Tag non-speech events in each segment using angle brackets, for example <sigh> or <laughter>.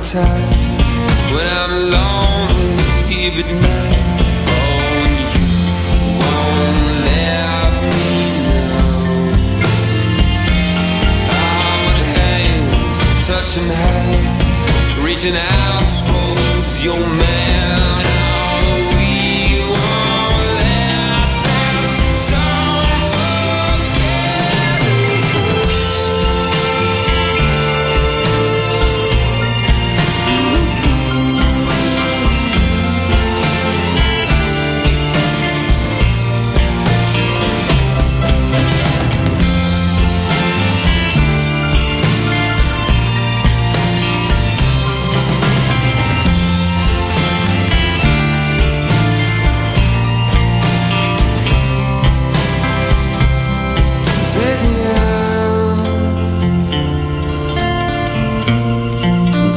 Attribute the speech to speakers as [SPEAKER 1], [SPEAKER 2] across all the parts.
[SPEAKER 1] time when I'm lonely but night. Oh, and you won't let me know. Armored hands, touching hands, reaching out towards your man. Oh, we won't let that zone Take me out.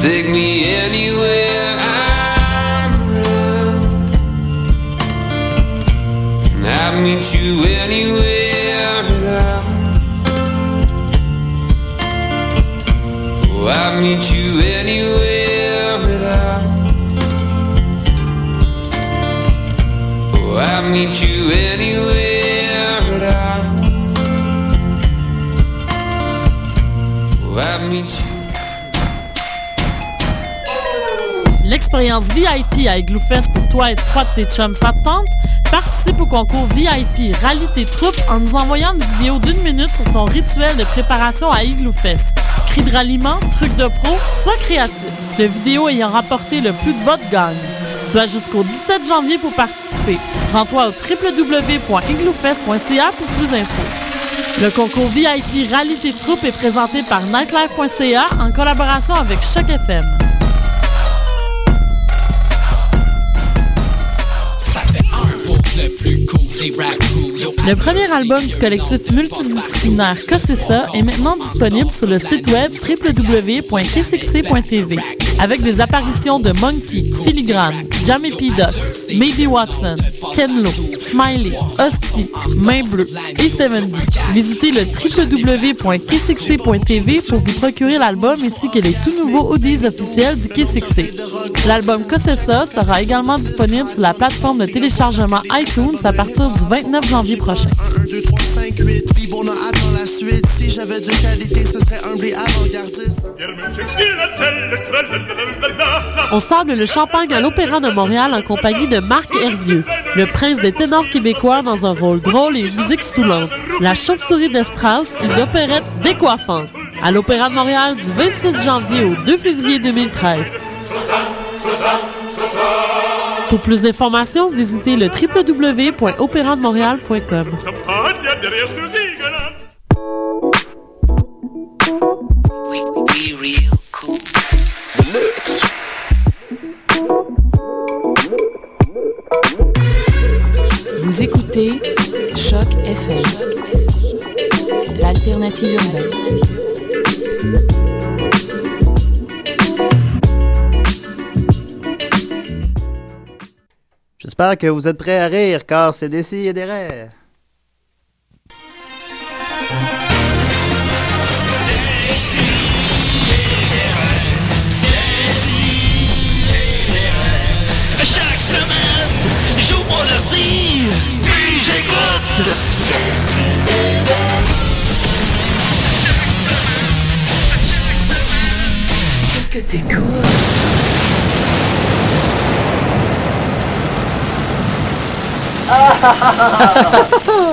[SPEAKER 1] Take me anywhere I'm around. And I'll meet you anywhere and out. Oh, I'll meet you anywhere and out. Oh, I'll meet you anywhere and out. Oh, I'll meet you.
[SPEAKER 2] L'expérience VIP avec Gloufest pour toi et trois de tes chums s'attendent. Participe au concours VIP Rallye tes troupes en nous envoyant une vidéo d'une minute sur ton rituel de préparation à Igloofest. Cris de ralliement, trucs de pro, sois créatif. Le vidéo ayant rapporté le plus de votes gagne. Tu as jusqu'au 17 janvier pour participer. Rends-toi au www.igloofest.ca pour plus d'infos. Le concours VIP Rallye tes troupes est présenté par nightlife.ca en collaboration avec Choc FM. Le premier album du collectif multidisciplinaire Cossessa est maintenant disponible sur le site web www.kcxc.tv avec des apparitions de Monkey, Filigrane, Jamie P. Ducks, Maybe Watson, Ken Lo, Smiley, Hostie, Main Bleue et 70. Visitez le www.kcxc.tv pour vous procurer l'album ainsi que les tout nouveaux audios officiels du KCXC. L'album Cossessa sera également disponible sur la plateforme de téléchargement iTunes à partir du 29 janvier prochain.
[SPEAKER 3] 1, 2, 3, 5, 8. Vibon attend la suite. Si j'avais deux qualités, ce serait un blé avant-gardiste.
[SPEAKER 2] On sable le champagne à l'Opéra de Montréal en compagnie de Marc Hervieux, le prince des ténors québécois dans un rôle drôle et une musique soulante. La chauve-souris de Strauss, une opérette décoiffante. À l'Opéra de Montréal du 26 janvier au 2 février 2013. Pour plus d'informations, visitez le www.opérandemontréal.com.
[SPEAKER 4] Vous écoutez Choc FM, l'alternative urbaine.
[SPEAKER 5] J'espère que vous êtes prêts à rire, car c'est des si et des rêves.
[SPEAKER 6] Chaque semaine, j'ouvre mon ordi, puis j'écoute.
[SPEAKER 4] Qu'est-ce que t'écoutes
[SPEAKER 7] Euh.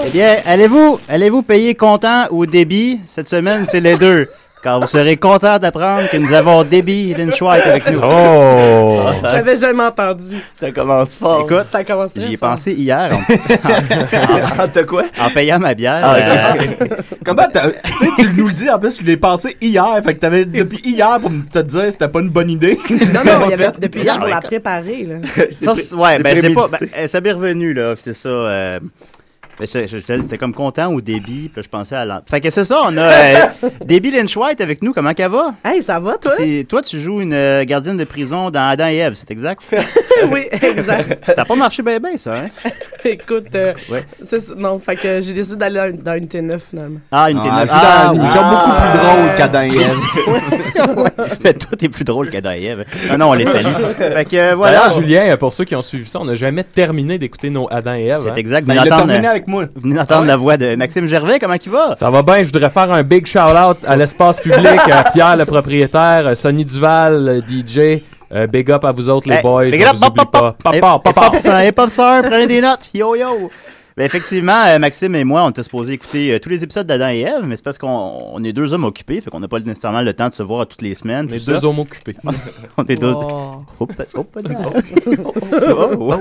[SPEAKER 5] Eh bien, allez-vous allez-vous payer content ou débit cette semaine, c'est les deux. Car vous serez content d'apprendre que nous avons débit Lynch White avec nous.
[SPEAKER 8] Oh!
[SPEAKER 5] Ah, ça,
[SPEAKER 7] J'avais jamais entendu.
[SPEAKER 9] Ça commence fort.
[SPEAKER 5] écoute,
[SPEAKER 7] Ça commence très
[SPEAKER 5] j'y ai
[SPEAKER 7] fort.
[SPEAKER 5] pensé hier
[SPEAKER 9] de quoi?
[SPEAKER 5] en, en payant ma bière.
[SPEAKER 9] Ah,
[SPEAKER 5] euh,
[SPEAKER 8] Comment t'as- tu sais, tu nous le dis, en plus, tu l'ai pensé hier. Fait que t'avais depuis hier pour me te dire que c'était pas une bonne idée.
[SPEAKER 7] Non, non, il y avait depuis hier
[SPEAKER 5] Non,
[SPEAKER 7] pour la
[SPEAKER 5] écoute.
[SPEAKER 7] préparer. Là.
[SPEAKER 10] <laughs>
[SPEAKER 5] ça, c'est- ouais,
[SPEAKER 9] c'est
[SPEAKER 5] ben, je l'ai pas.
[SPEAKER 9] prémédité.
[SPEAKER 5] ben, euh, ça m'est revenu, là. C'est ça. euh, Fait que j'étais- j'étais j'étais comme content au débit, puis je pensais à l'an. Fait que c'est ça, on a
[SPEAKER 7] <laughs>
[SPEAKER 5] euh, Debbie Lynch White avec nous, comment qu'elle va?
[SPEAKER 7] Hey, ça va, toi?
[SPEAKER 5] C'est- Toi, tu joues une euh, gardienne de prison dans Adam et Ève, c'est exact?
[SPEAKER 7] <laughs> oui, exact.
[SPEAKER 5] <laughs> Ça n'a pas marché bien, bien, ça, hein?
[SPEAKER 7] <laughs> Écoute, euh,
[SPEAKER 5] Ouais.
[SPEAKER 7] c'est ça. non, fait que j'ai décidé d'aller dans, une- dans une T9, finalement.
[SPEAKER 5] Ah, une
[SPEAKER 10] Ah,
[SPEAKER 5] ténèbre.
[SPEAKER 10] je suis dans une émission
[SPEAKER 5] ah,
[SPEAKER 10] beaucoup plus drôle qu'Adam et Ève.
[SPEAKER 5] <laughs>
[SPEAKER 10] <laughs>
[SPEAKER 5] Mais tout est plus drôle qu'Adam et Ève. hein. Non, non, on les salue. Fait que euh, voilà.
[SPEAKER 11] D'ailleurs, Julien, pour ceux qui ont suivi ça, on n'a jamais terminé d'écouter nos Adam et Ève. hein.
[SPEAKER 5] C'est exact.
[SPEAKER 12] Ben,
[SPEAKER 5] Venez
[SPEAKER 12] il a
[SPEAKER 5] entendre,
[SPEAKER 12] terminé
[SPEAKER 5] euh,
[SPEAKER 12] avec moi.
[SPEAKER 5] venez
[SPEAKER 10] Ah
[SPEAKER 5] entendre la voix de Maxime Gervais, comment il va?
[SPEAKER 11] Ça va bien, je voudrais faire un big shout-out à l'espace public, à Pierre le propriétaire, euh, Sonny Duval, euh, DJ. euh, big up à vous autres les
[SPEAKER 5] Hey,
[SPEAKER 11] boys,
[SPEAKER 5] big
[SPEAKER 11] on
[SPEAKER 5] up,
[SPEAKER 11] vous
[SPEAKER 5] pop,
[SPEAKER 11] oublie
[SPEAKER 5] pop,
[SPEAKER 11] pas.
[SPEAKER 5] pop.
[SPEAKER 11] Pop, pop,
[SPEAKER 5] Hip-
[SPEAKER 11] pop, pop.
[SPEAKER 5] hip-hop, hip-hop, sir, prenez des notes. Yo, yo. Ben, effectivement, euh, Maxime et moi, on était supposés écouter euh, tous les épisodes d'Adam et Ève, mais c'est parce qu'on on est deux hommes occupés, fait qu'on n'a pas nécessairement le temps de se voir toutes les semaines.
[SPEAKER 11] On est
[SPEAKER 5] tout
[SPEAKER 11] deux
[SPEAKER 5] ça.
[SPEAKER 11] hommes occupés.
[SPEAKER 5] <laughs> On est deux.
[SPEAKER 7] Oh.
[SPEAKER 5] Hop, <laughs> hop, hop. Oh, oh.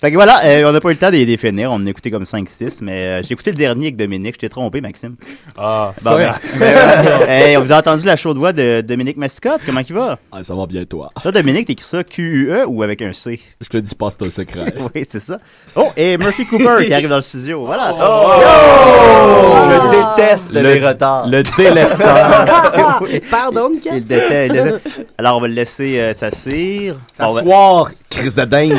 [SPEAKER 5] Fait que voilà, euh, on n'a pas eu le temps de les définir. On en a écouté comme 5-6, mais euh, j'ai écouté le dernier avec Dominique. Je t'ai trompé, Maxime.
[SPEAKER 11] Ah,
[SPEAKER 5] Bon, ben, ben,
[SPEAKER 11] <laughs>
[SPEAKER 5] hey, on vous a entendu la chaude voix de Dominique Mascotte. Comment il va?
[SPEAKER 10] Ah, ça va bien, toi.
[SPEAKER 5] Toi, Dominique, t'écris ça Q-U-E ou avec un C? <laughs>
[SPEAKER 10] Je te dis pas, c'est un secret.
[SPEAKER 5] Oui, c'est ça. Oh, et Murphy Cooper qui arrive dans le studio. Voilà. Oh!
[SPEAKER 10] Je déteste
[SPEAKER 11] Oh! Le-
[SPEAKER 10] les retards.
[SPEAKER 11] le délestant.
[SPEAKER 5] Oui. <laughs>
[SPEAKER 7] Pardon,
[SPEAKER 5] Il
[SPEAKER 7] Mika?
[SPEAKER 5] le déteste, il le déteste. Alors, on va le laisser euh, s'assire. On va-
[SPEAKER 10] S'asseoir, crise de dingue.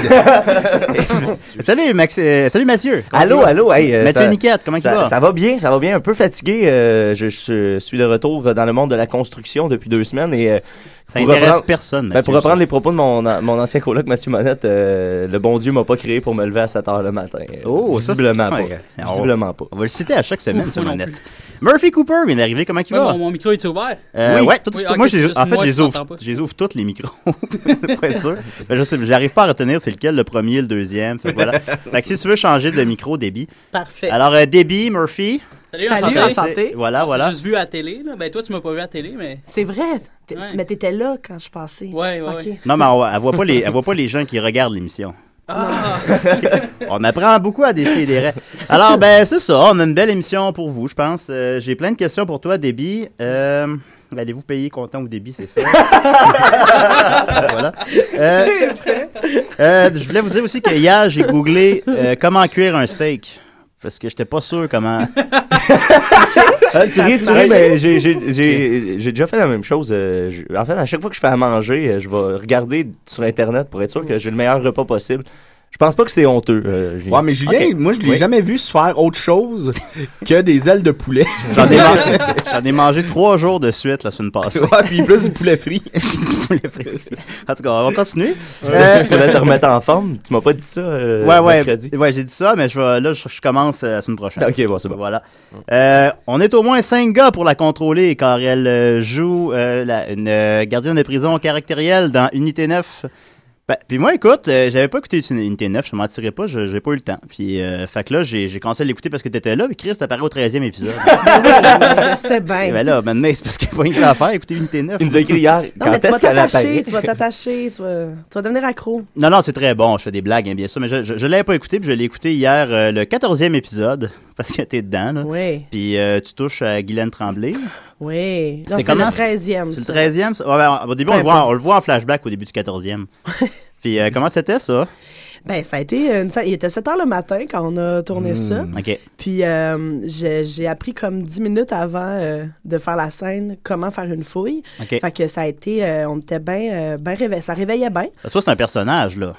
[SPEAKER 5] Salut, Max... euh, Salut, Mathieu.
[SPEAKER 10] <laughs>
[SPEAKER 5] Comment
[SPEAKER 10] Allô,
[SPEAKER 5] tu vas?
[SPEAKER 10] allô, hey, euh,
[SPEAKER 5] Mathieu
[SPEAKER 10] ça-
[SPEAKER 5] Niquette, comment tu
[SPEAKER 10] Ça,
[SPEAKER 5] vas?
[SPEAKER 10] ça va bien, ça va bien. Un peu fatigué. euh, je, je suis de retour dans le monde de la construction depuis deux semaines et euh,
[SPEAKER 5] Ça
[SPEAKER 10] pour
[SPEAKER 5] intéresse
[SPEAKER 10] reprendre-
[SPEAKER 5] personne,
[SPEAKER 10] ben,
[SPEAKER 5] Mathieu,
[SPEAKER 10] pour reprendre les propos de mon, an- mon ancien coloc Mathieu Monette, euh, le bon Dieu m'a pas créé pour me lever à 7 heures le matin. Euh,
[SPEAKER 5] Oh, ça,
[SPEAKER 10] visiblement
[SPEAKER 5] c'est- ouais.
[SPEAKER 10] pas. Visiblement pas.
[SPEAKER 5] On va le citer à chaque semaine,
[SPEAKER 13] Ouf,
[SPEAKER 5] ce
[SPEAKER 13] moi non
[SPEAKER 5] manette. Murphy Cooper vient d'arriver, comment il
[SPEAKER 13] Ouais,
[SPEAKER 5] va?
[SPEAKER 13] mon, mon micro est ouvert.
[SPEAKER 5] Euh,
[SPEAKER 10] Oui.
[SPEAKER 5] ouais, tout de
[SPEAKER 13] Oui,
[SPEAKER 5] suite.
[SPEAKER 13] ok,
[SPEAKER 5] moi,
[SPEAKER 13] c'est
[SPEAKER 5] j'ai-
[SPEAKER 13] juste
[SPEAKER 5] en fait,
[SPEAKER 13] moi
[SPEAKER 5] je
[SPEAKER 13] qui
[SPEAKER 5] les ouvre,
[SPEAKER 13] t'entends pas.
[SPEAKER 5] je les ouvre toutes les <laughs> micros. c'est pas sûr. Ben, je sais, j'arrive pas à retenir c'est lequel, le premier, le deuxième. Fait que voilà. fait que si tu veux changer de micro, débit.
[SPEAKER 13] Parfait.
[SPEAKER 5] Alors, euh, débit, Murphy.
[SPEAKER 13] salut,
[SPEAKER 7] Salut,
[SPEAKER 13] enchanté.
[SPEAKER 7] enchanté. santé.
[SPEAKER 5] c'est- Voilà,
[SPEAKER 13] On s'est
[SPEAKER 5] voilà.
[SPEAKER 13] juste vu à la télé. Là. Ben, toi, tu m'as pas vu à la télé, mais.
[SPEAKER 7] <laughs> C'est vrai? T'es-
[SPEAKER 13] Ouais.
[SPEAKER 7] Mais t'étais là quand je passais.
[SPEAKER 13] Ouais, ouais,
[SPEAKER 7] Ok. <laughs>
[SPEAKER 13] ouais.
[SPEAKER 5] Non, mais on- elle voit pas les, elle voit pas les gens qui regardent l'émission.
[SPEAKER 13] Ah,
[SPEAKER 5] On apprend beaucoup à décider. Alors, ben, c'est ça. On a une belle émission pour vous, je pense. Euh, J'ai plein de questions pour toi, Déby. Euh, Allez-vous payer content ou débit, c'est fait. voilà. Euh, euh, je voulais vous dire aussi que hier, j'ai googlé euh, comment cuire un steak. Parce que j'étais pas sûr comment. Hein,
[SPEAKER 10] Ah, tu ris, tu
[SPEAKER 7] marche.
[SPEAKER 10] ris, mais j'ai- j'ai- j'ai j'ai déjà fait la même chose. euh, je- en fait, à chaque fois que je fais à manger, euh, je vais regarder sur Internet pour être sûr
[SPEAKER 7] Mm.
[SPEAKER 10] que j'ai le meilleur repas possible. Je pense pas que c'est honteux. euh, Julien.
[SPEAKER 12] Ouais, mais Julien,
[SPEAKER 10] Ok.
[SPEAKER 12] moi, je l'ai
[SPEAKER 10] Oui.
[SPEAKER 12] jamais vu se faire autre chose <laughs> que des ailes de poulet.
[SPEAKER 5] J'en ai, man-
[SPEAKER 12] <laughs>
[SPEAKER 5] j'en ai mangé trois jours de suite la semaine passée.
[SPEAKER 12] ouais, puis plus du poulet
[SPEAKER 5] <laughs>
[SPEAKER 12] frit.
[SPEAKER 5] En tout cas, on va continuer.
[SPEAKER 10] Tu m'as dit que tu voulais te remettre en forme. Tu m'as pas dit ça euh,
[SPEAKER 5] Ouais, ouais.
[SPEAKER 10] mercredi.
[SPEAKER 5] Ouais, j'ai dit ça, mais je, vais- là, je, je commence euh, la semaine prochaine.
[SPEAKER 10] Ok, bon, c'est bon.
[SPEAKER 5] Voilà. Euh, on est au moins cinq gars pour la contrôler car elle euh, joue euh, la- une euh, gardienne de prison caractérielle dans Unité 9. Ben, puis moi, écoute, euh, j'avais pas écouté Uni- Unité 9, je m'en tirais pas, je- j'ai pas eu le temps. Puis, euh, fait que là, j'ai j'ai commencé à l'écouter parce que t'étais là, puis Chris, t'apparais au 13e
[SPEAKER 7] <laughs>
[SPEAKER 5] épisode.
[SPEAKER 7] Ben Ah je sais
[SPEAKER 5] Et ben
[SPEAKER 7] bien.
[SPEAKER 5] là, maintenant, c'est parce qu'il n'y a pas une grande affaire, écouter Unité 9.
[SPEAKER 10] Il nous a écrit hier.
[SPEAKER 7] Non, mais
[SPEAKER 10] Quand
[SPEAKER 7] tu vas
[SPEAKER 10] est-ce qu'elle
[SPEAKER 7] t'attacher,
[SPEAKER 10] apparaît?
[SPEAKER 7] tu vas t'attacher, tu vas, tu vas devenir accro.
[SPEAKER 5] Non, non, c'est très bon, je fais des blagues, hein, bien sûr, mais je, je, je l'avais pas écouté, puis je l'ai écouté hier, euh, le 14e épisode, <laughs> parce que t'es dedans, là.
[SPEAKER 7] Oui,
[SPEAKER 5] Puis euh, tu touches à Guylaine Tremblay.
[SPEAKER 7] oui.
[SPEAKER 5] C'était
[SPEAKER 7] Non, c'est le
[SPEAKER 5] comment?
[SPEAKER 7] 13e.
[SPEAKER 5] C'est
[SPEAKER 7] ça.
[SPEAKER 5] le 13e. ça? Ouais, ben, au début, on
[SPEAKER 7] Peu
[SPEAKER 5] le, voit,
[SPEAKER 7] importe.
[SPEAKER 5] on le voit en flashback au début du
[SPEAKER 7] <laughs>
[SPEAKER 5] 14e. Puis euh, comment c'était ça?
[SPEAKER 7] Ben, ça a été une... sa- Il était 7 h le matin quand on a tourné ça.
[SPEAKER 5] Hmm, OK.
[SPEAKER 7] Puis euh, j'ai j'ai appris comme 10 minutes avant euh, de faire la scène comment faire une fouille.
[SPEAKER 5] OK.
[SPEAKER 7] Fait que ça a été, euh, on était bien, ben réveillé. Ça réveillait bien.
[SPEAKER 5] Parce que Toi, c'est un personnage, là.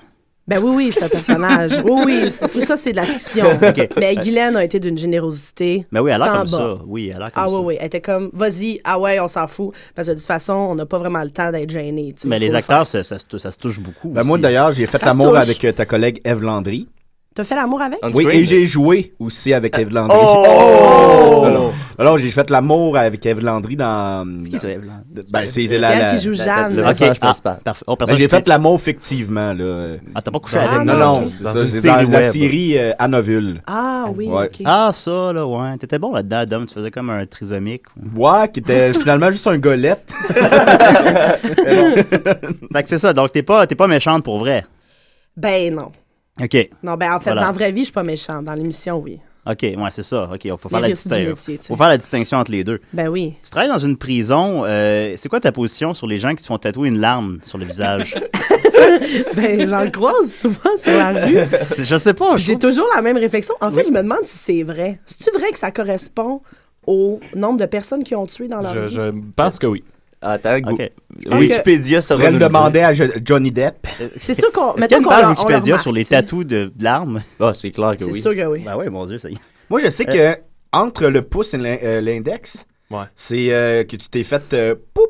[SPEAKER 7] Ben oui, oui, c'est
[SPEAKER 5] <laughs>
[SPEAKER 7] un personnage. Oui, oui, c'est- tout ça, c'est de la fiction.
[SPEAKER 5] OK.
[SPEAKER 7] Mais Guylaine a été d'une générosité.
[SPEAKER 5] Mais oui, elle a l'air
[SPEAKER 7] sans
[SPEAKER 5] comme
[SPEAKER 7] bas.
[SPEAKER 5] ça. Oui, elle a l'air comme
[SPEAKER 7] Ah
[SPEAKER 5] ça.
[SPEAKER 7] oui, oui, elle était comme, vas-y, ah ouais, on s'en fout. Parce que de toute façon, on n'a pas vraiment le temps d'être gêné.
[SPEAKER 5] Mais les acteurs, ça, ça se tou- ça se touche beaucoup.
[SPEAKER 12] Ben, moi,
[SPEAKER 5] aussi.
[SPEAKER 12] d'ailleurs, j'ai fait
[SPEAKER 7] Ça se
[SPEAKER 12] l'amour
[SPEAKER 7] touche.
[SPEAKER 12] avec euh, ta collègue Eve Landry.
[SPEAKER 7] T'as fait l'amour avec?
[SPEAKER 10] On
[SPEAKER 12] Oui,
[SPEAKER 10] screen.
[SPEAKER 12] et j'ai joué aussi avec Eve Landry. <laughs>
[SPEAKER 10] Oh!
[SPEAKER 12] Alors, alors, j'ai fait l'amour avec Eve Landry dans.
[SPEAKER 5] Qui ça,
[SPEAKER 12] dans-
[SPEAKER 5] Eve Landry?
[SPEAKER 12] Ben, c'est
[SPEAKER 7] C'est
[SPEAKER 12] la. la-
[SPEAKER 7] elle qui joue Jeanne.
[SPEAKER 10] le-
[SPEAKER 7] là.
[SPEAKER 5] Ok,
[SPEAKER 10] personnage
[SPEAKER 5] ah,
[SPEAKER 10] principal.
[SPEAKER 5] parfait. Oh,
[SPEAKER 12] Ben,
[SPEAKER 5] personnage
[SPEAKER 12] j'ai fait
[SPEAKER 5] principal.
[SPEAKER 12] l'amour fictivement, là.
[SPEAKER 5] Ah, t'as pas couché
[SPEAKER 7] Ah,
[SPEAKER 5] avec
[SPEAKER 7] non,
[SPEAKER 12] non,
[SPEAKER 5] elle?
[SPEAKER 12] non,
[SPEAKER 7] ok.
[SPEAKER 12] c'est
[SPEAKER 11] Dans
[SPEAKER 12] ça,
[SPEAKER 11] une
[SPEAKER 12] c'est
[SPEAKER 11] série
[SPEAKER 12] dans la
[SPEAKER 11] web.
[SPEAKER 12] série euh, Anovule.
[SPEAKER 7] Ah oui,
[SPEAKER 12] Ouais.
[SPEAKER 7] ok.
[SPEAKER 5] Ah, ça, là, ouais. T'étais bon là-dedans, Dom. Tu faisais comme un trisomique.
[SPEAKER 12] Ouais, qui
[SPEAKER 5] <laughs>
[SPEAKER 12] était finalement juste un golette.
[SPEAKER 5] fait que c'est ça. Donc, t'es pas, t'es pas méchante pour vrai.
[SPEAKER 7] Ben non.
[SPEAKER 5] OK.
[SPEAKER 7] Non, ben en fait,
[SPEAKER 5] Voilà.
[SPEAKER 7] dans la vraie vie, je suis pas méchante. Dans l'émission, oui. <laughs>
[SPEAKER 5] OK, ouais, c'est ça. OK, il faut faire,
[SPEAKER 7] Les
[SPEAKER 5] la
[SPEAKER 7] risques du
[SPEAKER 5] distinction.
[SPEAKER 7] métier, tu sais.
[SPEAKER 5] faut faire la distinction entre les deux.
[SPEAKER 7] Ben oui.
[SPEAKER 5] Tu travailles dans une prison. euh, c'est quoi ta position sur les gens qui se font tatouer une larme sur le visage?
[SPEAKER 7] ben, j'en croise souvent <laughs> sur la rue.
[SPEAKER 5] C'est- je sais pas. je
[SPEAKER 7] J'ai
[SPEAKER 5] trouve-
[SPEAKER 7] toujours la même réflexion. En fait, je me demande si c'est vrai. C'est-tu vrai que ça correspond au nombre de personnes qui ont tué dans leur
[SPEAKER 11] Je,
[SPEAKER 7] vie?
[SPEAKER 11] je pense que oui.
[SPEAKER 10] Attends,
[SPEAKER 7] pense que- Wikipédia
[SPEAKER 5] saura nous
[SPEAKER 12] le
[SPEAKER 5] le
[SPEAKER 12] demander à Jo- Johnny Depp.
[SPEAKER 7] C'est sûr qu'on.
[SPEAKER 5] Est-ce qu'il y a
[SPEAKER 7] mettons
[SPEAKER 5] une
[SPEAKER 7] qu'on
[SPEAKER 5] page
[SPEAKER 7] l'a- on l'a
[SPEAKER 5] Wikipédia
[SPEAKER 7] remarque,
[SPEAKER 5] sur les
[SPEAKER 7] tu sais.
[SPEAKER 5] tatous de de larmes?
[SPEAKER 10] Ah, c'est clair
[SPEAKER 7] que C'est oui. sûr que oui.
[SPEAKER 5] Ben oui, mon Dieu, ça y est.
[SPEAKER 12] Moi, je sais
[SPEAKER 5] Euh,
[SPEAKER 12] que entre le pouce et l'in- euh, l'index, c'est euh, que tu t'es fait euh, poup.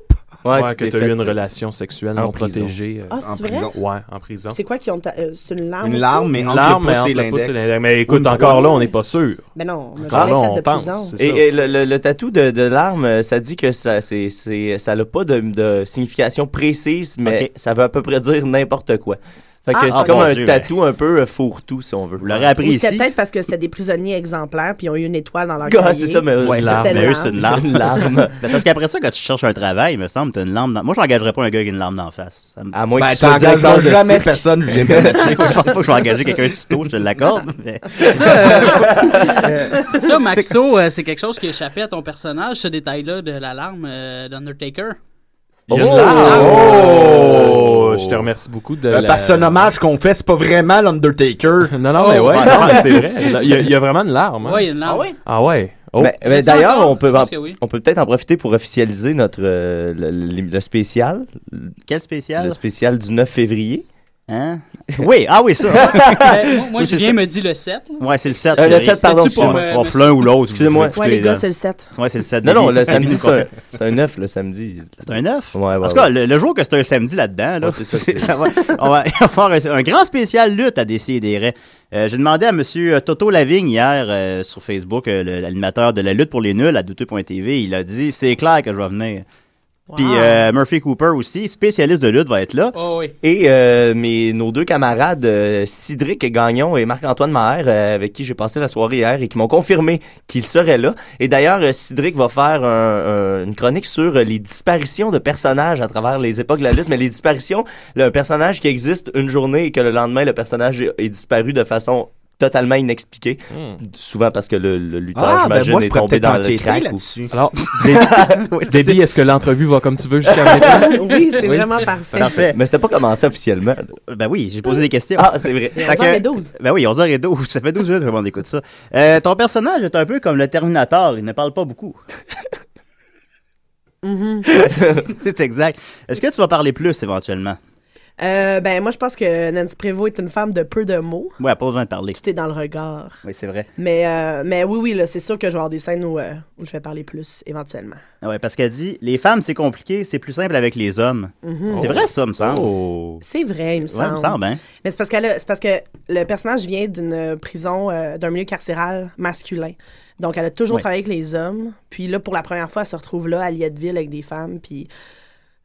[SPEAKER 11] Ouais, que tu euh, as eu une relation sexuelle
[SPEAKER 12] en
[SPEAKER 11] non
[SPEAKER 12] prison.
[SPEAKER 11] protégée. euh,
[SPEAKER 7] Ah, c'est
[SPEAKER 11] en
[SPEAKER 7] vrai?
[SPEAKER 11] prison. Ouais, en prison.
[SPEAKER 7] C'est quoi qui ont. ta- euh, c'est une larme.
[SPEAKER 12] Une
[SPEAKER 7] aussi?
[SPEAKER 12] larme, mais entre
[SPEAKER 11] L'arme, hein,
[SPEAKER 12] le pouce et
[SPEAKER 11] entre le pouce et
[SPEAKER 12] l'index.
[SPEAKER 11] l'index. Mais
[SPEAKER 12] Ou une
[SPEAKER 11] écoute, encore
[SPEAKER 12] poignée.
[SPEAKER 11] là, on n'est pas sûr.
[SPEAKER 7] Ben non, <laughs> on n'a
[SPEAKER 10] Encore
[SPEAKER 7] jamais
[SPEAKER 10] là,
[SPEAKER 7] fait
[SPEAKER 10] on
[SPEAKER 7] de
[SPEAKER 10] pense,
[SPEAKER 7] prison.
[SPEAKER 11] c'est
[SPEAKER 10] Et, et le, le, le tatou de, de l'arme, euh, ça dit que ça c'est, c'est- ça n'a pas de, de signification précise, mais
[SPEAKER 5] Ok.
[SPEAKER 10] ça veut à peu près dire n'importe quoi. Fait que
[SPEAKER 7] Ah,
[SPEAKER 10] c'est
[SPEAKER 7] ok.
[SPEAKER 10] comme
[SPEAKER 5] Mon
[SPEAKER 10] un
[SPEAKER 5] Dieu,
[SPEAKER 10] tatou un peu euh, fourre-tout, si on veut. Vous
[SPEAKER 5] l'aurez
[SPEAKER 7] Ou c'était peut-être parce que c'était des prisonniers exemplaires puis ils ont eu une étoile dans leur
[SPEAKER 10] Ah,
[SPEAKER 7] cahier.
[SPEAKER 10] c'est ça, mais
[SPEAKER 5] Ouais,
[SPEAKER 7] Puis
[SPEAKER 5] larme.
[SPEAKER 7] c'était
[SPEAKER 5] Mais eux,
[SPEAKER 7] larme.
[SPEAKER 5] c'est une larme.
[SPEAKER 10] Une larme.
[SPEAKER 5] <laughs> Ben, parce qu'après ça, quand tu cherches un travail, il me semble, t'as une larme dans... Moi, je n'engagerais pas un gars avec une larme d'en face. Ça me-
[SPEAKER 10] À moins que
[SPEAKER 12] Ben,
[SPEAKER 10] tu sois
[SPEAKER 12] t'engageras
[SPEAKER 10] directeur de
[SPEAKER 12] jamais
[SPEAKER 10] cirque.
[SPEAKER 12] personne,
[SPEAKER 5] <laughs>
[SPEAKER 12] je viens
[SPEAKER 5] Je pense pas que je vais engager quelqu'un de sitôt, je te l'accorde. Mais...
[SPEAKER 13] <laughs> Ça, euh, ça, Maxo, euh, c'est quelque chose qui échappait à ton personnage, ce détail-là de l'alarme euh, d'Undertaker.
[SPEAKER 11] Il y a une
[SPEAKER 12] Oh!
[SPEAKER 11] larme.
[SPEAKER 12] Oh!
[SPEAKER 11] Je te remercie beaucoup de.
[SPEAKER 12] Euh,
[SPEAKER 11] la-
[SPEAKER 12] Parce que c'est un hommage qu'on fait, c'est pas vraiment l'Undertaker.
[SPEAKER 11] <laughs> Non, non, mais
[SPEAKER 12] Oh,
[SPEAKER 11] ouais,
[SPEAKER 12] ouais.
[SPEAKER 11] non, mais c'est
[SPEAKER 8] <laughs>
[SPEAKER 11] vrai. Il y, a, il y a vraiment une larme. hein.
[SPEAKER 13] Ouais, il y a une larme.
[SPEAKER 11] Ah ouais. Oh.
[SPEAKER 10] Mais, mais
[SPEAKER 13] Y a-t-il
[SPEAKER 10] d'ailleurs,
[SPEAKER 13] encore?
[SPEAKER 10] on
[SPEAKER 13] Je
[SPEAKER 10] peut,
[SPEAKER 13] pense que oui.
[SPEAKER 10] on peut peut-être en profiter pour officialiser notre euh, le, le- le spécial,
[SPEAKER 5] <laughs> Quel
[SPEAKER 10] le
[SPEAKER 5] spécial?
[SPEAKER 10] spécial du 9 février. <laughs>
[SPEAKER 5] Hein? Oui, ah oui, ça. <laughs>
[SPEAKER 13] Ben, moi, moi
[SPEAKER 5] Oui, c'est
[SPEAKER 13] Julien
[SPEAKER 5] ça.
[SPEAKER 13] me dit le 7. là.
[SPEAKER 5] Ouais, c'est le 7.
[SPEAKER 10] Euh, le
[SPEAKER 5] c'est-
[SPEAKER 10] 7, pardon,
[SPEAKER 5] c'est-tu pour-
[SPEAKER 13] excuse-moi.
[SPEAKER 5] Off l'un ou l'autre. vous
[SPEAKER 10] Excusez-moi.
[SPEAKER 5] écoutez,
[SPEAKER 7] Ouais, les
[SPEAKER 5] là.
[SPEAKER 7] gars, c'est le 7.
[SPEAKER 5] Ouais, c'est le 7.
[SPEAKER 10] Non, non, le
[SPEAKER 5] Habillez-vous
[SPEAKER 10] samedi, c'est
[SPEAKER 5] qu'on
[SPEAKER 10] un,
[SPEAKER 5] fait.
[SPEAKER 10] c'est un 9, le samedi.
[SPEAKER 5] C'est un 9?
[SPEAKER 10] Ouais, ouais,
[SPEAKER 5] en tout
[SPEAKER 10] Ah ouais.
[SPEAKER 5] cas, le, le jour que c'est un samedi là-dedans, là,
[SPEAKER 10] Ouais, c'est ça, c'est-
[SPEAKER 5] ça va, on va <laughs> avoir un, un grand spécial lutte à décider. Euh, J'ai demandé à M. Toto Lavigne hier euh, sur Facebook, euh, le- l'animateur de la lutte pour les nuls à douteux.tv, il a dit c'est clair que je vais venir. Puis euh, Murphy Cooper aussi, spécialiste de lutte, va être là.
[SPEAKER 13] Oh, oui.
[SPEAKER 10] Et euh, mes, nos deux camarades, euh, Cédric Gagnon et Marc-Antoine Maher, euh, avec qui j'ai passé la soirée hier et qui m'ont confirmé qu'ils seraient là. Et d'ailleurs, euh, Cédric va faire un- un- une chronique sur euh, les disparitions de personnages à travers les époques de la lutte, mais les disparitions, le personnage qui existe une journée et que le lendemain, le personnage est, est disparu de façon totalement inexpliquée,
[SPEAKER 11] Hmm.
[SPEAKER 10] souvent parce que le, le lutteur,
[SPEAKER 12] Ah, ben
[SPEAKER 10] j'imagine,
[SPEAKER 12] moi, je
[SPEAKER 10] est
[SPEAKER 12] pourrais
[SPEAKER 10] tombé
[SPEAKER 12] peut-être
[SPEAKER 10] dans le
[SPEAKER 12] enquêter
[SPEAKER 10] crack. ou-
[SPEAKER 12] là-dessus. <laughs>
[SPEAKER 11] Alors,
[SPEAKER 5] Oui, c'est-
[SPEAKER 11] Dédé, est-ce que l'entrevue va comme tu veux jusqu'à maintenant?
[SPEAKER 7] oui, <laughs> c'est
[SPEAKER 11] Oui.
[SPEAKER 7] vraiment parfait.
[SPEAKER 5] Parfait.
[SPEAKER 10] Mais c'était pas commencé officiellement. là.
[SPEAKER 5] Ben oui, j'ai posé des questions.
[SPEAKER 10] Ah, c'est vrai.
[SPEAKER 7] Mais
[SPEAKER 5] Fait
[SPEAKER 7] on en
[SPEAKER 5] que-
[SPEAKER 7] fait 12.
[SPEAKER 5] Ben oui, 11h12. <laughs> Ça fait 12 minutes qu'on écoute ça. Euh, ton personnage est un peu comme le Terminator. Il ne parle pas
[SPEAKER 10] <laughs>
[SPEAKER 5] beaucoup. <laughs> C'est exact. Est-ce que tu vas parler plus éventuellement?
[SPEAKER 7] Euh, ben, moi, je pense que Nancy Prévost est une femme de peu de mots.
[SPEAKER 5] Ouais, pas besoin de parler.
[SPEAKER 7] Tout est dans le regard.
[SPEAKER 5] Oui, c'est vrai.
[SPEAKER 7] Mais, euh, mais oui, oui, là, c'est sûr que je vais avoir des scènes où, euh, où je vais parler plus, éventuellement.
[SPEAKER 5] Ah Ouais, parce qu'elle dit les femmes, c'est compliqué, c'est plus simple avec les hommes. C'est vrai, ça,
[SPEAKER 10] Oh.
[SPEAKER 5] me semble.
[SPEAKER 7] Mm-hmm. C'est vrai, il me
[SPEAKER 5] Ouais,
[SPEAKER 7] semble.
[SPEAKER 5] me semble, hein.
[SPEAKER 7] Mais c'est parce, qu'elle a- c'est parce que le personnage vient d'une prison, euh, d'un milieu carcéral masculin. Donc, elle a toujours
[SPEAKER 5] Ouais.
[SPEAKER 7] travaillé avec les hommes. Puis là, pour la première fois, elle se retrouve là, à Lietteville, avec des femmes. Puis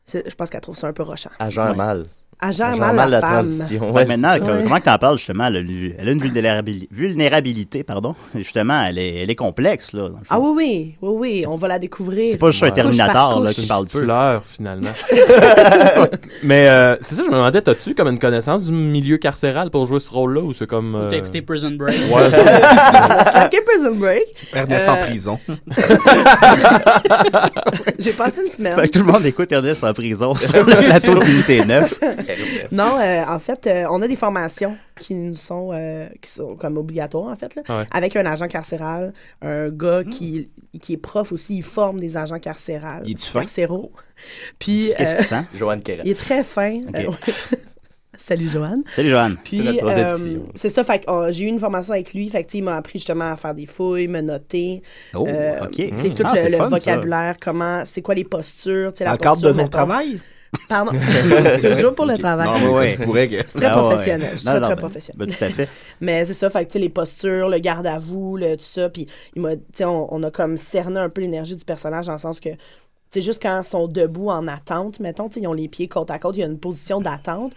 [SPEAKER 7] c'est- je pense qu'elle trouve ça un peu rochant.
[SPEAKER 10] À genre mal.
[SPEAKER 7] Elle
[SPEAKER 10] À
[SPEAKER 7] gère
[SPEAKER 10] genre
[SPEAKER 7] mal,
[SPEAKER 10] mal
[SPEAKER 7] la,
[SPEAKER 10] la
[SPEAKER 7] femme.
[SPEAKER 10] transition.
[SPEAKER 5] Fait
[SPEAKER 10] Ouais,
[SPEAKER 5] que maintenant,
[SPEAKER 10] c'est ça.
[SPEAKER 5] co- comment que t'en parles, justement? Elle a, une- elle a une vulnérabilité, vulnérabilité, pardon. Justement, elle est, elle est complexe, là. dans le fond.
[SPEAKER 7] <laughs> Ah oui, oui, oui, oui, on va la découvrir.
[SPEAKER 5] C'est pas juste un
[SPEAKER 11] Ouais.
[SPEAKER 5] Terminator,
[SPEAKER 7] Couche par
[SPEAKER 5] là,
[SPEAKER 7] couche.
[SPEAKER 5] qui parle peu.
[SPEAKER 11] fleur, finalement. mais euh, c'est ça, je me demandais, t'as-tu comme une connaissance du milieu carcéral pour jouer ce rôle-là ou c'est comme. euh,
[SPEAKER 13] T'as écouté Prison Break.
[SPEAKER 7] <laughs>
[SPEAKER 11] Ouais.
[SPEAKER 7] Parce que, ok, Prison Break,
[SPEAKER 12] Ernest en
[SPEAKER 7] Euh,
[SPEAKER 12] prison.
[SPEAKER 7] <laughs> j'ai passé une semaine.
[SPEAKER 5] Fait que tout le monde écoute Ernest en
[SPEAKER 10] <laughs>
[SPEAKER 5] prison sur le
[SPEAKER 7] <laughs>
[SPEAKER 5] plateau de l'unité 9.
[SPEAKER 7] Non, euh, en fait, euh, on a des formations qui nous sont, euh, qui sont comme obligatoires, en fait, là,
[SPEAKER 11] Ouais.
[SPEAKER 7] avec un agent carcéral, un gars qui, qui est prof aussi, il forme des agents carcérales,
[SPEAKER 12] Il est-tu fin?
[SPEAKER 7] carcéraux. Puis,
[SPEAKER 5] Qu'est-ce
[SPEAKER 7] euh,
[SPEAKER 5] qu'il sent?
[SPEAKER 10] Joanne Kerr.
[SPEAKER 7] il est très fin.
[SPEAKER 5] Ok.
[SPEAKER 7] Euh, <laughs> Salut, Joanne.
[SPEAKER 5] Salut, Joanne.
[SPEAKER 7] Puis,
[SPEAKER 10] C'est notre prof
[SPEAKER 7] euh,
[SPEAKER 10] d'éducation.
[SPEAKER 7] c'est ça, fait que, euh, j'ai eu une formation avec lui, fait que, tu sais, il m'a appris justement à faire des fouilles, me noter,
[SPEAKER 5] Oh,
[SPEAKER 7] euh,
[SPEAKER 5] OK.
[SPEAKER 7] tu sais, tout
[SPEAKER 5] Ah,
[SPEAKER 7] le,
[SPEAKER 5] c'est
[SPEAKER 7] le
[SPEAKER 5] fun, ça.
[SPEAKER 7] vocabulaire, comment, c'est quoi les postures, tu sais,
[SPEAKER 12] Dans
[SPEAKER 7] la
[SPEAKER 12] le cadre
[SPEAKER 7] posture,
[SPEAKER 12] de mon
[SPEAKER 7] mettons.
[SPEAKER 12] travail?
[SPEAKER 7] Pardon, <laughs> toujours pour le travail.
[SPEAKER 12] Non, mais
[SPEAKER 5] Ouais.
[SPEAKER 12] ça se pourrait que...
[SPEAKER 7] C'est très
[SPEAKER 5] Ah, ouais.
[SPEAKER 7] professionnel, c'est
[SPEAKER 5] Non,
[SPEAKER 7] très,
[SPEAKER 5] non,
[SPEAKER 7] très
[SPEAKER 5] ben,
[SPEAKER 7] professionnel.
[SPEAKER 5] ben, tout à fait.
[SPEAKER 7] <laughs> Mais c'est ça, fait que, tu sais, les postures, le garde à vous, le, tout ça. Puis, il m'a, tu sais, on, on a comme cerné un peu l'énergie du personnage dans le sens que, tu sais, juste quand ils sont debout en attente, mettons, tu sais, ils ont les pieds côte à côte, il y a une position d'attente,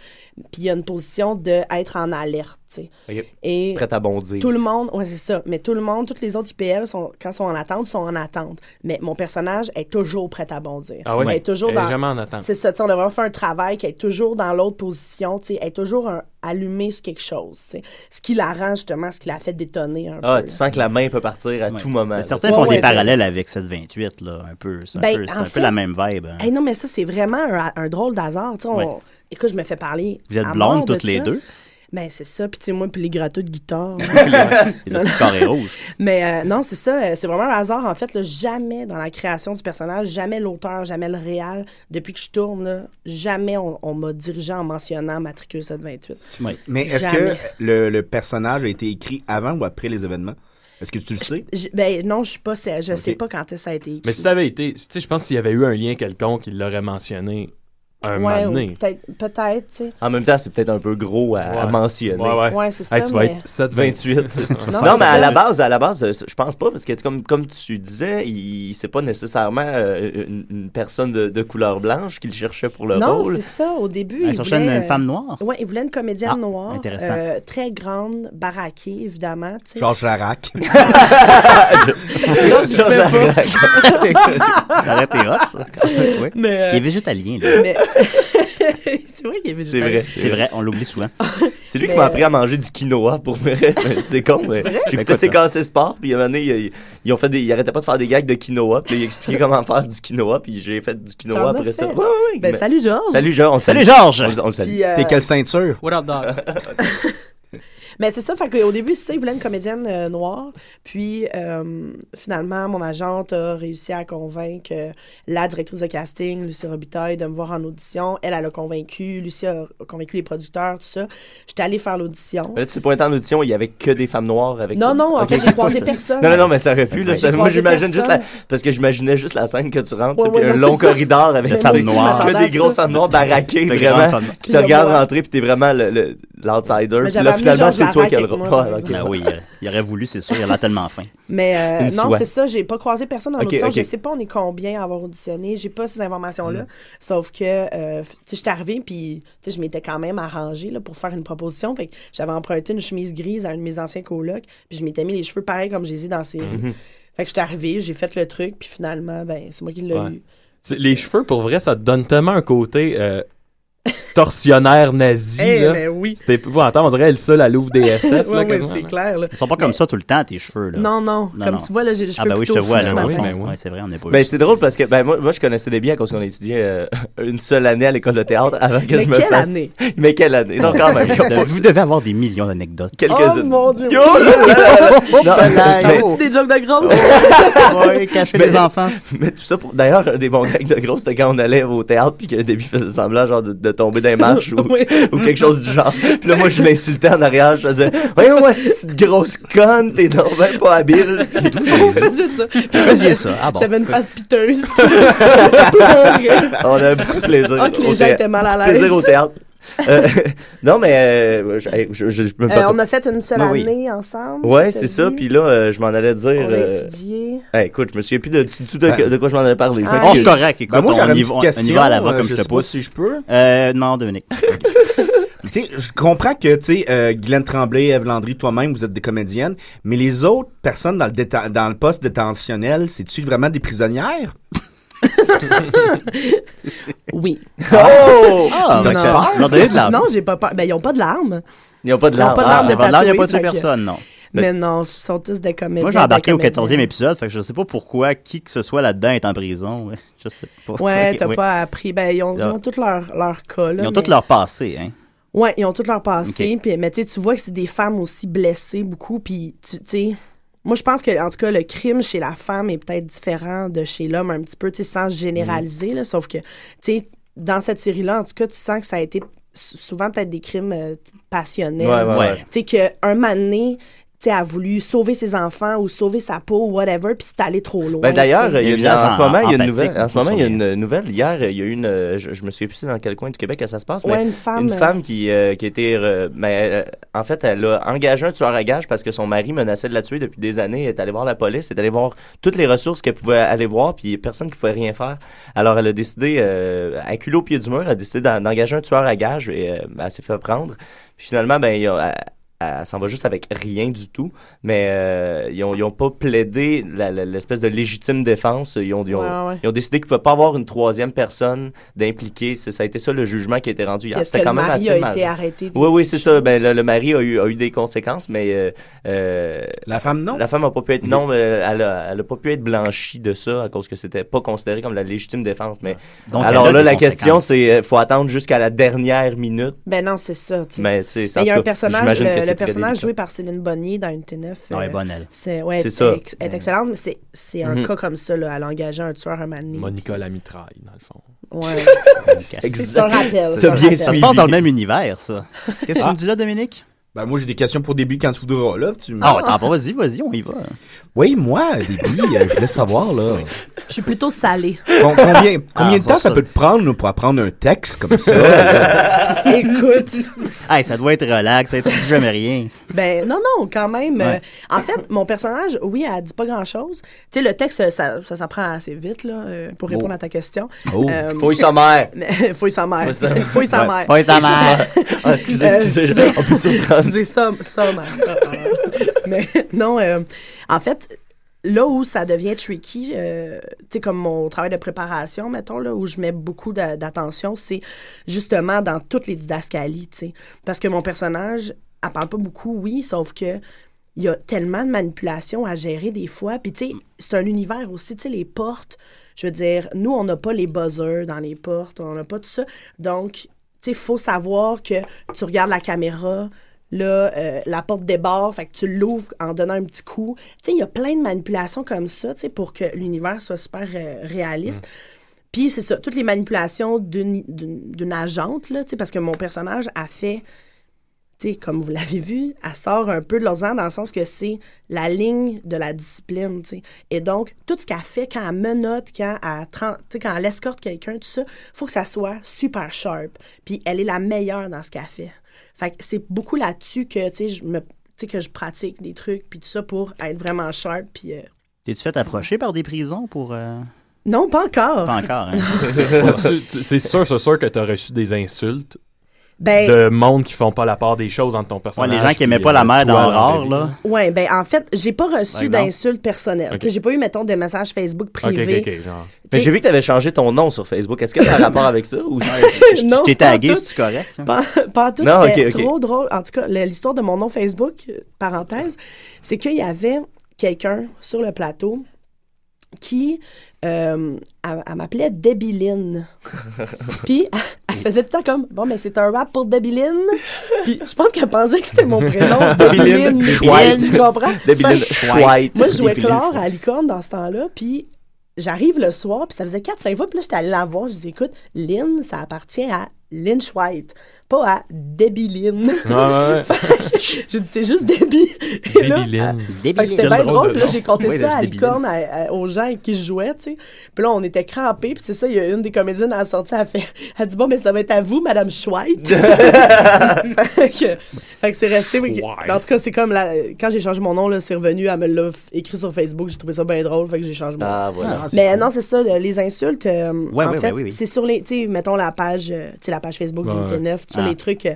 [SPEAKER 7] puis il y a une position d'être en alerte. tu sais.
[SPEAKER 10] Ok.
[SPEAKER 7] Et
[SPEAKER 10] Prête à bondir.
[SPEAKER 7] Tout le monde, ouais, c'est ça. Mais tout le monde, toutes les autres IPL, sont, quand sont en attente, sont en attente. Mais mon personnage est toujours prêt à bondir.
[SPEAKER 11] Ah ouais?
[SPEAKER 7] Elle est toujours
[SPEAKER 11] Elle est
[SPEAKER 7] dans.
[SPEAKER 11] jamais en attente.
[SPEAKER 7] C'est ça, tu sais, on devrait faire un travail qui est toujours dans l'autre position, tu sais, elle est toujours un- allumée sur quelque chose, tu sais. Ce qui la rend justement, ce qui la fait détonner un
[SPEAKER 10] Ah,
[SPEAKER 7] peu.
[SPEAKER 10] tu sens que la main peut partir à tout moment.
[SPEAKER 5] Mais
[SPEAKER 10] là.
[SPEAKER 5] certains font des parallèles avec 728, là, un peu. C'est un,
[SPEAKER 7] Ben,
[SPEAKER 5] peu, c'est
[SPEAKER 7] en
[SPEAKER 5] un peu
[SPEAKER 7] fait-
[SPEAKER 5] la même vibe. hein.
[SPEAKER 7] Hey, non, mais ça, c'est vraiment un, un drôle d'hasard. tu sais, on-
[SPEAKER 5] Ouais.
[SPEAKER 7] Écoute, je me fais parler.
[SPEAKER 5] Vous êtes
[SPEAKER 7] à
[SPEAKER 5] blondes
[SPEAKER 7] mort de
[SPEAKER 5] toutes les
[SPEAKER 7] ça.
[SPEAKER 5] deux?
[SPEAKER 7] Ben, c'est ça. Puis, tu sais, moi, puis les gratteux
[SPEAKER 5] <laughs>
[SPEAKER 7] de guitare.
[SPEAKER 5] Et le petit carré rouge.
[SPEAKER 7] Mais euh, non, c'est ça. euh, c'est vraiment un hasard. En fait, là, jamais dans la création du personnage, jamais l'auteur, jamais le réal, depuis que je tourne, là, jamais on, on m'a dirigé en mentionnant Matricule 728.
[SPEAKER 8] Mais est-ce
[SPEAKER 7] Jamais.
[SPEAKER 8] que le, le personnage a été écrit avant ou après les événements? Est-ce que tu le sais?
[SPEAKER 7] J- ben non, je suis pas. c'est- Je sais pas quand est-ce que ça a été écrit.
[SPEAKER 11] <laughs> Mais si ça avait été, tu sais, je pense s'il y avait eu un lien quelconque, il l'aurait mentionné un
[SPEAKER 7] ouais,
[SPEAKER 11] moment
[SPEAKER 7] ou
[SPEAKER 11] donné.
[SPEAKER 7] peut-être, peut-être, tu sais.
[SPEAKER 10] En même temps, c'est peut-être un peu gros à, à
[SPEAKER 11] Ouais.
[SPEAKER 10] mentionner.
[SPEAKER 11] Ouais, ouais. Ouais, c'est
[SPEAKER 10] Hey,
[SPEAKER 11] ça,
[SPEAKER 10] tu vas
[SPEAKER 11] mais-
[SPEAKER 10] être 728. non,
[SPEAKER 11] Non, c'est
[SPEAKER 10] mais
[SPEAKER 11] ça.
[SPEAKER 10] à la base, à la base, euh, je pense pas parce que comme comme tu disais, il c'est pas nécessairement euh, une, une personne de, de couleur blanche qu'il cherchait pour le
[SPEAKER 7] non,
[SPEAKER 10] rôle.
[SPEAKER 7] c'est ça. Au
[SPEAKER 10] Ah,
[SPEAKER 7] début, il
[SPEAKER 10] il cherchait
[SPEAKER 7] voulait,
[SPEAKER 10] une
[SPEAKER 7] euh,
[SPEAKER 10] femme noire?
[SPEAKER 7] Ouais, il voulait une comédienne
[SPEAKER 10] Ah,
[SPEAKER 7] noire,
[SPEAKER 10] intéressant.
[SPEAKER 7] euh, très grande, baraquée, évidemment. tu sais. <laughs>
[SPEAKER 8] Georges Larac.
[SPEAKER 7] Georges, il fait pas.
[SPEAKER 5] Ça aurait été hot, ça. Oui.
[SPEAKER 7] Mais, euh,
[SPEAKER 5] Il est végétalien, là.
[SPEAKER 7] Mais- <laughs> c'est vrai qu'il est
[SPEAKER 10] C'est vrai,
[SPEAKER 7] végétarien.
[SPEAKER 10] c'est vrai,
[SPEAKER 5] on l'oublie souvent.
[SPEAKER 10] <laughs> C'est lui qui
[SPEAKER 7] Mais-
[SPEAKER 10] m'a appris à manger du quinoa pour
[SPEAKER 7] <laughs>
[SPEAKER 10] vrai. c'est con, mais
[SPEAKER 7] vrai?
[SPEAKER 10] j'écoutais
[SPEAKER 7] Écoute,
[SPEAKER 10] ses
[SPEAKER 7] hein.
[SPEAKER 10] cassés sport, puis il y a un moment donné, ils, ils ont fait des, ils arrêtaient pas de faire des gags de quinoa, puis là, ils
[SPEAKER 7] <laughs>
[SPEAKER 10] expliquaient comment faire du quinoa, puis j'ai fait du
[SPEAKER 7] T'en
[SPEAKER 10] quinoa
[SPEAKER 7] as
[SPEAKER 10] après ça.
[SPEAKER 7] fait?
[SPEAKER 10] Ouais, ouais, ouais,
[SPEAKER 7] Ben,
[SPEAKER 10] mais-
[SPEAKER 7] salut, Georges.
[SPEAKER 10] Salut Georges. on le
[SPEAKER 8] Salut,
[SPEAKER 10] salue.
[SPEAKER 8] Georges.
[SPEAKER 10] On le- On le salue.
[SPEAKER 7] Puis, euh, T'es quelle
[SPEAKER 8] ceinture?
[SPEAKER 13] What up,
[SPEAKER 7] <laughs>
[SPEAKER 13] dog?
[SPEAKER 7] Mais c'est ça, fait qu'au début, c'est ça, il voulait une comédienne euh, noire. Puis, euh, finalement, mon agente a réussi à convaincre euh, la directrice de casting, Lucie Robitaille, de me voir en audition. Elle, elle a convaincu, Lucie a convaincu les producteurs, tout ça. J'étais allée faire l'audition.
[SPEAKER 10] Mais là, tu sais, pour être en audition, il y avait que des femmes noires avec toi.
[SPEAKER 7] Non, non, en
[SPEAKER 10] Ok.
[SPEAKER 7] fait, j'ai croisé personne.
[SPEAKER 10] Non, non, non, mais ça aurait pu. Là,
[SPEAKER 7] J'ai
[SPEAKER 10] ça- moi,
[SPEAKER 7] croisé
[SPEAKER 10] j'imagine juste la...
[SPEAKER 7] personne.
[SPEAKER 10] Parce que j'imaginais juste la scène que tu rentres,
[SPEAKER 7] Ouais,
[SPEAKER 10] tu sais, puis
[SPEAKER 7] ouais,
[SPEAKER 10] un
[SPEAKER 7] non,
[SPEAKER 10] long
[SPEAKER 7] c'est ça.
[SPEAKER 10] corridor avec
[SPEAKER 7] Mais
[SPEAKER 10] des femmes
[SPEAKER 7] moi aussi, je
[SPEAKER 10] noires.
[SPEAKER 7] m'attendais
[SPEAKER 10] Que des
[SPEAKER 7] à
[SPEAKER 10] grosses
[SPEAKER 7] ça.
[SPEAKER 10] femmes noires baraquées,
[SPEAKER 5] De
[SPEAKER 10] vraiment,
[SPEAKER 5] grandes femmes.
[SPEAKER 10] qui te regardent
[SPEAKER 5] Ouais.
[SPEAKER 10] rentrer, puis t'es vraiment le- le- l'outsider.
[SPEAKER 7] Mais
[SPEAKER 10] Puis
[SPEAKER 7] j'avais
[SPEAKER 10] là,
[SPEAKER 7] amené
[SPEAKER 10] finalement,
[SPEAKER 7] Georges
[SPEAKER 10] c'est toi
[SPEAKER 7] Larac
[SPEAKER 10] qui as le
[SPEAKER 7] avec
[SPEAKER 10] rôle.
[SPEAKER 7] moi, par
[SPEAKER 10] Ouais, ok.
[SPEAKER 7] exemple.
[SPEAKER 5] Ben oui, euh, il aurait voulu, c'est sûr. Il a tellement faim.
[SPEAKER 7] Mais euh,
[SPEAKER 5] Une
[SPEAKER 7] non,
[SPEAKER 5] soie.
[SPEAKER 7] c'est ça, j'ai pas croisé personne en
[SPEAKER 5] Ok,
[SPEAKER 7] audition.
[SPEAKER 5] ok.
[SPEAKER 7] Je sais pas on est combien à avoir auditionné, j'ai pas ces informations-là.
[SPEAKER 5] Mm.
[SPEAKER 7] Sauf que, euh, f- tu sais, j'étais arrivée, puis tu sais, je m'étais quand même arrangée là, pour faire une proposition. Fait que j'avais emprunté une chemise grise à un de mes anciens colocs, puis je m'étais mis les cheveux pareils comme je les ai dans la série.
[SPEAKER 5] Mm-hmm.
[SPEAKER 11] Mhm.
[SPEAKER 7] Fait que j'étais arrivée, j'ai fait le truc, puis finalement, ben, c'est moi qui l'ai
[SPEAKER 11] Ouais.
[SPEAKER 7] eu.
[SPEAKER 11] C'est- Les cheveux, pour vrai, ça te donne tellement un côté euh, torsionnaire nazi.
[SPEAKER 7] Eh
[SPEAKER 11] là.
[SPEAKER 7] ben oui.
[SPEAKER 11] C'est épouvantable. On dirait elle seule à Louvre des SS.
[SPEAKER 7] <laughs> Ouais,
[SPEAKER 11] là,
[SPEAKER 7] ouais,
[SPEAKER 11] quasiment,
[SPEAKER 7] c'est
[SPEAKER 11] là.
[SPEAKER 7] clair. là.
[SPEAKER 5] Ils sont pas comme ça tout le temps, tes cheveux, là.
[SPEAKER 7] Non, non. Comme tu vois, là, j'ai les
[SPEAKER 5] Ah,
[SPEAKER 7] cheveux
[SPEAKER 5] ben oui, je te
[SPEAKER 7] plutôt
[SPEAKER 5] vois,
[SPEAKER 7] fous
[SPEAKER 5] là.
[SPEAKER 7] ce
[SPEAKER 5] Ben oui,
[SPEAKER 7] matin.
[SPEAKER 5] ben oui. Ouais, c'est vrai, on n'est pas
[SPEAKER 10] Ben, c'est drôle parce que ben, moi, moi, je connaissais des biens à cause qu'on a étudié euh, <laughs> une seule année à l'école de théâtre avant que
[SPEAKER 5] Mais
[SPEAKER 10] je me
[SPEAKER 5] quelle
[SPEAKER 10] fasse.
[SPEAKER 5] année?
[SPEAKER 10] <laughs> Mais quelle année? Non, quand même.
[SPEAKER 5] <laughs> Vous devez avoir des millions d'anecdotes.
[SPEAKER 8] Oh,
[SPEAKER 10] Quelques-unes.
[SPEAKER 7] mon Dieu!
[SPEAKER 10] Yo, là, là, là, là.
[SPEAKER 5] Oh,
[SPEAKER 10] <laughs> Non,
[SPEAKER 5] ben,
[SPEAKER 10] mais-
[SPEAKER 5] oh.
[SPEAKER 7] des jokes de grosse? <laughs>
[SPEAKER 5] Ouais, cacher les enfants.
[SPEAKER 10] Mais tout ça pour. D'ailleurs, un des bons gags de gros, c'était quand on allait au théâtre puis que Debbie faisait semblant genre de, de tomber d'un marche ou,
[SPEAKER 5] <laughs>
[SPEAKER 10] ou quelque chose du genre. Puis là, moi, je l'insultais en arrière. Je faisais Voyons, moi, cette petite grosse conne, t'es donc ben pas habile.
[SPEAKER 7] On faisait ça.
[SPEAKER 10] Vous faisiez ça? Ah bon.
[SPEAKER 7] J'avais une face
[SPEAKER 5] <laughs>
[SPEAKER 7] piteuse.
[SPEAKER 10] <laughs> on a beaucoup de plaisir.
[SPEAKER 7] Ah, que les
[SPEAKER 10] au
[SPEAKER 7] gens
[SPEAKER 10] théâtre.
[SPEAKER 7] étaient mal à l'aise.
[SPEAKER 10] Plaisir au théâtre. Euh, <laughs> non, mais euh, je, je, je- je peux
[SPEAKER 7] Euh,
[SPEAKER 10] pas-
[SPEAKER 7] on a fait une seule
[SPEAKER 10] Oui, oui.
[SPEAKER 7] année ensemble.
[SPEAKER 10] Ouais,
[SPEAKER 7] je te
[SPEAKER 10] c'est ça.
[SPEAKER 7] dis.
[SPEAKER 10] Puis là, euh, je m'en allais dire.
[SPEAKER 7] On a
[SPEAKER 10] euh,
[SPEAKER 7] étudié.
[SPEAKER 10] hey, écoute, je me souviens plus de, du tout de,
[SPEAKER 5] Ben,
[SPEAKER 10] de quoi je m'en allais parler. Je
[SPEAKER 5] Ah.
[SPEAKER 10] m'excuse.
[SPEAKER 5] On se correct, écoute, Ben, moi, on j'aurais y une va- petite on y question, va à la va euh, comme je je te sais pas pousse. si
[SPEAKER 8] je peux.
[SPEAKER 5] Euh, non,
[SPEAKER 8] <laughs>
[SPEAKER 5] Dominique.
[SPEAKER 8] Tu sais, je comprends que, tu sais, euh, Guylaine Tremblay, Eve Landry, toi-même, vous êtes des comédiennes, mais les autres personnes dans le, déta- dans le poste détentionnel, c'est-tu vraiment des prisonnières?
[SPEAKER 7] <laughs> oui.
[SPEAKER 8] <laughs> Oh!
[SPEAKER 7] Ah,
[SPEAKER 8] T'as-tu peur?
[SPEAKER 7] non, Non, j'ai pas peur. Ben, ils ont pas de larmes.
[SPEAKER 10] Ils n'ont pas
[SPEAKER 7] de Ils ont larmes. pas de larmes de
[SPEAKER 5] Ah, là, il n'y a
[SPEAKER 7] tatouer,
[SPEAKER 5] pas tué
[SPEAKER 7] fait que-
[SPEAKER 5] personne, non.
[SPEAKER 7] Mais non, ils sont tous des comédiens.
[SPEAKER 5] Ben, Moi, j'ai embarqué
[SPEAKER 7] des
[SPEAKER 5] au
[SPEAKER 7] comédiens.
[SPEAKER 5] 14e épisode, fait que je sais pas pourquoi qui que ce soit là-dedans est en prison. ouais. Je sais pas.
[SPEAKER 7] Ouais,
[SPEAKER 10] <laughs>
[SPEAKER 5] Ok,
[SPEAKER 7] t'as
[SPEAKER 5] ouais.
[SPEAKER 7] pas appris. Ben, ils ont, ils
[SPEAKER 5] Ah.
[SPEAKER 7] ont tous leur, leur cas. Là,
[SPEAKER 5] Ils ont
[SPEAKER 7] mais-
[SPEAKER 5] tout leur passé, hein.
[SPEAKER 7] Ouais, ils ont tout leur passé.
[SPEAKER 5] Ok.
[SPEAKER 7] Puis, mais tu sais, tu vois que c'est des femmes aussi blessées beaucoup. Puis, tu tu sais, moi, je pense que, en tout cas, le crime chez la femme est peut-être différent de chez l'homme un petit peu, tu sais, sans
[SPEAKER 10] Mhm.
[SPEAKER 7] généraliser. Là, sauf que, tu sais, dans cette série-là, en tout cas, tu sens que ça a été s- souvent peut-être des crimes euh, passionnels.
[SPEAKER 10] Ouais, ouais, ouais.
[SPEAKER 7] Tu sais, qu'un moment donné, tu sais, a voulu sauver ses enfants ou sauver sa peau ou whatever, puis c'est allé trop loin.
[SPEAKER 10] Ben, d'ailleurs,
[SPEAKER 7] tu sais.
[SPEAKER 10] il y a une- en, ce moment, il y a une nouvelle.
[SPEAKER 5] empathique,
[SPEAKER 10] En ce moment,
[SPEAKER 5] on
[SPEAKER 10] il y a une nouvelle. Hier, il y a eu une. euh, Je, je me souviens plus dans quel coin du Québec que ça se passe,
[SPEAKER 7] Ouais,
[SPEAKER 10] mais
[SPEAKER 7] une femme, euh,
[SPEAKER 10] femme qui, euh, qui était. euh, mais, euh, en fait, elle a engagé un tueur à gage parce que son mari menaçait de la tuer depuis des années. Elle est allée voir la police, elle est allée voir toutes les ressources qu'elle pouvait aller voir, puis personne qui pouvait rien faire. Alors, elle a décidé, euh, à culot au pied du mur, elle a décidé d'en- d'engager un tueur à gage et euh, elle s'est fait prendre. Puis finalement, ben, il y a- elle- elle s'en va juste avec rien du tout. Mais euh, ils, ont, ils ont pas plaidé la- la- l'espèce de légitime défense. Ils ont, ils ont,
[SPEAKER 7] Ouais, ouais.
[SPEAKER 10] ils ont décidé qu'il ne pouvait pas avoir une troisième personne d'impliquée. C'est- Ça a été ça le jugement qui a été rendu. hier.
[SPEAKER 7] Est-ce
[SPEAKER 10] Ah, C'était
[SPEAKER 7] que
[SPEAKER 10] quand
[SPEAKER 7] le
[SPEAKER 10] même
[SPEAKER 7] mari
[SPEAKER 10] assez
[SPEAKER 7] a
[SPEAKER 10] mal. hein.
[SPEAKER 7] été arrêté du-
[SPEAKER 10] Oui, oui, c'est ça. Ben, le, le mari a eu, a eu des conséquences, mais. la femme, non? La femme n'a pas pu être. Non, mais euh, elle a, elle a pas pu être blanchie de ça à cause que c'était pas considéré comme la légitime défense. Mais,
[SPEAKER 5] Donc,
[SPEAKER 10] Alors
[SPEAKER 5] elle
[SPEAKER 10] là,
[SPEAKER 5] a des
[SPEAKER 10] la question,
[SPEAKER 5] conséquences.
[SPEAKER 10] c'est euh, faut attendre jusqu'à la dernière minute.
[SPEAKER 7] Ben non, c'est ça. tu sais.
[SPEAKER 10] Mais c'est
[SPEAKER 7] Mais
[SPEAKER 10] en
[SPEAKER 7] il y a
[SPEAKER 10] tout cas,
[SPEAKER 7] un personnage,
[SPEAKER 10] j'imagine que
[SPEAKER 7] le,
[SPEAKER 10] c'est
[SPEAKER 7] le
[SPEAKER 10] très
[SPEAKER 7] personnage
[SPEAKER 10] délicat.
[SPEAKER 7] joué par Céline Bonnier dans une T9.
[SPEAKER 10] Ouais, bonne, elle.
[SPEAKER 7] C'est ouais,
[SPEAKER 10] C'est
[SPEAKER 7] elle-
[SPEAKER 10] ça. Mm-hmm.
[SPEAKER 7] elle est- elle est excellente, mais c'est, c'est un
[SPEAKER 11] Mhm.
[SPEAKER 7] cas comme ça, là, à l'engager un tueur à manier.
[SPEAKER 11] Monica la mitraille, dans le fond.
[SPEAKER 10] <laughs>
[SPEAKER 7] Ouais.
[SPEAKER 11] Exact.
[SPEAKER 7] C'est un rappel.
[SPEAKER 11] C'est
[SPEAKER 7] c'est un
[SPEAKER 11] bien
[SPEAKER 7] rappel.
[SPEAKER 5] Ça se passe dans le même univers, ça. Qu'est-ce que tu me dis là, Dominique?
[SPEAKER 8] Ah. Ben, moi, j'ai des questions pour début quand tu voudras, là. Tu me-
[SPEAKER 5] Ah, attends, pas, vas-y, vas-y, on y va.
[SPEAKER 8] Oui, moi, début, euh, je voulais savoir,
[SPEAKER 5] <laughs>
[SPEAKER 8] là.
[SPEAKER 1] Je suis plutôt salée.
[SPEAKER 8] com- combien combien
[SPEAKER 5] Ah,
[SPEAKER 8] de temps
[SPEAKER 5] ça,
[SPEAKER 8] ça
[SPEAKER 5] ça.
[SPEAKER 8] peut te prendre là, pour apprendre un texte
[SPEAKER 5] <laughs>
[SPEAKER 8] comme ça? là?
[SPEAKER 1] hein?
[SPEAKER 7] <laughs> Écoute.
[SPEAKER 5] Hey, ça doit être relax, ça dit jamais rien.
[SPEAKER 7] Ben non, non, quand même.
[SPEAKER 5] Ouais.
[SPEAKER 7] Euh, en fait, mon personnage, oui, elle dit pas grand-chose. Tu sais, le texte, ça, ça s'apprend assez vite, là, euh, pour répondre
[SPEAKER 10] Oh.
[SPEAKER 7] à ta question.
[SPEAKER 10] Oh. Fouille sa mère.
[SPEAKER 7] Euh, <laughs> Mais- Fouille sa mère.
[SPEAKER 10] Fouille sa-
[SPEAKER 7] Fouille sa
[SPEAKER 10] Ouais.
[SPEAKER 7] mère.
[SPEAKER 10] Fouille sa mère. <laughs> Ah, excusez, excusez, on peut dire phrase.
[SPEAKER 7] Excusez, ça, ça, mère, ça, mère. Mais non, euh, en fait... Là où ça devient tricky, euh, tu sais, comme mon travail de préparation, mettons, là, où je mets beaucoup d'a- d'attention, c'est justement dans toutes les didascalies, tu sais. Parce que mon personnage, elle parle pas beaucoup, oui, sauf que il y a tellement de manipulations à gérer des fois. Puis, tu sais, c'est un univers aussi, tu sais, les portes. Je veux dire, nous, on n'a pas les buzzers dans les portes, on n'a pas tout ça. Donc, tu sais, il faut savoir que tu regardes la caméra, là, euh, la porte débarre, fait que tu l'ouvres en donnant un petit coup. Tu sais, il y a plein de manipulations comme ça, tu sais, pour que l'univers soit super euh, réaliste. Puis c'est ça, toutes les manipulations d'une d'une d'une agente, là, tu sais, parce que mon personnage a fait, tu sais, comme vous l'avez vu, elle sort un peu de l'ordinaire dans le sens que c'est la ligne de la discipline, tu sais. Et donc, tout ce qu'elle fait quand elle menotte, quand elle, tran- tu sais, quand elle escorte quelqu'un, tout ça, faut que ça soit super sharp. Puis elle est la meilleure dans ce qu'elle fait. Fait que c'est beaucoup là-dessus que, tu sais, je me- tu sais, que je pratique des trucs, puis tout ça, pour être vraiment sharp, puis... euh,
[SPEAKER 5] T'es-tu fait approcher par des prisons pour. euh,
[SPEAKER 7] Non, pas encore.
[SPEAKER 5] Pas encore,
[SPEAKER 7] <laughs>
[SPEAKER 5] hein.
[SPEAKER 11] <laughs> Tu- tu- c'est sûr, c'est sûr que t'as reçu des insultes
[SPEAKER 7] Ben-
[SPEAKER 11] de monde qui font pas la part des choses entre ton personnage.
[SPEAKER 5] Ouais, les gens qui aimaient
[SPEAKER 11] puis,
[SPEAKER 5] pas la
[SPEAKER 11] euh,
[SPEAKER 5] mère
[SPEAKER 11] toi,
[SPEAKER 5] dans
[SPEAKER 11] la
[SPEAKER 5] Rare,
[SPEAKER 11] vraie
[SPEAKER 5] là.
[SPEAKER 11] vie.
[SPEAKER 7] Oui, ben en fait, j'ai pas
[SPEAKER 10] Par
[SPEAKER 7] reçu
[SPEAKER 10] exemple?
[SPEAKER 7] d'insultes personnelles.
[SPEAKER 10] Ok.
[SPEAKER 7] Tu sais, J'ai pas eu, mettons, de messages Facebook privés. <laughs>
[SPEAKER 10] Mais j'ai vu que tu avais changé ton nom sur Facebook. Est-ce que ça a un rapport avec ça ou
[SPEAKER 7] Non,
[SPEAKER 10] t'es
[SPEAKER 7] pas en tout.
[SPEAKER 5] correct?
[SPEAKER 10] <laughs>
[SPEAKER 7] Pas, <laughs> pas en tout,
[SPEAKER 10] Non,
[SPEAKER 7] c'était
[SPEAKER 10] ok, ok.
[SPEAKER 7] trop drôle. En tout cas, le- l'histoire de mon nom Facebook, euh, parenthèse, c'est qu'il y avait quelqu'un sur le plateau qui, euh, elle, elle m'appelait
[SPEAKER 10] <laughs>
[SPEAKER 7] Débiline. Puis, elle faisait tout le temps comme, bon, mais c'est un rap pour Débiline. Puis, je pense qu'elle pensait que c'était mon
[SPEAKER 10] <laughs>
[SPEAKER 7] prénom.
[SPEAKER 10] Débiline.
[SPEAKER 7] Débiline,
[SPEAKER 10] Chouette.
[SPEAKER 7] tu comprends?
[SPEAKER 10] Débiline,
[SPEAKER 7] Fait que-
[SPEAKER 10] chouette.
[SPEAKER 7] ben, Moi, je jouais
[SPEAKER 10] Débiline,
[SPEAKER 7] Clore à Licorne dans ce temps-là, puis j'arrive le soir, puis ça faisait 4-5 fois, puis là, j'étais allée la voir, je dis, écoute, Lynn, ça appartient à Lynn White, pas à Debbie Lynn.
[SPEAKER 5] Ah.
[SPEAKER 11] Ouais,
[SPEAKER 7] Fait que j'ai dit, c'est juste Debbie. Et là, <laughs> ah, fait que C'était bien drôle. Puis là, j'ai compté ça à Licorne à- à- aux gens avec qui je jouais, tu sais. Puis là, on était crampés. Puis c'est ça, il y a une des comédiennes à la sortie, elle, fait, elle dit Bon, mais ça va être à vous, Madame Schweit. <laughs> fait que, fait que c'est resté. oui. En tout cas, c'est comme la- quand j'ai changé mon nom, là, c'est revenu. Elle me l'a f- écrit sur Facebook. J'ai trouvé ça bien drôle. Fait que j'ai changé mon nom.
[SPEAKER 10] Ah, voilà. Ah, c'est
[SPEAKER 7] mais euh, non, c'est ça, le- les insultes. euh,
[SPEAKER 10] Ouais,
[SPEAKER 7] en
[SPEAKER 10] ouais,
[SPEAKER 7] fait,
[SPEAKER 10] ouais, oui, oui.
[SPEAKER 7] c'est sur les. Tu sais, mettons la page, euh, tu sais, la page Facebook
[SPEAKER 10] Ouais,
[SPEAKER 7] d'Unité
[SPEAKER 10] ouais.
[SPEAKER 7] 9, tu sais,
[SPEAKER 10] Ah.
[SPEAKER 7] les trucs. euh,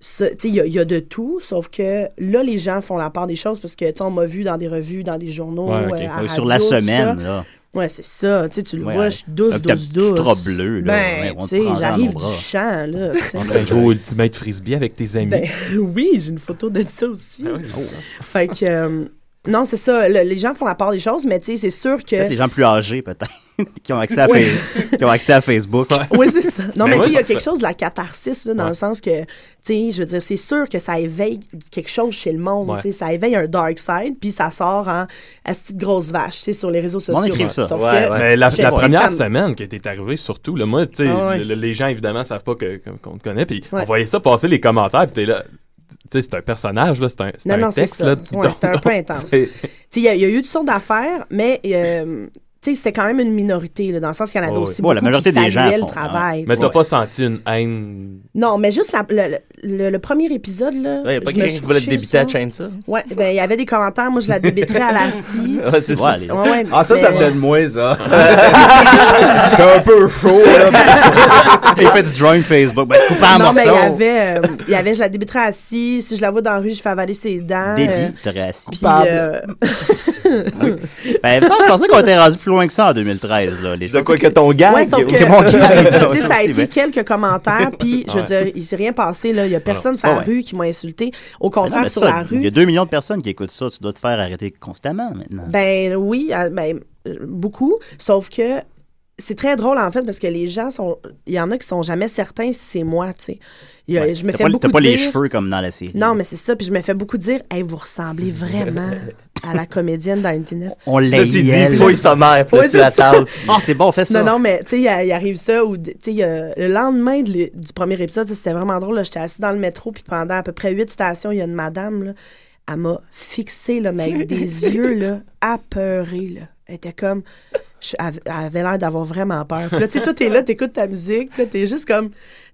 [SPEAKER 7] ça, tu sais, il y, a- il y a de tout, sauf que là, les gens font la part des choses parce que, tu sais, on m'a vu dans des revues, dans des journaux,
[SPEAKER 5] Ouais, ok.
[SPEAKER 7] euh, à
[SPEAKER 5] Ouais, sur
[SPEAKER 7] radio,
[SPEAKER 5] la
[SPEAKER 7] tout
[SPEAKER 5] semaine,
[SPEAKER 7] ça.
[SPEAKER 5] là.
[SPEAKER 7] Ouais, c'est ça. Tu sais, tu le
[SPEAKER 5] Ouais,
[SPEAKER 7] vois,
[SPEAKER 5] ouais.
[SPEAKER 7] je suis douce,
[SPEAKER 5] Avec ta
[SPEAKER 7] douce,
[SPEAKER 5] petite
[SPEAKER 7] douce.
[SPEAKER 5] robe bleue, là. Ouais,
[SPEAKER 7] Ben,
[SPEAKER 5] on te
[SPEAKER 7] tu sais,
[SPEAKER 5] prend dans
[SPEAKER 7] j'arrive
[SPEAKER 5] nos
[SPEAKER 7] du
[SPEAKER 5] bras.
[SPEAKER 7] champ, là. tu sais.
[SPEAKER 11] En train de jouer au Ultimate Frisbee avec tes amis.
[SPEAKER 7] Ben, <laughs> oui, j'ai une photo de ça aussi.
[SPEAKER 11] Ah oui,
[SPEAKER 5] oh.
[SPEAKER 11] j'ai vu ça.
[SPEAKER 7] Fait que, euh, non, c'est ça. le- les gens font la part des choses, mais tu sais, c'est sûr que.
[SPEAKER 5] Peut-être les gens plus âgés, peut-être, <laughs> qui, ont accès à
[SPEAKER 7] Ouais.
[SPEAKER 5] Fa- qui ont accès à Facebook.
[SPEAKER 7] Oui, c'est ça. Non,
[SPEAKER 5] Ben
[SPEAKER 7] mais tu sais, il y a
[SPEAKER 5] oui.
[SPEAKER 7] quelque chose de la catharsis, là, dans le sens que, tu sais, je veux dire, c'est sûr que ça éveille quelque chose chez le monde.
[SPEAKER 5] Ouais.
[SPEAKER 7] Tu sais, ça éveille un dark side, puis ça sort en petite grosse vache, tu sais, sur les réseaux sociaux. Sauf que
[SPEAKER 11] Mais la,
[SPEAKER 7] je sais
[SPEAKER 11] la
[SPEAKER 7] que
[SPEAKER 11] première
[SPEAKER 7] ça me-
[SPEAKER 11] semaine qui était arrivée, surtout, là, moi, tu sais,
[SPEAKER 7] Ah ouais.
[SPEAKER 11] le- les gens, évidemment, savent pas que- que- qu'on te connaît. Puis
[SPEAKER 7] Ouais.
[SPEAKER 11] on voyait ça passer les commentaires, puis t'es là. Tu sais, c'est un personnage, là, c'est un, c'est
[SPEAKER 7] Non,
[SPEAKER 11] un
[SPEAKER 7] non, c'est
[SPEAKER 11] texte.
[SPEAKER 7] ça.
[SPEAKER 11] là, tu-
[SPEAKER 7] Ouais, c'était un peu intense.
[SPEAKER 11] <laughs> c'est-
[SPEAKER 7] Tu sais, il y, a- il y a eu du son d'affaires, mais. euh, tu sais, c'était quand même une minorité, là, dans le sens qu'il y en avait
[SPEAKER 11] Ouais,
[SPEAKER 7] aussi
[SPEAKER 11] ouais.
[SPEAKER 7] hein. beaucoup qui saluaient le travail.
[SPEAKER 11] Mais
[SPEAKER 7] tu
[SPEAKER 11] t'as
[SPEAKER 7] sais.
[SPEAKER 11] pas senti une haine.
[SPEAKER 7] Non, mais juste la- le, le- le, le premier épisode, là.
[SPEAKER 10] Ouais, y a pas
[SPEAKER 7] je me
[SPEAKER 10] quelqu'un
[SPEAKER 7] suis
[SPEAKER 10] qui voulait
[SPEAKER 7] couchée
[SPEAKER 10] te débiter
[SPEAKER 7] le
[SPEAKER 10] à
[SPEAKER 7] soir.
[SPEAKER 10] Chainsaw?
[SPEAKER 7] Ouais, ben, il y avait des commentaires. Moi, je la débiterais à la scie.
[SPEAKER 10] Ah, c'est ça.
[SPEAKER 7] Ouais, ouais,
[SPEAKER 8] ah, ça, ça me
[SPEAKER 7] mais- euh,
[SPEAKER 8] donne moins, ça.
[SPEAKER 10] <laughs>
[SPEAKER 8] J'étais un peu chaud, là.
[SPEAKER 5] <laughs> Il fait du drawing Facebook. Ben, coupe en
[SPEAKER 7] Non, mais il y
[SPEAKER 5] morceaux.
[SPEAKER 7] avait, euh, il y avait, je la débiterais assis. Si je la vois dans la rue, je fais avaler ses dents. euh,
[SPEAKER 5] Débiterais assis.
[SPEAKER 7] puis,
[SPEAKER 5] Coupable.
[SPEAKER 7] euh,
[SPEAKER 5] Ben, ça, je pensais qu'on était rendu plus loin que ça en 2013. Là. Les de quoi que, ton gars.
[SPEAKER 7] Ouais, sauf que,
[SPEAKER 5] <laughs>
[SPEAKER 7] <laughs> tu sais, ça a été quelques commentaires, puis je veux
[SPEAKER 5] Ouais.
[SPEAKER 7] dire, il s'est rien passé, là. Il y a personne
[SPEAKER 5] Ouais.
[SPEAKER 7] sur la
[SPEAKER 5] Ouais.
[SPEAKER 7] rue qui m'a insulté. Au contraire, sur la
[SPEAKER 5] Il y
[SPEAKER 7] rue,
[SPEAKER 5] a 2 millions de personnes qui écoutent ça. Tu dois te faire arrêter constamment maintenant.
[SPEAKER 7] ben oui, euh, ben, euh, beaucoup, sauf que c'est très drôle, en fait, parce que les gens sont... Il y en a qui sont jamais certains si c'est moi, tu sais. Il y a- Je me
[SPEAKER 5] T'as
[SPEAKER 7] fais
[SPEAKER 5] pas,
[SPEAKER 7] beaucoup
[SPEAKER 5] t'as pas les
[SPEAKER 7] dire-
[SPEAKER 5] cheveux comme dans la série.
[SPEAKER 7] Non, mais c'est ça. Puis je me fais beaucoup dire, hey, vous ressemblez vraiment à la comédienne dans Unity 9.
[SPEAKER 5] On
[SPEAKER 10] Là,
[SPEAKER 5] l'a
[SPEAKER 10] tu dis, fouille sa mère, puis là, tu la tautes.
[SPEAKER 5] Ah, c'est bon, fais ça.
[SPEAKER 7] Non, non, mais tu sais, il a- il arrive ça où, tu sais, il y a- le lendemain de l'é- du premier épisode, ça, c'était vraiment drôle. là, J'étais assis dans le métro, puis pendant à peu près huit stations, il y a une madame, là, elle m'a fixé, là, mais
[SPEAKER 5] <laughs>
[SPEAKER 7] avec des yeux, là, apeurés, là. Elle était comme. je- elle elle avait l'air d'avoir vraiment peur. Puis là, tu sais, toi, t'es là, t'écoutes ta musique, puis là, t'es juste comme.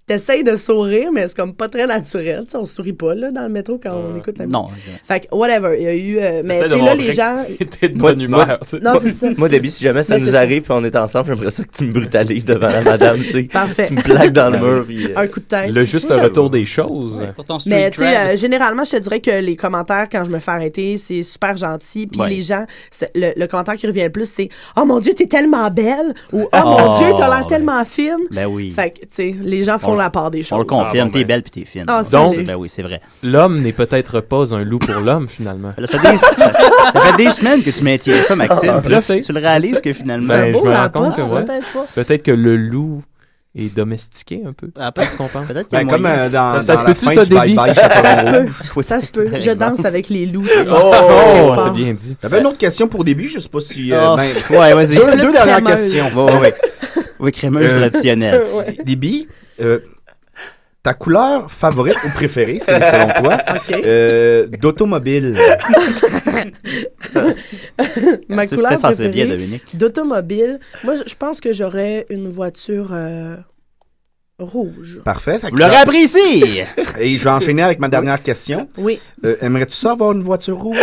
[SPEAKER 7] T'essayes de sourire, mais c'est comme pas très naturel. Tu sais, on sourit pas, là, dans le métro quand on écoute la musique.
[SPEAKER 5] Euh, Non.
[SPEAKER 7] Fait que, whatever. Il y a eu. euh, mais,
[SPEAKER 10] Essaie
[SPEAKER 7] tu
[SPEAKER 10] de
[SPEAKER 7] sais, là,
[SPEAKER 10] montrer
[SPEAKER 7] les
[SPEAKER 10] que
[SPEAKER 7] gens.
[SPEAKER 11] T'es de
[SPEAKER 10] bonne
[SPEAKER 11] humeur, tu sais.
[SPEAKER 7] Non, c'est ça.
[SPEAKER 10] Moi, Debbie, si jamais ça
[SPEAKER 7] Mais c'est
[SPEAKER 10] nous
[SPEAKER 7] ça.
[SPEAKER 10] arrive puis on est ensemble, j'aimerais ça que tu me brutalises devant la madame, tu sais.
[SPEAKER 7] Parfait.
[SPEAKER 10] Tu me plaques dans
[SPEAKER 5] Ben
[SPEAKER 10] le mur. Puis, euh,
[SPEAKER 7] Un coup de tête.
[SPEAKER 11] Le juste retour des choses.
[SPEAKER 7] Mais tu sais, euh, généralement, je te dirais que les commentaires quand je me fais arrêter, c'est super gentil. Puis
[SPEAKER 11] Ouais.
[SPEAKER 7] les gens, c'est- le, le commentaire qui revient le plus, c'est Oh mon Dieu, t'es tellement belle ou Oh,
[SPEAKER 5] Oh,
[SPEAKER 7] mon Dieu, t'as l'air
[SPEAKER 5] ben-
[SPEAKER 7] tellement fine.
[SPEAKER 5] Ben oui.
[SPEAKER 7] Fait que, tu sais, les gens
[SPEAKER 5] On-
[SPEAKER 7] font la part des choses.
[SPEAKER 5] On le confirme, t'es belle puis t'es fine.
[SPEAKER 7] Ah, ça,
[SPEAKER 11] Donc,
[SPEAKER 5] <laughs>
[SPEAKER 7] c'est-
[SPEAKER 5] ben oui, c'est vrai.
[SPEAKER 11] ben. L'homme n'est peut-être pas un loup pour l'homme, finalement.
[SPEAKER 5] Là, ça, fait des, ça fait des semaines que tu maintiens ça, Maxime.
[SPEAKER 11] Ah,
[SPEAKER 5] Puis là,
[SPEAKER 11] je sais.
[SPEAKER 5] tu le réalises
[SPEAKER 11] Je sais.
[SPEAKER 5] que finalement.
[SPEAKER 11] Ben, je me rends compte que ouais.
[SPEAKER 7] peut-être pas.
[SPEAKER 11] Peut-être que le loup est domestiqué un peu.
[SPEAKER 5] Ah,
[SPEAKER 11] Qu'est-ce qu'on pense?
[SPEAKER 5] peut-être
[SPEAKER 11] qu'il y a
[SPEAKER 8] Ben, comme,
[SPEAKER 11] moyen.
[SPEAKER 8] euh, dans-
[SPEAKER 11] ça, ça
[SPEAKER 8] dans
[SPEAKER 11] se
[SPEAKER 8] la
[SPEAKER 11] peut-tu,
[SPEAKER 8] fin
[SPEAKER 11] ça,
[SPEAKER 8] du Bye
[SPEAKER 11] Debbie?
[SPEAKER 5] Ah,
[SPEAKER 8] Bye, Chaperon
[SPEAKER 7] Ça se peut. Ça se peut.
[SPEAKER 5] <laughs>
[SPEAKER 11] <laughs>
[SPEAKER 7] Je danse avec les loups. tu sais.
[SPEAKER 11] Oh,
[SPEAKER 7] Quelque
[SPEAKER 11] c'est
[SPEAKER 7] part.
[SPEAKER 11] bien dit.
[SPEAKER 8] J'avais une autre question pour début, je sais pas si. euh,
[SPEAKER 5] Oh. <laughs>
[SPEAKER 8] ben-
[SPEAKER 5] Ouais, vas-y.
[SPEAKER 8] Deux,
[SPEAKER 5] Plus
[SPEAKER 8] deux dernières
[SPEAKER 5] crémeuse.
[SPEAKER 8] questions.
[SPEAKER 5] Ouais, ouais, ouais. Oui, crémeuse traditionnelle.
[SPEAKER 7] <laughs> Ouais.
[SPEAKER 8] <laughs> Déby, euh, ta couleur favorite ou préférée, c'est selon toi,
[SPEAKER 7] Ok.
[SPEAKER 8] euh, d'automobile.
[SPEAKER 7] Ma
[SPEAKER 5] Tu
[SPEAKER 7] couleur
[SPEAKER 5] fais sentir
[SPEAKER 7] préférée
[SPEAKER 5] bien, Dominique.
[SPEAKER 7] d'automobile. Moi, je- je pense que j'aurais une voiture euh, rouge.
[SPEAKER 8] Parfait.
[SPEAKER 5] Vous l'aurez appris ici!
[SPEAKER 8] <laughs> Et je vais enchaîner avec ma dernière question.
[SPEAKER 7] Oui,
[SPEAKER 8] Euh, Aimerais-tu ça avoir une voiture rouge?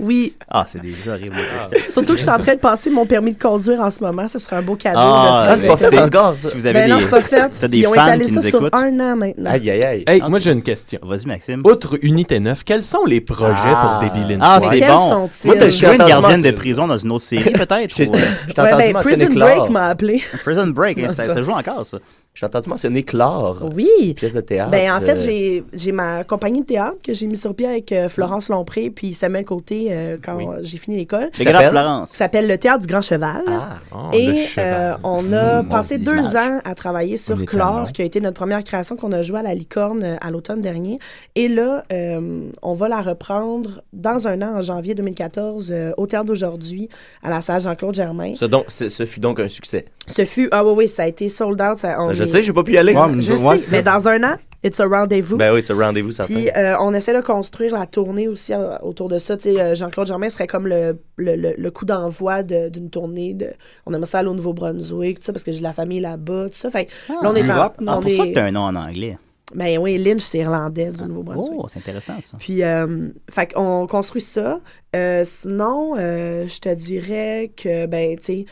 [SPEAKER 7] oui.
[SPEAKER 5] Ah, c'est des horribles questions.
[SPEAKER 7] Surtout que je suis
[SPEAKER 8] <laughs>
[SPEAKER 7] en train de passer mon permis de conduire en ce moment. Ce serait un beau cadeau.
[SPEAKER 5] Ah,
[SPEAKER 7] de
[SPEAKER 5] ah, c'est pas fait
[SPEAKER 10] encore, ça.
[SPEAKER 5] Si vous
[SPEAKER 7] Ben
[SPEAKER 5] avez des,
[SPEAKER 7] non, c'est pas fait.
[SPEAKER 5] si t'as des
[SPEAKER 7] Ils ont
[SPEAKER 5] fans
[SPEAKER 7] étalé
[SPEAKER 5] qui
[SPEAKER 7] ça
[SPEAKER 5] nous
[SPEAKER 7] sur
[SPEAKER 5] écoutent.
[SPEAKER 7] un an maintenant.
[SPEAKER 10] Aïe, aïe, aïe.
[SPEAKER 11] Hey, moi, j'ai une question.
[SPEAKER 5] Ah, Vas-y, Maxime.
[SPEAKER 11] Outre Unité 9, quels sont les projets
[SPEAKER 10] Ah.
[SPEAKER 11] pour Debbie Lynch?
[SPEAKER 5] Ah,
[SPEAKER 11] White?
[SPEAKER 5] c'est
[SPEAKER 7] Quels
[SPEAKER 5] bon.
[SPEAKER 7] sont-ils?
[SPEAKER 5] Moi, t'as
[SPEAKER 10] J'ai
[SPEAKER 5] joué une
[SPEAKER 10] entendu
[SPEAKER 5] gardienne de
[SPEAKER 10] mentionner-
[SPEAKER 5] prison dans une <laughs> autre série, peut-être?
[SPEAKER 10] J'ai-
[SPEAKER 5] ou, euh,
[SPEAKER 10] Je t'ai entendu mentionner
[SPEAKER 7] ben, Prison Break
[SPEAKER 10] Clore.
[SPEAKER 7] m'a appelé.
[SPEAKER 5] Prison Break, hein,
[SPEAKER 7] Non,
[SPEAKER 5] ça,
[SPEAKER 7] ça.
[SPEAKER 5] ça joue encore, ça.
[SPEAKER 10] J'ai entendu mentionner Clore,
[SPEAKER 7] Oui.
[SPEAKER 10] pièce de théâtre.
[SPEAKER 7] Ben, en fait,
[SPEAKER 10] euh,
[SPEAKER 7] j'ai- j'ai ma compagnie de théâtre que j'ai mis sur pied avec euh, Florence Lompré puis Samuel Côté euh, quand
[SPEAKER 10] Oui.
[SPEAKER 7] j'ai fini l'école.
[SPEAKER 5] Les
[SPEAKER 10] Ça
[SPEAKER 5] Grands
[SPEAKER 10] s'appelle?
[SPEAKER 7] Ça
[SPEAKER 5] Florence.
[SPEAKER 7] s'appelle Le Théâtre du Grand Cheval.
[SPEAKER 10] Ah,
[SPEAKER 11] Oh, le
[SPEAKER 7] Et euh,
[SPEAKER 11] cheval.
[SPEAKER 7] on a
[SPEAKER 5] Mmh,
[SPEAKER 7] passé
[SPEAKER 5] on dit
[SPEAKER 7] deux
[SPEAKER 5] l'image.
[SPEAKER 7] ans à travailler
[SPEAKER 5] On
[SPEAKER 7] sur
[SPEAKER 5] est tellement.
[SPEAKER 7] Chlore, qui a été notre première création qu'on a jouée à la licorne euh, à l'automne dernier. Et là, euh, on va la reprendre dans un an, en janvier 2014, euh, au Théâtre d'aujourd'hui, à la salle Jean-Claude Germain.
[SPEAKER 10] ce, donc, ce, ce fut donc un succès.
[SPEAKER 7] Ce fut, ah oui, oui, ça a été sold out. ça- on
[SPEAKER 10] Ben, je
[SPEAKER 7] est-
[SPEAKER 10] sais, j'ai pas pu y aller.
[SPEAKER 8] Ouais, mais-
[SPEAKER 7] je
[SPEAKER 8] Ouais,
[SPEAKER 7] sais,
[SPEAKER 8] c'est
[SPEAKER 7] mais
[SPEAKER 8] ça.
[SPEAKER 7] dans un an, it's a rendez-vous.
[SPEAKER 10] Ben oui, c'est un rendez-vous, ça
[SPEAKER 7] Puis euh, on essaie de construire la tournée aussi euh, autour de ça. Tu sais, euh, Jean-Claude Germain serait comme le, le, le- le coup d'envoi de- d'une tournée. De, on aimerait ça aller au Nouveau-Brunswick, tout ça, parce que j'ai de la famille là-bas, tout ça. Fait que là, on est en.
[SPEAKER 5] Ah,
[SPEAKER 7] on
[SPEAKER 5] pour
[SPEAKER 7] est-
[SPEAKER 5] ça que t'as un nom en anglais.
[SPEAKER 7] Ben oui, Lynch, c'est irlandais du Nouveau-Brunswick.
[SPEAKER 5] Oh, c'est intéressant, ça.
[SPEAKER 7] Puis, euh, fait qu'on construit ça. Euh, sinon, euh, je te dirais que, ben, tu sais,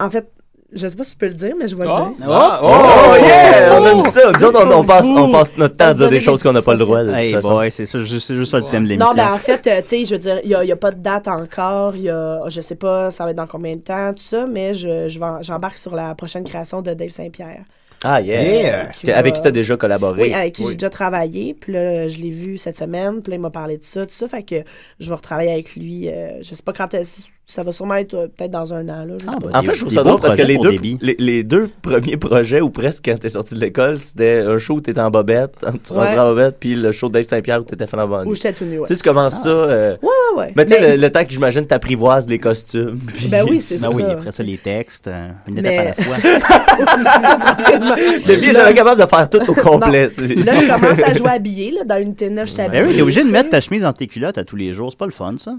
[SPEAKER 7] en fait, je sais pas si tu peux le dire, mais je vais le dire.
[SPEAKER 11] Ah,
[SPEAKER 10] Oh, yeah! On aime
[SPEAKER 5] oh,
[SPEAKER 10] ça. Nous autres, on, on passe, on passe notre temps à
[SPEAKER 7] On
[SPEAKER 10] dire
[SPEAKER 7] dirait
[SPEAKER 10] des choses qu'on n'a pas le droit. de
[SPEAKER 5] Hey
[SPEAKER 10] toute façon.
[SPEAKER 5] boy, c'est ça, ju- c'est juste ça le thème de l'émission.
[SPEAKER 7] Non, ben en fait, euh, tu sais, je veux dire, il n'y a, il y a pas de date encore, il y a, je sais pas, ça va être dans combien de temps, tout ça, mais je, je vais en- j'embarque sur la prochaine création de Dave Saint-Pierre. Euh,
[SPEAKER 10] Ah, yeah.
[SPEAKER 8] Yeah.
[SPEAKER 10] Que- Avec qui tu as déjà collaboré.
[SPEAKER 7] Oui, avec qui j'ai déjà travaillé, puis là, je l'ai vu cette semaine, puis là, il m'a parlé de ça, tout ça, fait que je vais retravailler avec lui, euh, je sais pas quand, est-ce- ça va sûrement être euh, peut-être dans un an, là, je sais
[SPEAKER 5] Ah,
[SPEAKER 7] pas.
[SPEAKER 5] bah,
[SPEAKER 10] En
[SPEAKER 5] Des-
[SPEAKER 10] fait, je trouve
[SPEAKER 5] des
[SPEAKER 10] ça
[SPEAKER 5] beaux
[SPEAKER 10] drôle parce que
[SPEAKER 5] projets
[SPEAKER 10] les
[SPEAKER 5] pour
[SPEAKER 10] deux,
[SPEAKER 5] Debbie.
[SPEAKER 10] les, les deux premiers <laughs> projets, ou presque, quand t'es sorti de l'école, c'était un show où t'étais en bobette, tu
[SPEAKER 7] Ouais.
[SPEAKER 10] rentrais en bobette, puis le show de Dave Saint-Pierre où t'étais fan en bonne.
[SPEAKER 7] Ou
[SPEAKER 10] Tu
[SPEAKER 7] j'étais tout nu, ouais. Ah.
[SPEAKER 10] sais, tu commences ça... euh,
[SPEAKER 7] Ouais, ouais, ouais.
[SPEAKER 10] Mais tu
[SPEAKER 7] Mais-
[SPEAKER 10] sais, le, le temps que j'imagine t'apprivoises les costumes. <laughs> puis-
[SPEAKER 7] Ben oui, c'est
[SPEAKER 5] Ben oui,
[SPEAKER 7] ça.
[SPEAKER 5] après ça, les textes, euh, une
[SPEAKER 7] Mais-
[SPEAKER 5] étape à la
[SPEAKER 7] <laughs>
[SPEAKER 5] fois.
[SPEAKER 10] Debbie, j'avais capable de faire tout au complet. c'est-
[SPEAKER 7] Là, je commence à jouer habillée, là, dans une T9, je suis
[SPEAKER 5] Ben oui,
[SPEAKER 7] habillée.
[SPEAKER 5] t'es obligé de
[SPEAKER 7] tu sais.
[SPEAKER 5] mettre ta chemise dans tes culottes à tous les jours, c'est pas le fun, ça.